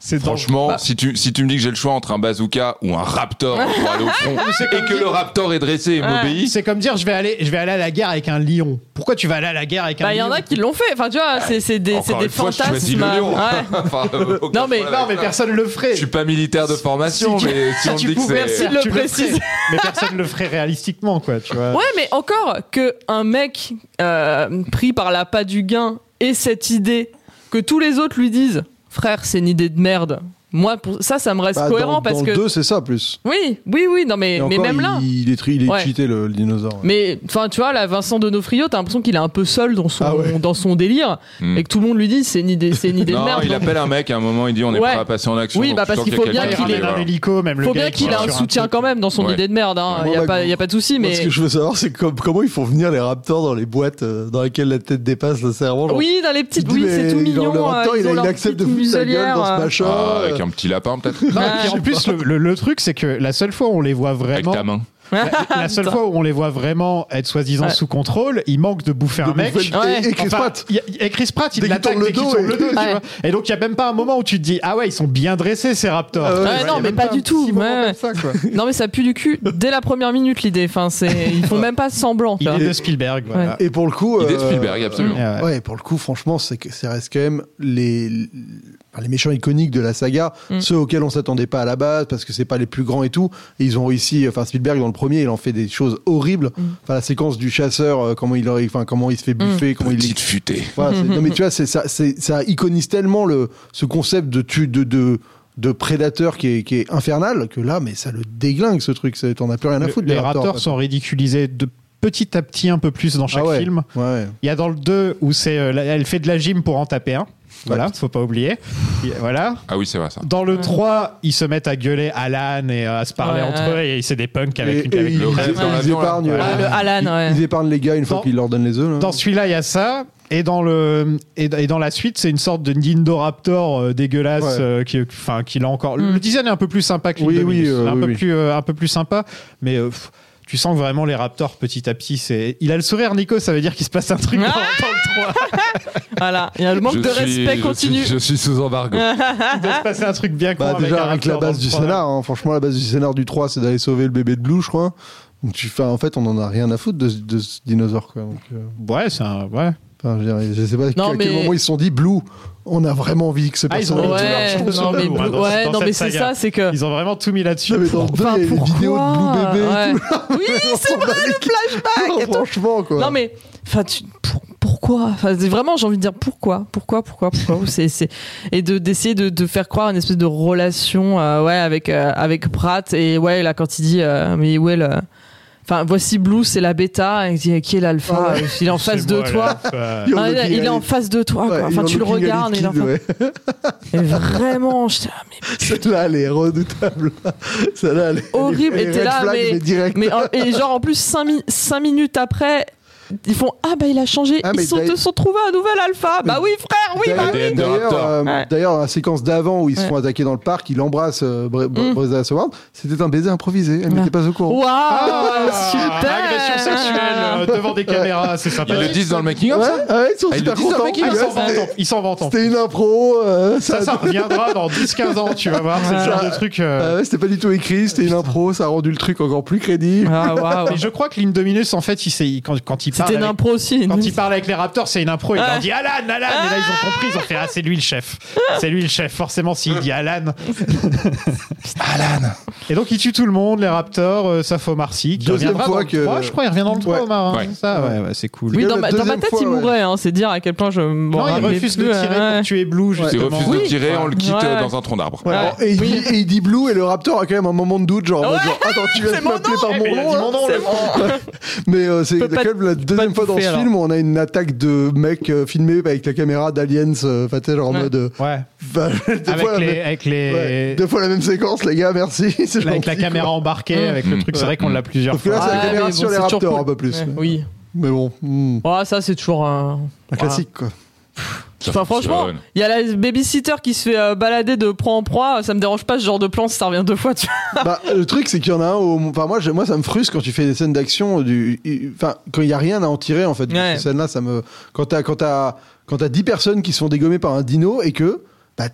C'est
Franchement,
Bah.
si, tu, si tu me dis que j'ai le choix entre un bazooka ou un raptor pour aller au front et que le raptor est dressé et m'obéit,
C'est comme dire je vais aller, je vais aller à la guerre avec un lion. Pourquoi tu vas aller à la guerre avec un
Bah, il y
lion
en a qui l'ont fait. Enfin, tu vois, c'est c'est des, c'est
Encore
des
une fois, je choisis
fantasmes.
le lion.
Ouais.
Enfin, euh, aucun
Non, mais-
problème
non, mais
avec ça.
personne le ferait.
Je suis pas militaire de formation,
Si tu-
mais si
si
on me
tu
dit que
pouvais,
c'est.
si le
Tu ferais.
précises.
Mais personne ne le ferait réalistiquement, quoi, tu vois.
Ouais, mais encore que un mec euh, pris par la pas du gain ait cette idée que tous les autres lui disent frère, c'est une idée de merde. Moi, pour ça, ça me reste
Bah,
cohérent
dans,
parce
dans
que.
le 2, c'est ça plus.
Oui, oui, oui, non, mais,
Et
mais
encore,
même là.
Il, il est, tri- il est
Ouais.
cheaté, le, le dinosaure.
Mais enfin, tu vois, là, Vincent Donofrio, t'as l'impression qu'il est un peu seul dans
Ah
son, dans son délire
Hmm.
et que tout le monde lui dit c'est une idée, c'est une idée de
Non,
merde.
il
donc-
appelle un mec à un moment, il dit on est
Ouais.
prêt à passer en action.
Oui,
donc
bah,
tu
parce
sens
qu'il
y a
faut bien
quelqu'un
qu'il
qui
ait
est
un
là.
hélico, même
Faut bien qu'il ait un soutien quand même dans son
Ouais.
idée de merde. Hein.
Ouais.
Il y
Moi,
a, pas,
ma-
il y a pas de souci,
Moi,
mais.
ce que je veux savoir, c'est com- comment ils font venir les raptors dans les boîtes euh, dans lesquelles la tête dépasse le cerveau. genre-
Oui, dans les petites.
Tu te dis,
Oui,
mais
c'est tout
il-
mignon.
Le raptor,
euh, ils
il,
ont
il
leur
accepte de
petite
foutre sa gueule dans
muselière,
ce
euh.
machin.
Ah, avec un petit lapin peut-être.
Non, et puis en plus, le, le- le truc, c'est que la seule fois où on les voit vraiment.
ta main.
La, la seule fois où on les voit vraiment être soi-disant
Ouais.
sous contrôle, il manque de bouffer un mec.
bouffer le- et- et Chris
Enfin,
Pratt.
il y a- Et Chris Pratt,
Dès
il
qu'il
l'attaque
tourne le
dès qu'il
dos,
tourne
et-
le dos. tu
Ouais.
vois. Et donc, il n'y a même pas un moment où tu te dis Ah ouais, ils sont bien dressés ces raptors.
Ah ouais,
Tu vois,
Ouais,
il y a
non, mais
même
pas
un
du
petit
tout.
moment
ouais.
comme ça, quoi.
Non, mais ça pue du cul dès la première minute l'idée. Enfin, c'est ils font même pas semblant. tu
Il
vois.
est de Spielberg. voilà.
Et pour le coup.
Idée de
euh,
Spielberg, absolument.
Ouais, ouais.
Ouais, pour le coup, franchement, c'est que ça reste quand même les, les méchants iconiques de la saga,
Mm.
ceux auxquels on s'attendait pas à la base parce que c'est pas les plus grands et tout. Et ils ont réussi, enfin Spielberg dans le premier, il en fait des choses horribles.
Mm.
Enfin la séquence du chasseur, euh, comment il, aurait- enfin comment il se fait buffer, comment il
Petite futée.
Voilà, c'est- non mais tu vois, c'est ça, c'est- ça iconise tellement le ce concept de tu de de de prédateur qui est, qui est infernal que là mais ça le déglingue ce truc ça- t'en as plus rien à
Le-
foutre
les raptors,
en fait.
sont ridiculisés de petit à petit un peu plus dans chaque
Ah ouais,
film.
ouais, ouais.
Il y a dans le 2 où c'est euh, la- elle fait de la gym pour en taper un. Voilà, faut pas oublier. Et Voilà.
Ah oui, c'est vrai ça.
Dans le 3, ils se mettent à gueuler Alan et à se parler
Ouais,
entre
ouais.
eux et c'est des punks avec
Et-
une
et
avec
ils,
une
le rêve
crête.
dans
ils
l'avion, là.
épargnent euh,
Ah, le Alan,
ils-
ouais.
ils épargnent les gars une fois
Dans-
qu'ils leur donnent les œufs hein. là.
Dans celui-là, il y a ça. Et dans, le, et et dans la suite, c'est une sorte de Indoraptor euh, dégueulasse
Ouais.
euh, qui, enfin, qui l'a encore.
Hmm.
Le design est un peu plus sympa que
Oui,
l'Indominus.
oui, euh,
un,
oui,
peu
oui.
Plus, euh, un peu plus sympa. Mais euh, pff, tu sens que vraiment les raptors, petit à petit, c'est. Il a le sourire, Nico, ça veut dire qu'il se passe un truc dans,
Ah
dans le 3.
Voilà, il y a le manque
Je
de
suis-
respect
je
continu.
suis- Je suis sous embargo.
Il doit se passer un truc bien con
Bah, déjà
un
avec la
raptor dans
base
le
du
trois.
scénar, hein. franchement la base du scénar du 3 c'est d'aller sauver le bébé de Blue je crois. Donc tu fais en fait on en a rien à foutre de, ce- de ce dinosaure quoi. Donc, euh,
Ouais, c'est un. Ouais.
enfin, je, dirais- je sais pas à
Non,
quel
mais-
moment ils se sont dit Blue on a vraiment envie que ce
Ah, ils
personnage
ont
Ouais,
tout
non, mais
mis là-dessus.
Blue- ouais, non, mais c'est ça, c'est que-
Ils ont vraiment tout mis là-dessus.
Non, mais dans le deux, il y a les vidéos de Blue Bébé et
Ouais.
tout.
Oui, c'est vrai, le flashback. et tout.
Franchement, quoi.
Non mais enfin tu- pour- pourquoi enfin c'est vraiment j'ai envie de dire pourquoi pourquoi pourquoi pourquoi c'est c'est et de d'essayer de, de faire croire une espèce de relation euh, ouais avec euh, avec Pratt et ouais là quand il dit euh, mais où est le enfin voici Blue c'est la bêta et il dit qui est l'alpha
Ah Ouais.
il est en face
C'est
de
moi,
toi
là, enfin.
Ah, il, est en face de toi quoi.
Ouais,
enfin
You're
tu le
Looking at
regardes et
It
il est en
Kid,
face-
ouais.
et vraiment j'étais, ah, mais
Celle-là, elle est redoutable. Celle-là, elle est
horrible
elle est
et t'es
red
là
flag,
mais,
mais direct.
mais, euh, et genre en plus 5, minutes après ils font ah bah il a changé
Ah, mais
ils sont,
d'ailleurs-
se sont trouvés un nouvel alpha bah oui frère oui bah oui
ADN de
D'ailleurs,
Raptor.
euh,
Ouais.
d'ailleurs, dans la séquence d'avant où ils se
Ouais.
font attaquer dans le parc, il embrasse euh, Bre- Bre-
Mm.
Breza Soward. C'était un baiser improvisé. Elle
Ouais.
n'était pas au courant.
Waouh,
Ah,
super
Agression sexuelle euh, devant des caméras, c'est sympa.
Ils le disent dans le making
Ouais,
of ça
ouais, ils sont
Ah, ils
super
le disent dans le
contents.
making
Ils
of,
Ouais,
s'en vantent,
c'était-
en- ils s'en vantent. en fait.
C'était une impro. euh,
Ça, ça reviendra dans 10-15 ans, tu vas voir. C'est le genre de truc. euh,
Ah ouais, c'était pas du tout écrit,
Ah,
c'était une impro, ça a rendu le truc encore plus crédible.
Ah, waouh.
Euh,
Mais je crois que l'Indominus, en fait, il s'est- il- quand, quand il parle.
C'était une
avec-
impro aussi. une-
Quand il parle avec les Raptors, c'est une impro. Il
Ah.
leur dit Alan, Alan. Et là, ils ont compris. Ils ont fait Ah, c'est lui le chef. C'est lui le chef. Forcément, s'il dit Alan.
Alan
Et donc, il tue tout le monde, les Raptors, euh, sauf Omar Sy. qui
Deuxième
reviendra
fois
dans le
que-
3, je crois. Il revient dans le 3,
Ouais.
Omar. hein,
Ouais.
c'est ça, ouais, ouais, c'est cool.
Oui,
Le-
dans,
la
ma, dans ma
deuxième
tête,
fois,
il
ouais.
mourait. hein, C'est dire à quel point je me
Non, il
rappelais
refuse de
plus,
tirer
ouais.
pour tuer Blue,
Ils
justement.
refusent de tirer, on le quitte
Ouais,
euh,
ouais.
dans un tronc d'arbre.
Ouais,
Ouais.
alors, Oh, Et, il dit, et il dit Blue et le Raptor a quand même un moment de doute, genre, en mode genre, attends, tu vas
c'est
te
mon
m'appeler
nom.
par
Eh,
mon
mais il a
nom.
dit
hein.
mon nom,
C'est
le
bon. Mais euh, c'est
peux
la-
pas
quand même la deuxième
te
fois dans
bouffer,
ce film où on a une attaque de mecs euh, filmés avec la caméra d'Aliens, euh, enfin, tu sais, genre en
Ouais.
mode. euh,
Ouais.
bah, deux,
Avec
fois la
les.
même-
Avec les...
ouais, deux fois la même séquence, les gars, merci. c'est
Avec
gentil,
la caméra
quoi.
embarquée, avec le truc, c'est vrai qu'on l'a plusieurs
Sauf que
fois.
là, c'est la
Ouais,
caméra
mais
sur
bon,
les
c'est toujours
Raptors,
cool.
un peu plus.
Ouais, Oui.
Mais bon, hmm,
Ah, ça, c'est toujours un.
la
Voilà.
classique, quoi.
Ça
Enfin, franchement,
fonctionne.
il y a la babysitter qui se fait euh, balader de proie en proie. Ça me dérange pas ce genre de plan si ça revient deux fois. Tu vois.
bah, le truc, c'est qu'il y en a un. Au... Enfin, moi, je- moi, ça me frustre quand tu fais des scènes d'action. Du... Enfin, quand il y a rien à en tirer, en fait. de
Ouais.
Ces scènes-là, ça me. Quand t'as quand t'as quand t'as 10 personnes qui se font dégommer par un dino et que bah,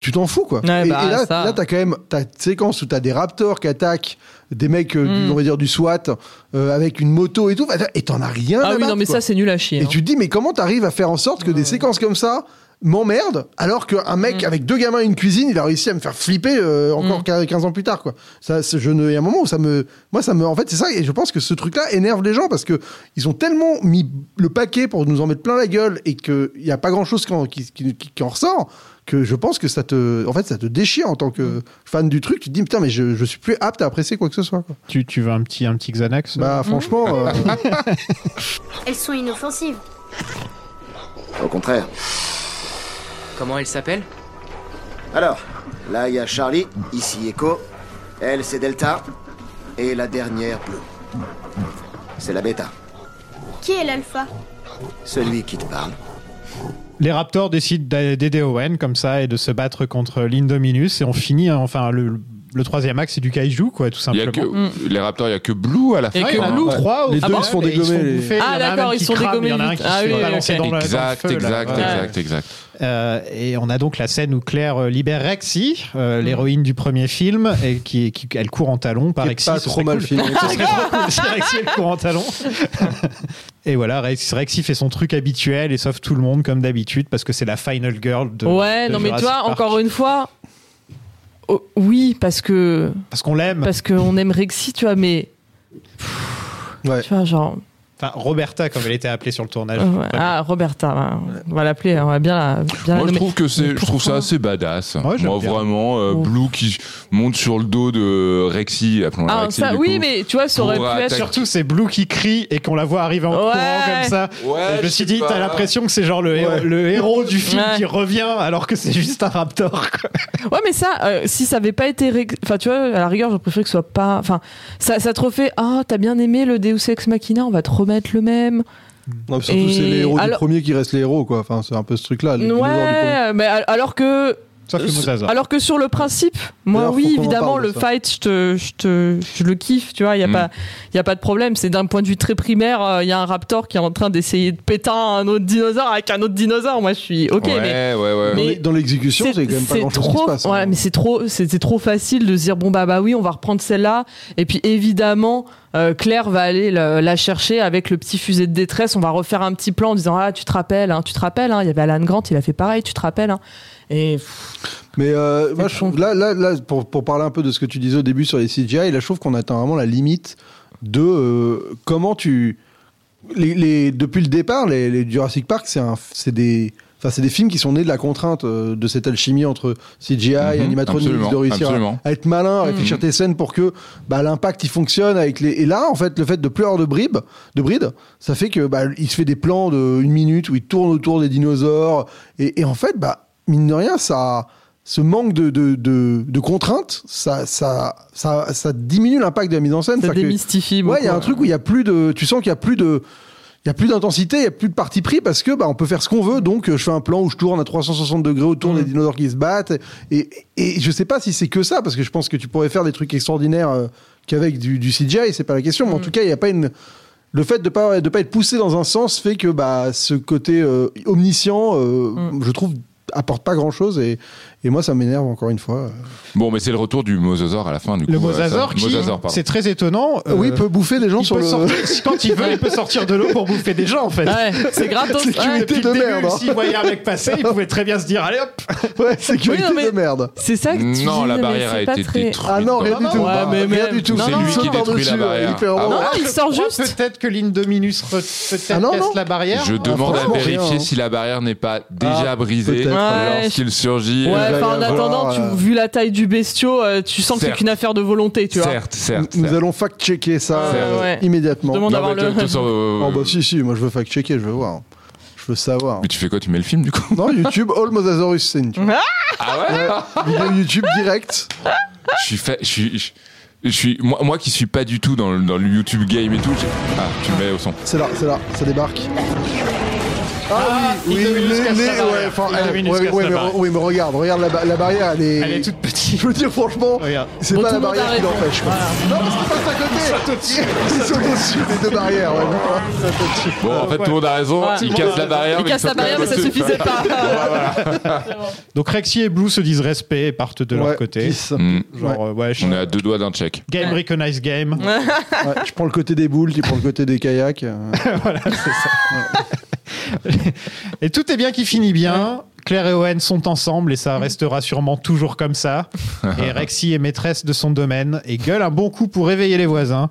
tu t'en fous quoi.
Ouais,
et,
bah,
et là,
ça.
là, t'as quand même ta séquence où t'as des raptors qui attaquent des mecs, euh, du-
Mm.
on va dire du SWAT, euh, avec une moto et tout. Enfin, Et t'en as rien.
Ah
à
oui,
battre,
non, mais
quoi.
ça, c'est nul à chier.
Et
hein.
tu te dis, mais comment t'arrives à faire en sorte que des séquences comme ça m'emmerdent alors qu'un mec avec deux gamins et une cuisine, il a réussi à me faire flipper euh, encore 15 ans plus tard, quoi. Ça, c'est- je ne, il y a un moment où ça me, moi, ça me, en fait, c'est ça, et je pense que ce truc-là énerve les gens parce que ils ont tellement mis le paquet pour nous en mettre plein la gueule et qu'il n'y a pas grand chose qui, qui, qui en ressort que je pense que ça te, en fait, ça te déchire en tant que fan du truc. Tu te dis, putain, mais je, je suis plus apte à apprécier quoi que ce soit, quoi.
Tu, tu veux un petit, un petit Xanax
Bah, franchement, euh,
Elles sont inoffensives.
Au contraire.
Comment elle s'appelle
Alors, là, il y a Charlie, ici Echo. Elle, c'est Delta. Et la dernière, Blue. C'est la bêta.
Qui est l'alpha
Celui qui te parle.
Les Raptors décident d'a- d'aider Owen comme ça et de se battre contre l'Indominus et on finit hein, enfin le, le troisième axe c'est du kaiju quoi tout
Il y
simplement.
a que, Les Raptors, il y a que Blue à la fin.
Et que
hein.
Blue, trois ou
Les
quatre,
deux, ils se font
et ils
dégommer, les-
bouffer, il y en a
Ah,
un
d'accord,
même
ils
qui
se font
crame,
dégommer
Il y en a un qui
vite. Ah
se fait
oui, oui,
balancer
ok.
dans, la, dans le
Exact,
feu, là.
exact,
Ouais.
exact, exact.
Euh, et on a donc la scène où Claire euh, libère Rexy, euh,
Mm.
l'héroïne du premier film, et qui, qui- elle court en talons par
Qui est
Rexy.
euh, pas
ce
trop
serait
mal
cool.
filmé.
Ce serait trop cool si Rexy elle court en talons. et voilà, Rex- Rexy fait son truc habituel et sauve tout le monde comme d'habitude parce que c'est la final girl de.
ouais,
de
non, mais
Jurassic
toi,
Park.
encore une fois, oh, oui, parce que.
Parce qu'on l'aime.
Parce qu'on aime Rexy, tu vois, mais. Pfff, Tu vois, genre.
Enfin, Roberta, comme elle était appelée sur le tournage.
euh, ouais. Ah, Roberta, bah, on va l'appeler, on va bien la. Bien
Moi,
la
je
nommer.
trouve que
Mais
c'est, je trouve ça
pourquoi
assez badass.
j'aime
Moi,
bien.
vraiment, euh, Blue qui monte sur le dos de Rexy, appelons
Ah,
Rexy.
ça,
du
oui,
coup,
mais tu vois, ça aurait
pour
pu être.
attaquer-
Surtout, c'est Blue qui crie et qu'on la voit arriver en
Ouais.
courant comme ça.
Ouais,
Et je
je
me suis
sais
dit,
pas.
t'as l'impression que c'est genre le, héros, le héros du film
Ouais.
qui revient alors que c'est juste un raptor. quoi.
Ouais, mais ça, euh, si ça avait pas été. rég- Enfin, tu vois, à la rigueur, je préfère que ce soit pas. Enfin, ça, ça te refait. Ah, t'as bien aimé le Deus Ex Machina, on va te remettre le même.
Non, puis surtout,
Et
c'est les héros
alors-
du premier qui restent les héros, quoi. Enfin, c'est un peu ce truc-là. les dinosaures du premier.
Ouais, mais al- alors que.
Sauf que Mozart.
Euh, Alors que sur le principe, moi
D'ailleurs, faut
oui,
qu'on en
évidemment,
parle de
le
ça.
fight, je, te, je, te- je le kiffe, tu vois, il n'y a, pas- y a pas de problème. C'est d'un point de vue très primaire, il y a un raptor qui est en train d'essayer de péter un autre dinosaure avec un autre dinosaure. Moi je suis ok,
Ouais,
mais.
ouais, ouais.
mais-
Dans les- dans l'exécution, c'est quand même pas
c'est
grand-chose qui
trop-
se passe. hein.
ouais, mais c'est trop, c'était trop facile de se dire bon bah bah oui, on va reprendre celle-là. Et puis évidemment, euh, Claire va aller la, la chercher avec le petit fusil de détresse. On va refaire un petit plan en disant ah tu te rappelles, hein, tu te rappelles. hein. Il y avait Alan Grant, il a fait pareil, tu te rappelles. hein. Et pff,
Mais euh, moi, je trouve, là, là, là pour, pour parler un peu de ce que tu disais au début sur les CGI, là, je trouve qu'on atteint vraiment la limite de euh, comment tu. Les, les- depuis le départ, les, les Jurassic Park, c'est un- c'est des. Enfin, c'est des films qui sont nés de la contrainte, euh, de cette alchimie entre CGI, animatronics,
Mhm, absolument,
de réussir
absolument.
à, à être malin, à réfléchir
Mhm.
tes scènes pour que bah, l'impact il fonctionne avec les. Et là, en fait, le fait de plus avoir de bribes, de bride, ça fait que bah, il se fait des plans de une minute où il tourne autour des dinosaures. Et, et en fait, bah, mine de rien, ça, ce manque de, de, de- de contraintes, ça, ça, ça, ça diminue l'impact de la mise en scène.
Ça
C'est-à-dire que-
démystifie
Ouais, il y a
beaucoup, hein.
un truc où il y a plus de. Tu sens qu'il y a plus de. Il y a plus d'intensité, il y a plus de parti pris parce que bah on peut faire ce qu'on veut. Donc euh, je fais un plan où je tourne à 360 degrés autour
Mmh.
des dinosaures qui se battent et, et je sais pas si c'est que ça parce que je pense que tu pourrais faire des trucs extraordinaires euh, qu'avec du, du CGI, c'est pas la question.
Mmh.
Mais en tout cas, il y a pas une le fait de pas de pas être poussé dans un sens fait que bah ce côté euh, omniscient, euh,
Mmh.
je trouve apporte pas grand chose et, et moi ça m'énerve encore une fois.
Bon, mais c'est le retour du mosasaur à la fin, du coup.
Le
euh,
mosasaur
ça-
qui,
Mosasaur, pardon.
c'est très étonnant.
Euh,
euh,
oui, peut bouffer des gens
il
sur
peut
le-
sortir- quand il veut, il peut sortir de l'eau pour bouffer des gens en fait.
Ouais, c'est gratos. C'est
Depuis
curiosité
le
de
début,
merde, hein.
S'il voyait un mec passer, il pouvait très bien se dire allez hop.
Ouais, c'est
Oui, non, mais-
de merde.
C'est ça que tu dis,
Non, la
mais
barrière
c'est
a
pas
été
très-
détruite.
Ah non, rien du tout.
Ouais, mais
rien
même-
du tout.
Non,
C'est
non.
lui
qui
détruit la barrière. il fait vraiment-
Ah,
Non,
je
il sort
crois
juste.
Peut-être que l'Indominus re- peut-être
Ah non,
casse
non.
la barrière.
Je demande à
franchement,
vérifier
rien, hein.
si la barrière n'est pas déjà brisée
peut-être. Ouais.
lorsqu'il surgit. euh,
Ouais, enfin, en attendant, tu- vu la taille du bestiau, euh, tu sens que c'est
Certes.
qu'une affaire de volonté, tu vois.
Certes, certes.
Nous allons fact-checker ça
Ouais,
euh,
ouais.
immédiatement.
Je demande Non, d'avoir mais le- tout- tout ça,
euh,
Oh bah si si, moi je veux fact-checker, je veux voir. Je veux savoir.
Mais tu fais quoi Tu mets le film du coup
Non, YouTube All Mosasaurus Scene. tu vois.
Ah
ouais Vidéo YouTube direct.
Je suis fa- je suis. je- je suis, moi, moi qui suis pas du tout dans le, dans le YouTube game et tout, j'ai- ah, tu me mets au son.
C'est là, c'est là, ça débarque. Ah oui, oui,
Indominus
mais- mais-
Castabar.
ouais, enfin, elle-
Indominus
ouais, ouais, mais,
Castabar.
re- oui, mais regarde, regarde la, ba- la barrière, elle est.
Elle est toute petite.
Je veux dire, franchement, c'est
Bon,
pas
tout
la
le monde
barrière qui
arrête.
l'empêche. quoi. Non, parce qu'il passe à côté Ils sont au-dessus des deux barrières, ouais. non, ça saute dessus.
Bon, en fait, tout le monde a raison.
Euh, Ouais.
Il casse la barrière.
Il
mais
casse
saute
la barrière,
pas
mais ça
dessus.
suffisait pas.
Donc Rexy et Blue se disent respect et partent de leur côté.
Mm.
Genre, euh, ouais, je-
On est à deux doigts d'un check.
Game recognize game.
Ouais, je prends le côté des boules, tu prends le côté des kayaks. euh.
Et tout est bien qui finit bien. Claire et Owen sont ensemble et ça restera sûrement toujours comme ça. Et Rexy est maîtresse de son domaine et gueule un bon coup pour réveiller les voisins.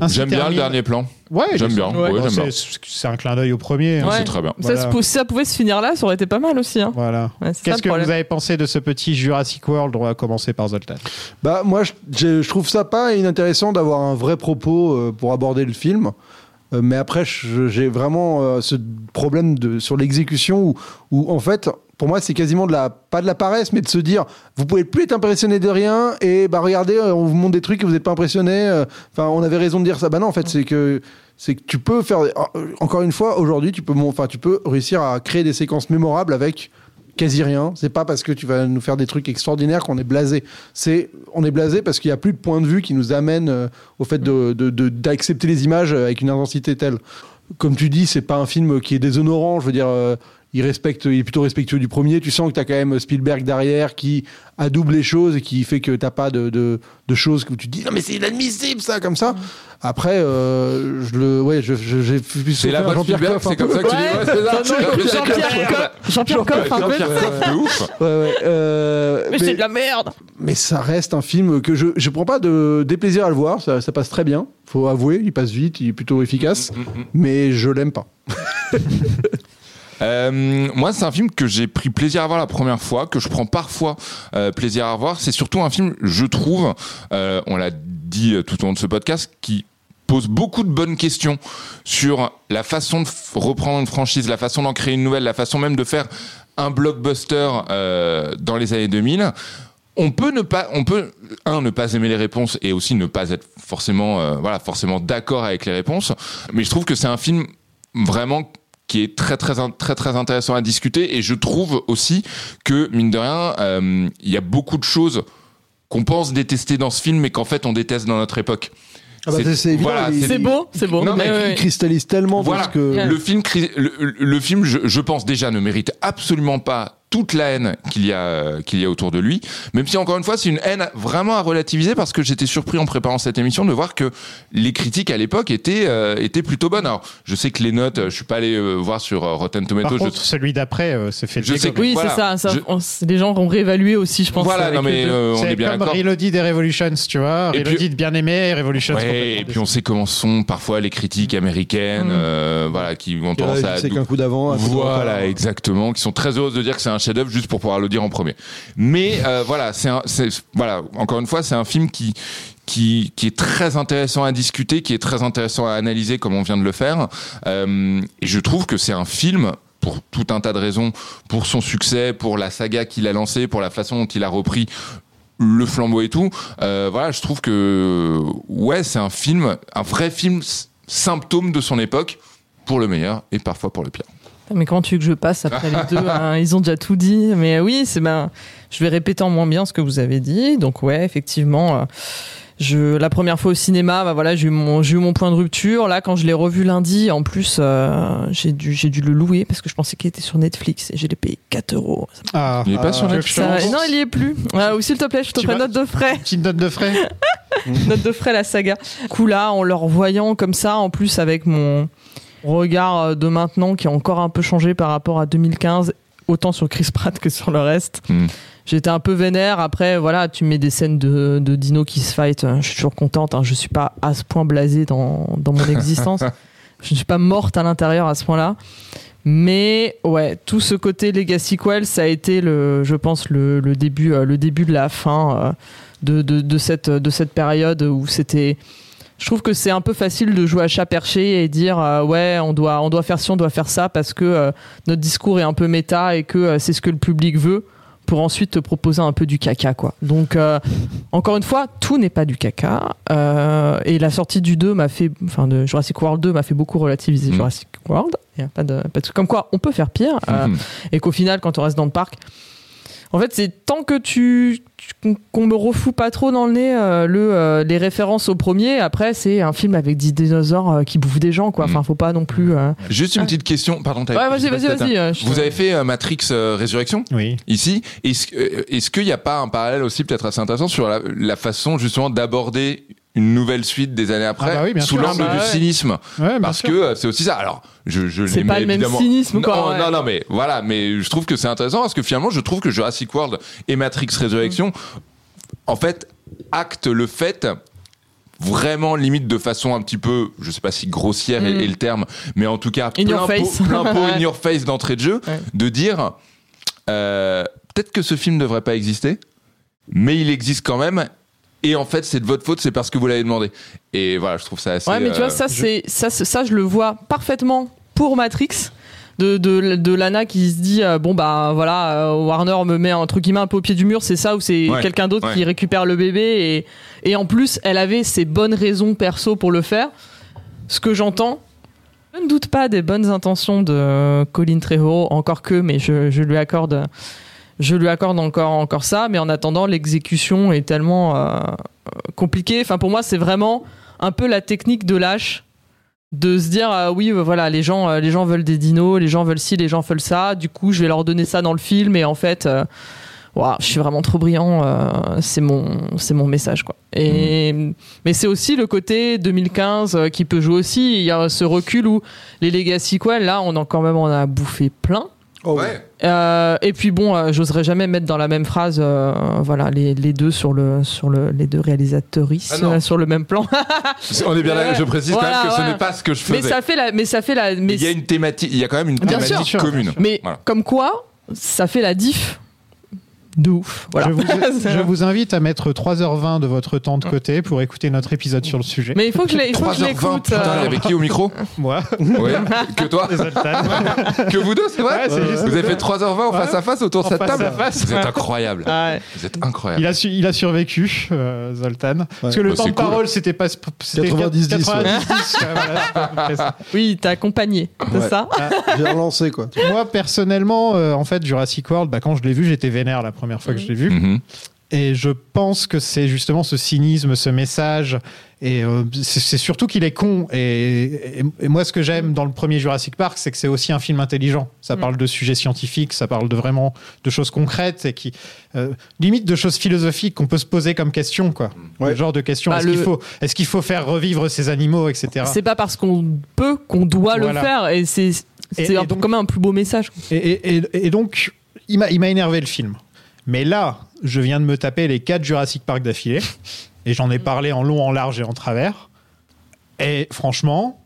Ainsi
J'aime bien le
termine-
dernier plan.
Ouais, il
j'aime
est-
bien.
Ouais.
Ouais,
Bon,
j'aime
c'est-
bien.
C'est un clin d'œil au premier. hein.
Ouais. Ça, se
Voilà.
pou- ça pouvait se finir là, ça aurait été pas mal aussi. hein.
Voilà.
Ouais, c'est ça,
Qu'est-ce
le
que
problème.
vous avez pensé de ce petit Jurassic World On va commencer par Zoltan.
Bah moi je, je- je trouve ça pas inintéressant d'avoir un vrai propos euh, pour aborder le film. Euh, mais après je- j'ai vraiment euh, ce problème de, sur l'exécution où, où en fait pour moi c'est quasiment de la pas de la paresse mais de se dire vous pouvez plus être impressionné de rien et bah regardez euh, on vous montre des trucs et vous n'êtes pas impressionné. euh, Enfin on avait raison de dire ça. Bah non en fait c'est que c'est que tu peux faire euh, encore une fois aujourd'hui tu peux mon- enfin tu peux réussir à créer des séquences mémorables avec quasi rien. C'est pas parce que tu vas nous faire des trucs extraordinaires qu'on est blasé. C'est on est blasé parce qu'il n'y a plus de point de vue qui nous amène euh, au fait de- de- de- d'accepter les images euh, avec une intensité telle. Comme tu dis, c'est pas un film qui est déshonorant. Je veux dire. euh, il, respecte, il est plutôt respectueux du premier. Tu sens que tu as quand même Spielberg derrière qui adoube les choses et qui fait que t'as pas de, de, de choses que tu te dis non mais c'est inadmissible ça comme ça. Après, euh, je le, ouais, je, je- j'ai pu
C'est
souffrir
la bonne
Jean-Pierre
Spielberg,
Coff hein. un
c'est comme
peu.
ça que tu dis. Ouais, c'est ça.
Jean-Pierre Coff- Jean-Pierre Coff, un peu.
Jean-Pierre Coff, de ouf.
Ouais, ouais, euh,
Mais c'est de la merde
mais ça reste un film que je je prends pas de déplaisir à le voir. Ça, ça passe très bien, faut avouer. Il passe vite, il est plutôt efficace, mais je l'aime pas.
Euh, moi, c'est un film que j'ai pris plaisir à voir la première fois, que je prends parfois euh, plaisir à voir. C'est surtout un film, je trouve, euh, on l'a dit euh, tout au long de ce podcast, qui pose beaucoup de bonnes questions sur la façon de f- reprendre une franchise, la façon d'en créer une nouvelle, la façon même de faire un blockbuster euh, dans les années 2000. On peut ne pas, on peut un ne pas aimer les réponses et aussi ne pas être forcément, euh, voilà, forcément d'accord avec les réponses. Mais je trouve que c'est un film vraiment qui est très très in- très très intéressant à discuter et je trouve aussi que mine de rien euh, il y a beaucoup de choses qu'on pense détester dans ce film mais qu'en fait on déteste dans notre époque.
Ah bah, c'est- c'est évident, il- C'est beau, c'est beau.
Non,
Il-
mais-
il cristallise tellement
voilà.
parce que-
le film cri- le, le- le film je, je pense déjà ne mérite absolument pas toute la haine qu'il y a euh, qu'il y a autour de lui même si encore une fois c'est une haine vraiment à relativiser parce que j'étais surpris en préparant cette émission de voir que les critiques à l'époque étaient euh, étaient plutôt bonnes alors je sais que les notes euh, je suis pas allé euh, voir sur euh, Rotten
Par
Tomatoes je-
contre, celui d'après euh, se fait
Je sais que-
Oui,
voilà,
c'est ça. ça
je-
on s- les gens ont réévalué aussi, je pense.
Voilà,
avec
non, mais,
les deux.
euh, on est
C'est
bien
comme
d'accord.
Reloaded et Revolutions, tu vois.
Et puis-
Reloaded bien aimé, et Revolutions.
Ouais, et puis on sait comment sont parfois les critiques américaines, euh, voilà, qui ont tendance à.
c'est qu'un coup d'avant. un coup de retard.
Voilà, exactement, qui sont très heureuses de dire que c'est un chef-d'œuvre juste pour pouvoir le dire en premier. Mais euh, voilà, c'est un- c'est voilà, encore une fois, c'est un film qui qui qui est très intéressant à discuter, qui est très intéressant à analyser comme on vient de le faire. Euh, et je trouve que c'est un film pour tout un tas de raisons, pour son succès, pour la saga qu'il a lancée, pour la façon dont il a repris le flambeau et tout. Euh, voilà, je trouve que ouais, c'est un film, un vrai film s- symptôme de son époque, pour le meilleur et parfois pour le pire.
Putain, Mais comment tu veux que je passe après les deux hein Ils ont déjà tout dit. Mais oui, c'est ben, je vais répéter en moins bien ce que vous avez dit. Donc ouais, effectivement. euh, Je, la première fois au cinéma, bah voilà, j'ai eu mon, j'ai eu mon point de rupture. Là, quand je l'ai revu lundi, en plus, euh, j'ai dû, j'ai dû le louer parce que je pensais qu'il était sur Netflix et j'ai l'ai payé 4 euros. Ça me-
Ah,
Il est pas sur
tu veux
Netflix.
que je te
Ça-
lance
non, il y est plus. Ah, ou s'il te plaît, je te
Tu
ferai
vas-
note de frais.
Petite note de frais.
note de frais la saga. Coup là, en le revoyant comme ça, en plus avec mon regard euh, de maintenant qui a encore un peu changé par rapport à 2015, autant sur Chris Pratt que sur le reste. J'étais un peu vénère. Après, voilà, tu mets des scènes de, de dinos qui se fight. hein, Je suis toujours contente. hein, Je suis pas à ce point blasée dans, dans mon existence. Je ne suis pas morte à l'intérieur à ce point-là. Mais ouais, tout ce côté Legacy Quell, ça a été, le, je pense, le, le début, euh, le début de la fin euh, de, de, de cette, de cette période où c'était. Je trouve que c'est un peu facile de jouer à chat perché et dire euh, ouais, on doit, on doit faire ci, on doit faire ça parce que euh, notre discours est un peu méta et que euh, c'est ce que le public veut pour ensuite te proposer un peu du caca, quoi. Donc, euh, encore une fois, tout n'est pas du caca. Euh, et la sortie du 2 m'a fait, enfin, de Jurassic World 2 m'a fait beaucoup relativiser
Mhm.
Jurassic World. Y a pas de, pas de sou- Comme quoi, on peut faire pire. euh,
Mhm.
Et qu'au final, quand on reste dans le parc, en fait, c'est tant que tu, tu- qu'on- qu'on me refoue pas trop dans le nez euh, le, euh, les références au premier. Après, c'est un film avec des dinosaures euh, qui bouffent des gens, quoi. Enfin, faut pas non plus. euh,
Juste une petite question, pardon. t'avais-
Ouais, vas-y,
j'ai pas
vas-y,
de data.
vas-y, euh, je-
Vous avez fait euh, Matrix euh, Résurrection
Oui.
Ici, est-ce euh, est-ce qu'il n'y a pas un parallèle aussi peut-être assez intéressant sur la, la façon justement d'aborder une nouvelle suite des années après
Ah bah oui, bien
sous
sûr.
l'angle
Ah bah
du
ouais.
cynisme
Ouais, bien
parce
sûr.
que euh, c'est aussi ça alors je, je
C'est
les
pas
mets
le même
évidemment-
cynisme, quoi,
non,
ouais.
non non mais voilà mais je trouve que c'est intéressant parce que finalement je trouve que Jurassic World et Matrix Résurrection en fait actent le fait vraiment limite de façon un petit peu je sais pas si grossière
Mm.
est, est le terme mais en tout cas plein
In your
pot-
face.
plein pot in
Ouais.
your face d'entrée de jeu de dire euh, peut-être que ce film ne devrait pas exister mais il existe quand même et en fait c'est de votre faute c'est parce que vous l'avez demandé et voilà je trouve ça assez
Ouais, mais tu
euh,
vois, ça, c'est, ça, c'est- ça, je le vois parfaitement pour Matrix. De, de, de Lana qui se dit euh, bon bah voilà euh, Warner me met entre guillemets un peu au pied du mur c'est ça ou c'est
Ouais,
quelqu'un d'autre
ouais.
qui récupère le bébé et, et en plus elle avait ses bonnes raisons perso pour le faire ce que j'entends je ne doute pas des bonnes intentions de euh, Colin Trejo encore que mais je, je lui accorde je lui accorde encore encore ça mais en attendant l'exécution est tellement euh, compliquée enfin pour moi c'est vraiment un peu la technique de lâche de se dire euh, oui euh, voilà les gens euh, les gens veulent des dinos les gens veulent ci les gens veulent ça du coup je vais leur donner ça dans le film et en fait euh, ouah, je suis vraiment trop brillant euh, c'est mon c'est mon message quoi et mais c'est aussi le côté 2015 euh, qui peut jouer aussi il y a ce recul où les legacy quoi là on en quand même on a bouffé plein
Oh,
ouais.
euh, et puis bon, euh, j'oserais jamais mettre dans la même phrase, euh, voilà, les, les deux sur le sur le les deux réalisatrices
Ah non.
euh, sur le même plan.
on est bien là
Ouais.
je précise
Voilà,
quand même que
voilà.
ce n'est pas ce que je faisais
Mais ça fait la, mais ça fait la, mais
il y a une thématique il y a quand même une
Bien
thématique
sûr.
commune
Mais
Voilà.
comme quoi, ça fait la diff de ouf. Voilà.
Je, vous,
C'est-
je vous invite à mettre 3h20 de votre temps de côté pour écouter notre épisode sur le sujet.
Mais il faut que je l'ai- il faut que je
3h20,
l'écoute.
putain,
euh.
avec qui au micro
Moi.
Ouais, que toi Que vous deux, c'est
Ouais,
vrai
c'est juste
Vous avez
deux.
fait 3h20 en
Ouais.
face à face autour de
En
cette
face
table
à face.
Vous êtes incroyable.
Ouais. Ah.
Vous êtes incroyable.
Il a, su- il a survécu, euh, Zoltan. Parce que
Bah,
le temps
c'est
de
cool.
parole, c'était pas. c'était
90-10, ouais.
90-10, ouais, voilà, c'est à peu près ça.
Oui, t'as accompagné, c'est
Ouais.
ça.
J'ai relancé quoi.
Moi, personnellement, euh, en fait, Jurassic World, bah, quand je l'ai vu, j'étais vénère la première fois que je l'ai vu.
Mm.
Mhm.
Et je pense que c'est justement ce cynisme, ce message. Et euh, c'est c'est surtout qu'il est con. Et, et- et moi, ce que j'aime dans le premier Jurassic Park, c'est que c'est aussi un film intelligent.
Mm.
Ça parle de sujets scientifiques, ça parle de vraiment de choses concrètes et qui euh, limite de choses philosophiques qu'on peut se poser comme question, quoi. Le genre de question
Bah,
est-ce
le-
qu'il faut, est-ce qu'il faut faire revivre ces animaux, etc.
C'est pas parce qu'on peut qu'on doit le
Voilà.
faire et c'est c'est
et
un- comme un plus beau message.
Et, et- et- et donc, il m'a il m'a énervé le film. Mais là, je viens de me taper les quatre Jurassic Park d'affilée. Et j'en ai parlé en long, en large et en travers. Et franchement,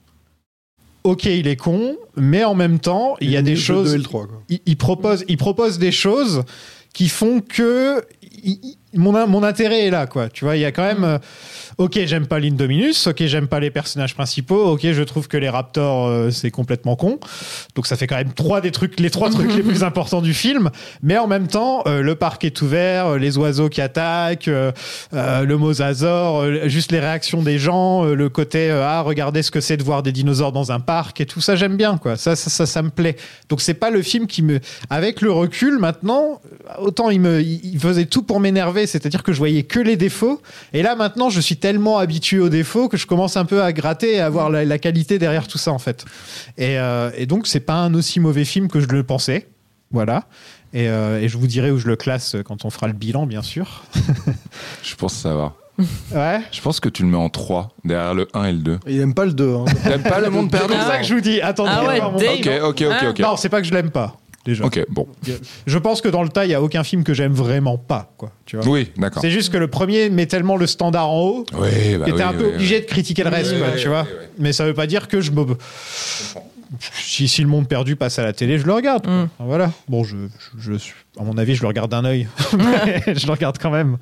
ok, il est con, mais en même temps, il y a des
Le
choses.
deux et le trois, quoi.
il, il propose, il propose des choses qui font que il- il- mon, in- mon intérêt est là, quoi. Tu vois, il y a quand même. euh, ok, j'aime pas l'Indominus. Ok, j'aime pas les personnages principaux. Ok, je trouve que les Raptors euh, c'est complètement con. Donc ça fait quand même trois des trucs, les trois trucs les plus importants du film. Mais en même temps, euh, le parc est ouvert, euh, les oiseaux qui attaquent, euh, euh, le mosasaure, euh, juste les réactions des gens, euh, le côté euh, ah regardez ce que c'est de voir des dinosaures dans un parc et tout ça j'aime bien quoi. Ça ça ça, ça me plaît. Donc c'est pas le film qui me avec le recul maintenant euh, autant il me il il faisait tout pour m'énerver, c'est-à-dire que je voyais que les défauts et là maintenant je suis tellement habitué aux défauts que je commence un peu à gratter et à voir la, la qualité derrière tout ça en fait. Et, euh, et donc c'est pas un aussi mauvais film que je le pensais. Voilà. Et, euh, et je vous dirai où je le classe quand on fera le bilan, bien sûr.
Je pense savoir.
Ouais.
Je pense que tu le mets en 3 derrière le 1 et le 2.
Il aime pas le 2. Hein.
T'aimes pas le monde perdu
C'est pour ça que je vous dis, attendez.
Ah ouais,
avant mon-
Dave. Ok, ok,
Hein
ok, ok.
Non, c'est pas que je l'aime pas. Déjà.
Ok, bon.
Je pense que dans le tas, il y a aucun film que j'aime vraiment pas, quoi. Tu vois.
Oui, d'accord.
C'est juste que le premier met tellement le standard en haut.
Oui, bah
que t'es
oui,
un peu
oui,
obligé
oui.
de critiquer le reste,
Oui,
quoi,
oui,
tu
oui,
vois. Mais ça veut pas dire que je me. Si, si le monde perdu passe à la télé, je le regarde. quoi. Voilà. Bon, je, je, je suis- à mon avis, je le regarde d'un œil. je le regarde quand même.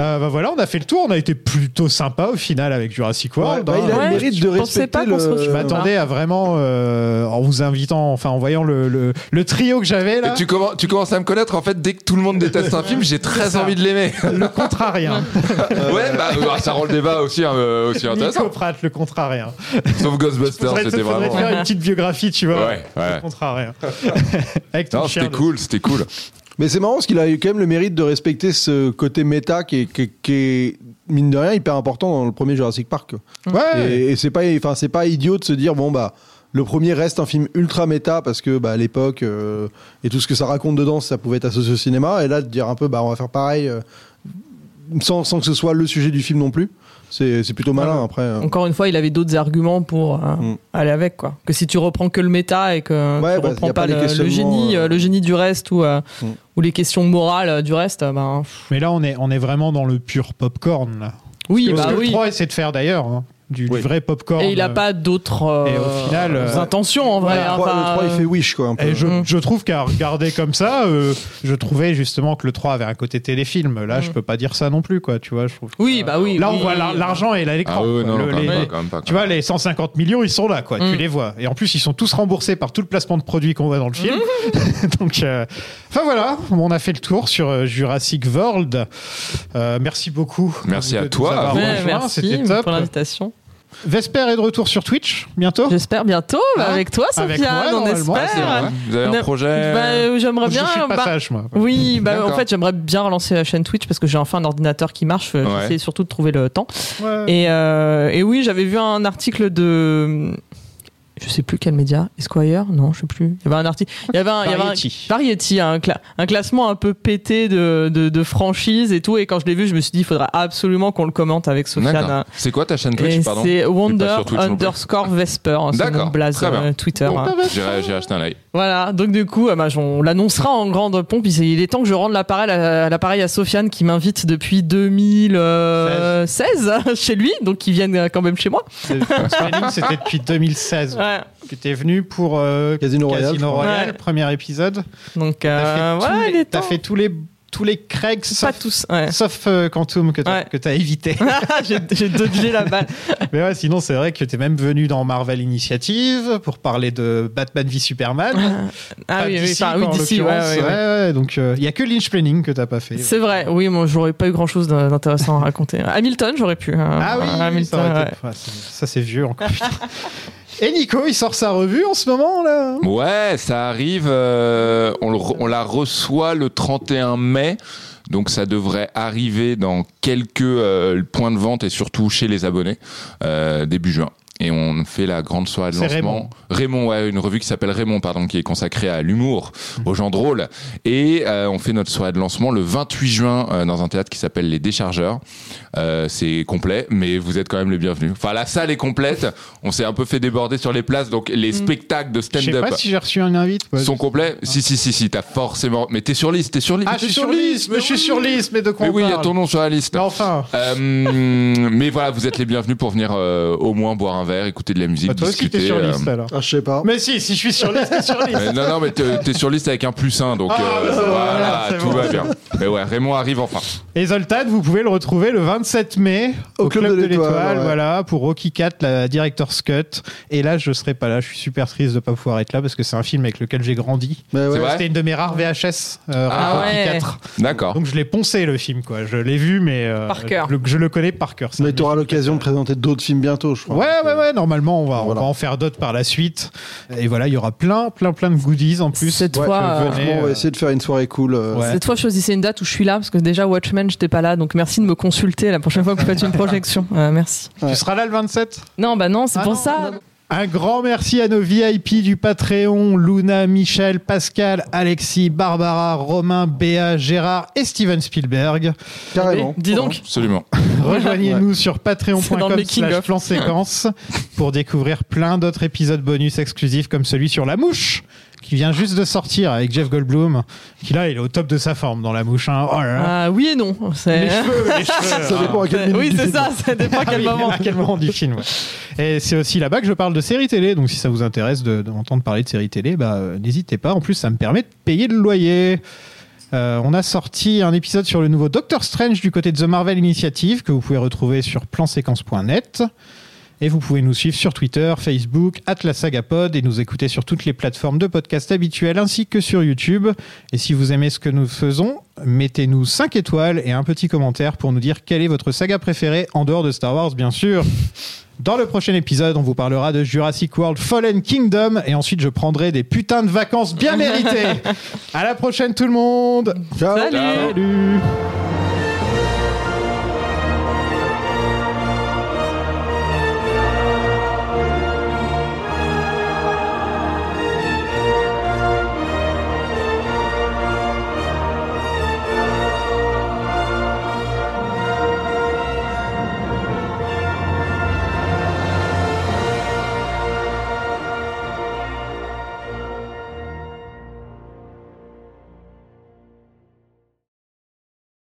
Euh, bah voilà, on a fait le tour, on a été plutôt sympa au final avec Jurassic World. hein.
bah, il a le Ouais,
euh,
mérite je de pensais respecter pas qu'on se le-
Je
retrouvera.
m'attendais à vraiment, euh, en vous invitant, enfin en voyant le, le, le trio que j'avais là.
Tu commences, tu commences à me connaître, en fait, dès que tout le monde déteste un film, j'ai
C'est
très
ça.
envie de l'aimer.
Le contrarien.
ouais, bah, bah, ça rend le débat aussi, euh, aussi
Euh, Nico
intéressant.
Pratt, le contrarien.
Sauf Ghostbusters,
Faudrait,
c'était
faudrait
vraiment.
faire une petite biographie, tu vois.
Ouais, ouais.
Le contrarien. Avec ton
Non,
chien.
c'était cool, c'était cool.
Mais c'est marrant parce qu'il a eu quand même le mérite de respecter ce côté méta qui est, qui est- qui est, mine de rien hyper important dans le premier Jurassic Park.
Ouais.
Et, et c'est pas, enfin c'est pas idiot de se dire bon bah le premier reste un film ultra méta parce que bah à l'époque euh, et tout ce que ça raconte dedans ça pouvait être associé au cinéma et là de dire un peu bah on va faire pareil euh, sans, sans que ce soit le sujet du film non plus. C'est c'est plutôt malin après. euh.
Encore une fois, il avait d'autres arguments pour euh, aller avec quoi. Que si tu reprends que le méta et que
Ouais,
tu
bah, y
reprends
a pas
pas,
les
le, le
questionnements,
génie,
euh,
euh, le génie du reste ou euh, ou les questions morales euh, du reste, euh, ben pff,
Mais là, on est, on est vraiment dans le pur popcorn. Là.
Oui,
Parce que
bah
le
oui.
3 essaie de faire d'ailleurs, hein, du, du vrai popcorn.
et il a
euh,
pas d'autres euh,
Et au final, euh,
intentions en vrai.
voilà,
hein,
le
enfin,
trois, il fait
Wish quoi.
euh, Et je, je trouve qu'à regarder comme ça, euh, je trouvais justement que le 3 avait un côté téléfilm. Là, je peux pas dire ça non plus, quoi. Tu vois, je trouve.
Oui, bah oui.
Là, on
oui.
voit l'ar- l'argent et là, l'écran.
Ah
quoi.
ouais, non,
Le-
quand
les-
même pas, quand même pas,
Tu vois, les 150 millions, ils sont là, quoi.
Mm.
Tu les vois. Et en plus, ils sont tous remboursés par tout le placement de produits qu'on voit dans le film.
Mm.
Donc, euh, enfin voilà, on a fait le tour sur euh, Jurassic World. Euh, merci beaucoup.
Merci
de
à
nous
toi.
avoir
Ouais,
rejoints.
merci
C'était top.
pour l'invitation.
Vesper est de retour sur Twitch bientôt.
J'espère bientôt bah,
Hein
avec toi,
Avec
Sophia.
moi,
on
normalement.
espère.
Ah, c'est vrai.
Vous avez un
On a-
projet
Bah, euh, J'aimerais
Je
bien.
suis de
bah,
passage, moi.
Oui, bah,
D'accord.
en fait, j'aimerais bien relancer la chaîne Twitch parce que j'ai enfin un ordinateur qui marche. euh,
Ouais.
J'essaie surtout de trouver le temps.
Ouais.
Et, euh, et oui, j'avais vu un article de. Je sais plus quel média, Esquire Non, je sais plus. Il y avait un article. Il y avait un, il y avait un-
Variety.
Variety, un, cla- un classement un peu pété de, de, de franchises et tout. Et quand je l'ai vu, je me suis dit, il faudra absolument qu'on le commente avec
D'accord.
Sofiane.
C'est quoi ta chaîne
Et
Twitch, pardon Je suis
c'est
pas
Wonder
sur Twitch non plus.
underscore Vesper, hein, c'est mon
D'accord.
blaze
très bien.
euh, Twitter.
Bon,
hein.
J'irai j'irai acheter un like.
Voilà, donc du coup, euh, bah, on l'annoncera en grande pompe. Il est- il est temps que je rende l'appareil à, l'appareil à Sofiane qui m'invite depuis 2016 chez lui, donc qui viennent euh, quand même chez moi.
C'est- Spanning, c'était depuis 2016.
Ouais.
Tu t'es venu pour euh, Casino
Royale, je crois.
Royale,
Ah. Ouais.
premier épisode.
Donc, euh,
t'as fait, tous
ouais,
les-
il est
t'as
temps.
fait tous les tous les Craigs,
Pas
sauf,
tous, ouais.
sauf euh, Quantum que t'as
Ouais.
que t'as évité.
J'ai j'ai dodgé la balle.
Mais ouais, sinon c'est vrai que t'es même venu dans Marvel Initiative pour parler de Batman v Superman.
Ah
Pas
oui, oui,
DC,
enfin, oui,
quoi, en
DC, ouais,
l'occurrence.
ouais, ouais.
ouais, donc il y a que Lynch Planning que t'as pas fait.
C'est vrai, oui, moi j'aurais pas eu grand chose d'intéressant à raconter. Hamilton, j'aurais pu. hein.
Ah oui, oui, ça,
Hamilton,
aurait
ouais.
été- ouais, c'est- ça c'est vieux encore. putain. Et Nico, il sort sa revue en ce moment là.
Ouais, ça arrive. euh, on, le re- on la reçoit le 31 mai. Donc ça devrait arriver dans quelques euh, points de vente et surtout chez les abonnés euh, début juin. Et on fait la grande soirée de
C'est
lancement.
Raymond.
Raymond, ouais, une revue qui s'appelle Raymond, pardon, qui est consacrée à l'humour, aux gens drôles. Et euh, on fait notre soirée de lancement le 28 juin euh, dans un théâtre qui s'appelle Les Déchargeurs. Euh, c'est complet, mais vous êtes quand même les bienvenus. Enfin, la salle est complète. On s'est un peu fait déborder sur les places, donc les spectacles de
Hmm. Je sais
stand-up
pas si j'ai reçu un invite. ouais.
sont complets. Si, si, si, si, t'as forcément. Mais t'es sur liste, t'es sur liste.
Ah, je suis sur liste, mais je suis sur liste, mais de quoi
Mais
on
oui, il y a
parle
ton nom sur la liste.
Enfin.
Euh, mais voilà, vous êtes les bienvenus pour venir euh, au moins boire un verre, écouter de la musique,
Bah, toi aussi,
discuter.
t'es sur
euh,
liste alors.
Ah, je sais pas.
Mais si, si je suis sur liste, t'es sur liste.
mais non, non, mais t'es t'es sur liste avec un plus un, donc
Ah,
euh,
bah, ça va,
voilà,
c'est
tout
bon.
va bien. Mais ouais, Raymond arrive enfin.
Et Zoltan, vous pouvez le retrouver le 27 mai au, Club, de l'Étoile, voilà, pour Rocky 4, la Director's Cut. Et là, je serai pas là, je suis super triste de pas pouvoir être là parce que c'est un film avec lequel j'ai grandi.
ouais.
C'est vrai
C'était une de mes rares VHS, euh,
Ah
Rocky
ouais.
4.
D'accord.
Donc je l'ai poncé le film, quoi. Je l'ai vu, mais euh,
Par cœur.
le- je le connais par cœur. ça.
Mais tu auras l'occasion de présenter d'autres films bientôt, je crois. euh,
Ouais, ouais, ouais. Normalement, on va, on va en faire d'autres par la suite. Et voilà, il y aura plein, plein, plein de goodies en plus.
Cette
Donc,
fois,
venez,
Franchement, on va
euh,
essayer de faire une soirée cool. euh.
Cette fois, choisissez une date où je suis là parce que déjà Watchmen, j'étais pas là, donc merci de me consulter la prochaine fois que vous faites une projection. Euh, merci.
Tu seras là le 27
Non, bah non, c'est pour ça.
Un grand merci à nos VIP du Patreon, Luna, Michel, Pascal, Alexis, Barbara, Romain, Béa, Gérard et Steven Spielberg.
Carrément.
Eh, Dis donc.
Absolument.
Rejoignez-nous sur
C'est dans le
patreon.com
making
slash
of.
plan séquence pour découvrir plein d'autres épisodes bonus exclusifs comme celui sur La Mouche qui vient juste de sortir avec Jeff Goldblum qui là il est au top de sa forme dans La Mouche. hein. Oh là là.
Ah oui et non. c'est-
Les cheveux, les cheveux.
Ça dépend à quel
C'est-
minute
Oui,
du
c'est
film.
ça, ça dépend à
Ah
quel
oui,
moment.
à quel moment du film. ouais. Et c'est aussi là-bas que je parle de séries télé. Donc si ça vous intéresse de- d'entendre parler de séries télé, bah, euh, n'hésitez pas. En plus, ça me permet de payer le loyer. Euh, on a sorti un épisode sur le nouveau Doctor Strange du côté de The Marvel Initiative que vous pouvez retrouver sur planséquence.net. Et vous pouvez nous suivre sur Twitter, Facebook, Atlasagapod et nous écouter sur toutes les plateformes de podcast habituelles ainsi que sur YouTube. Et si vous aimez ce que nous faisons, mettez-nous 5 étoiles et un petit commentaire pour nous dire quelle est votre saga préférée en dehors de Star Wars, bien sûr. Dans le prochain épisode, on vous parlera de Jurassic World Fallen Kingdom et ensuite je prendrai des putains de vacances bien méritées. à la prochaine tout le monde.
Ciao.
Salut.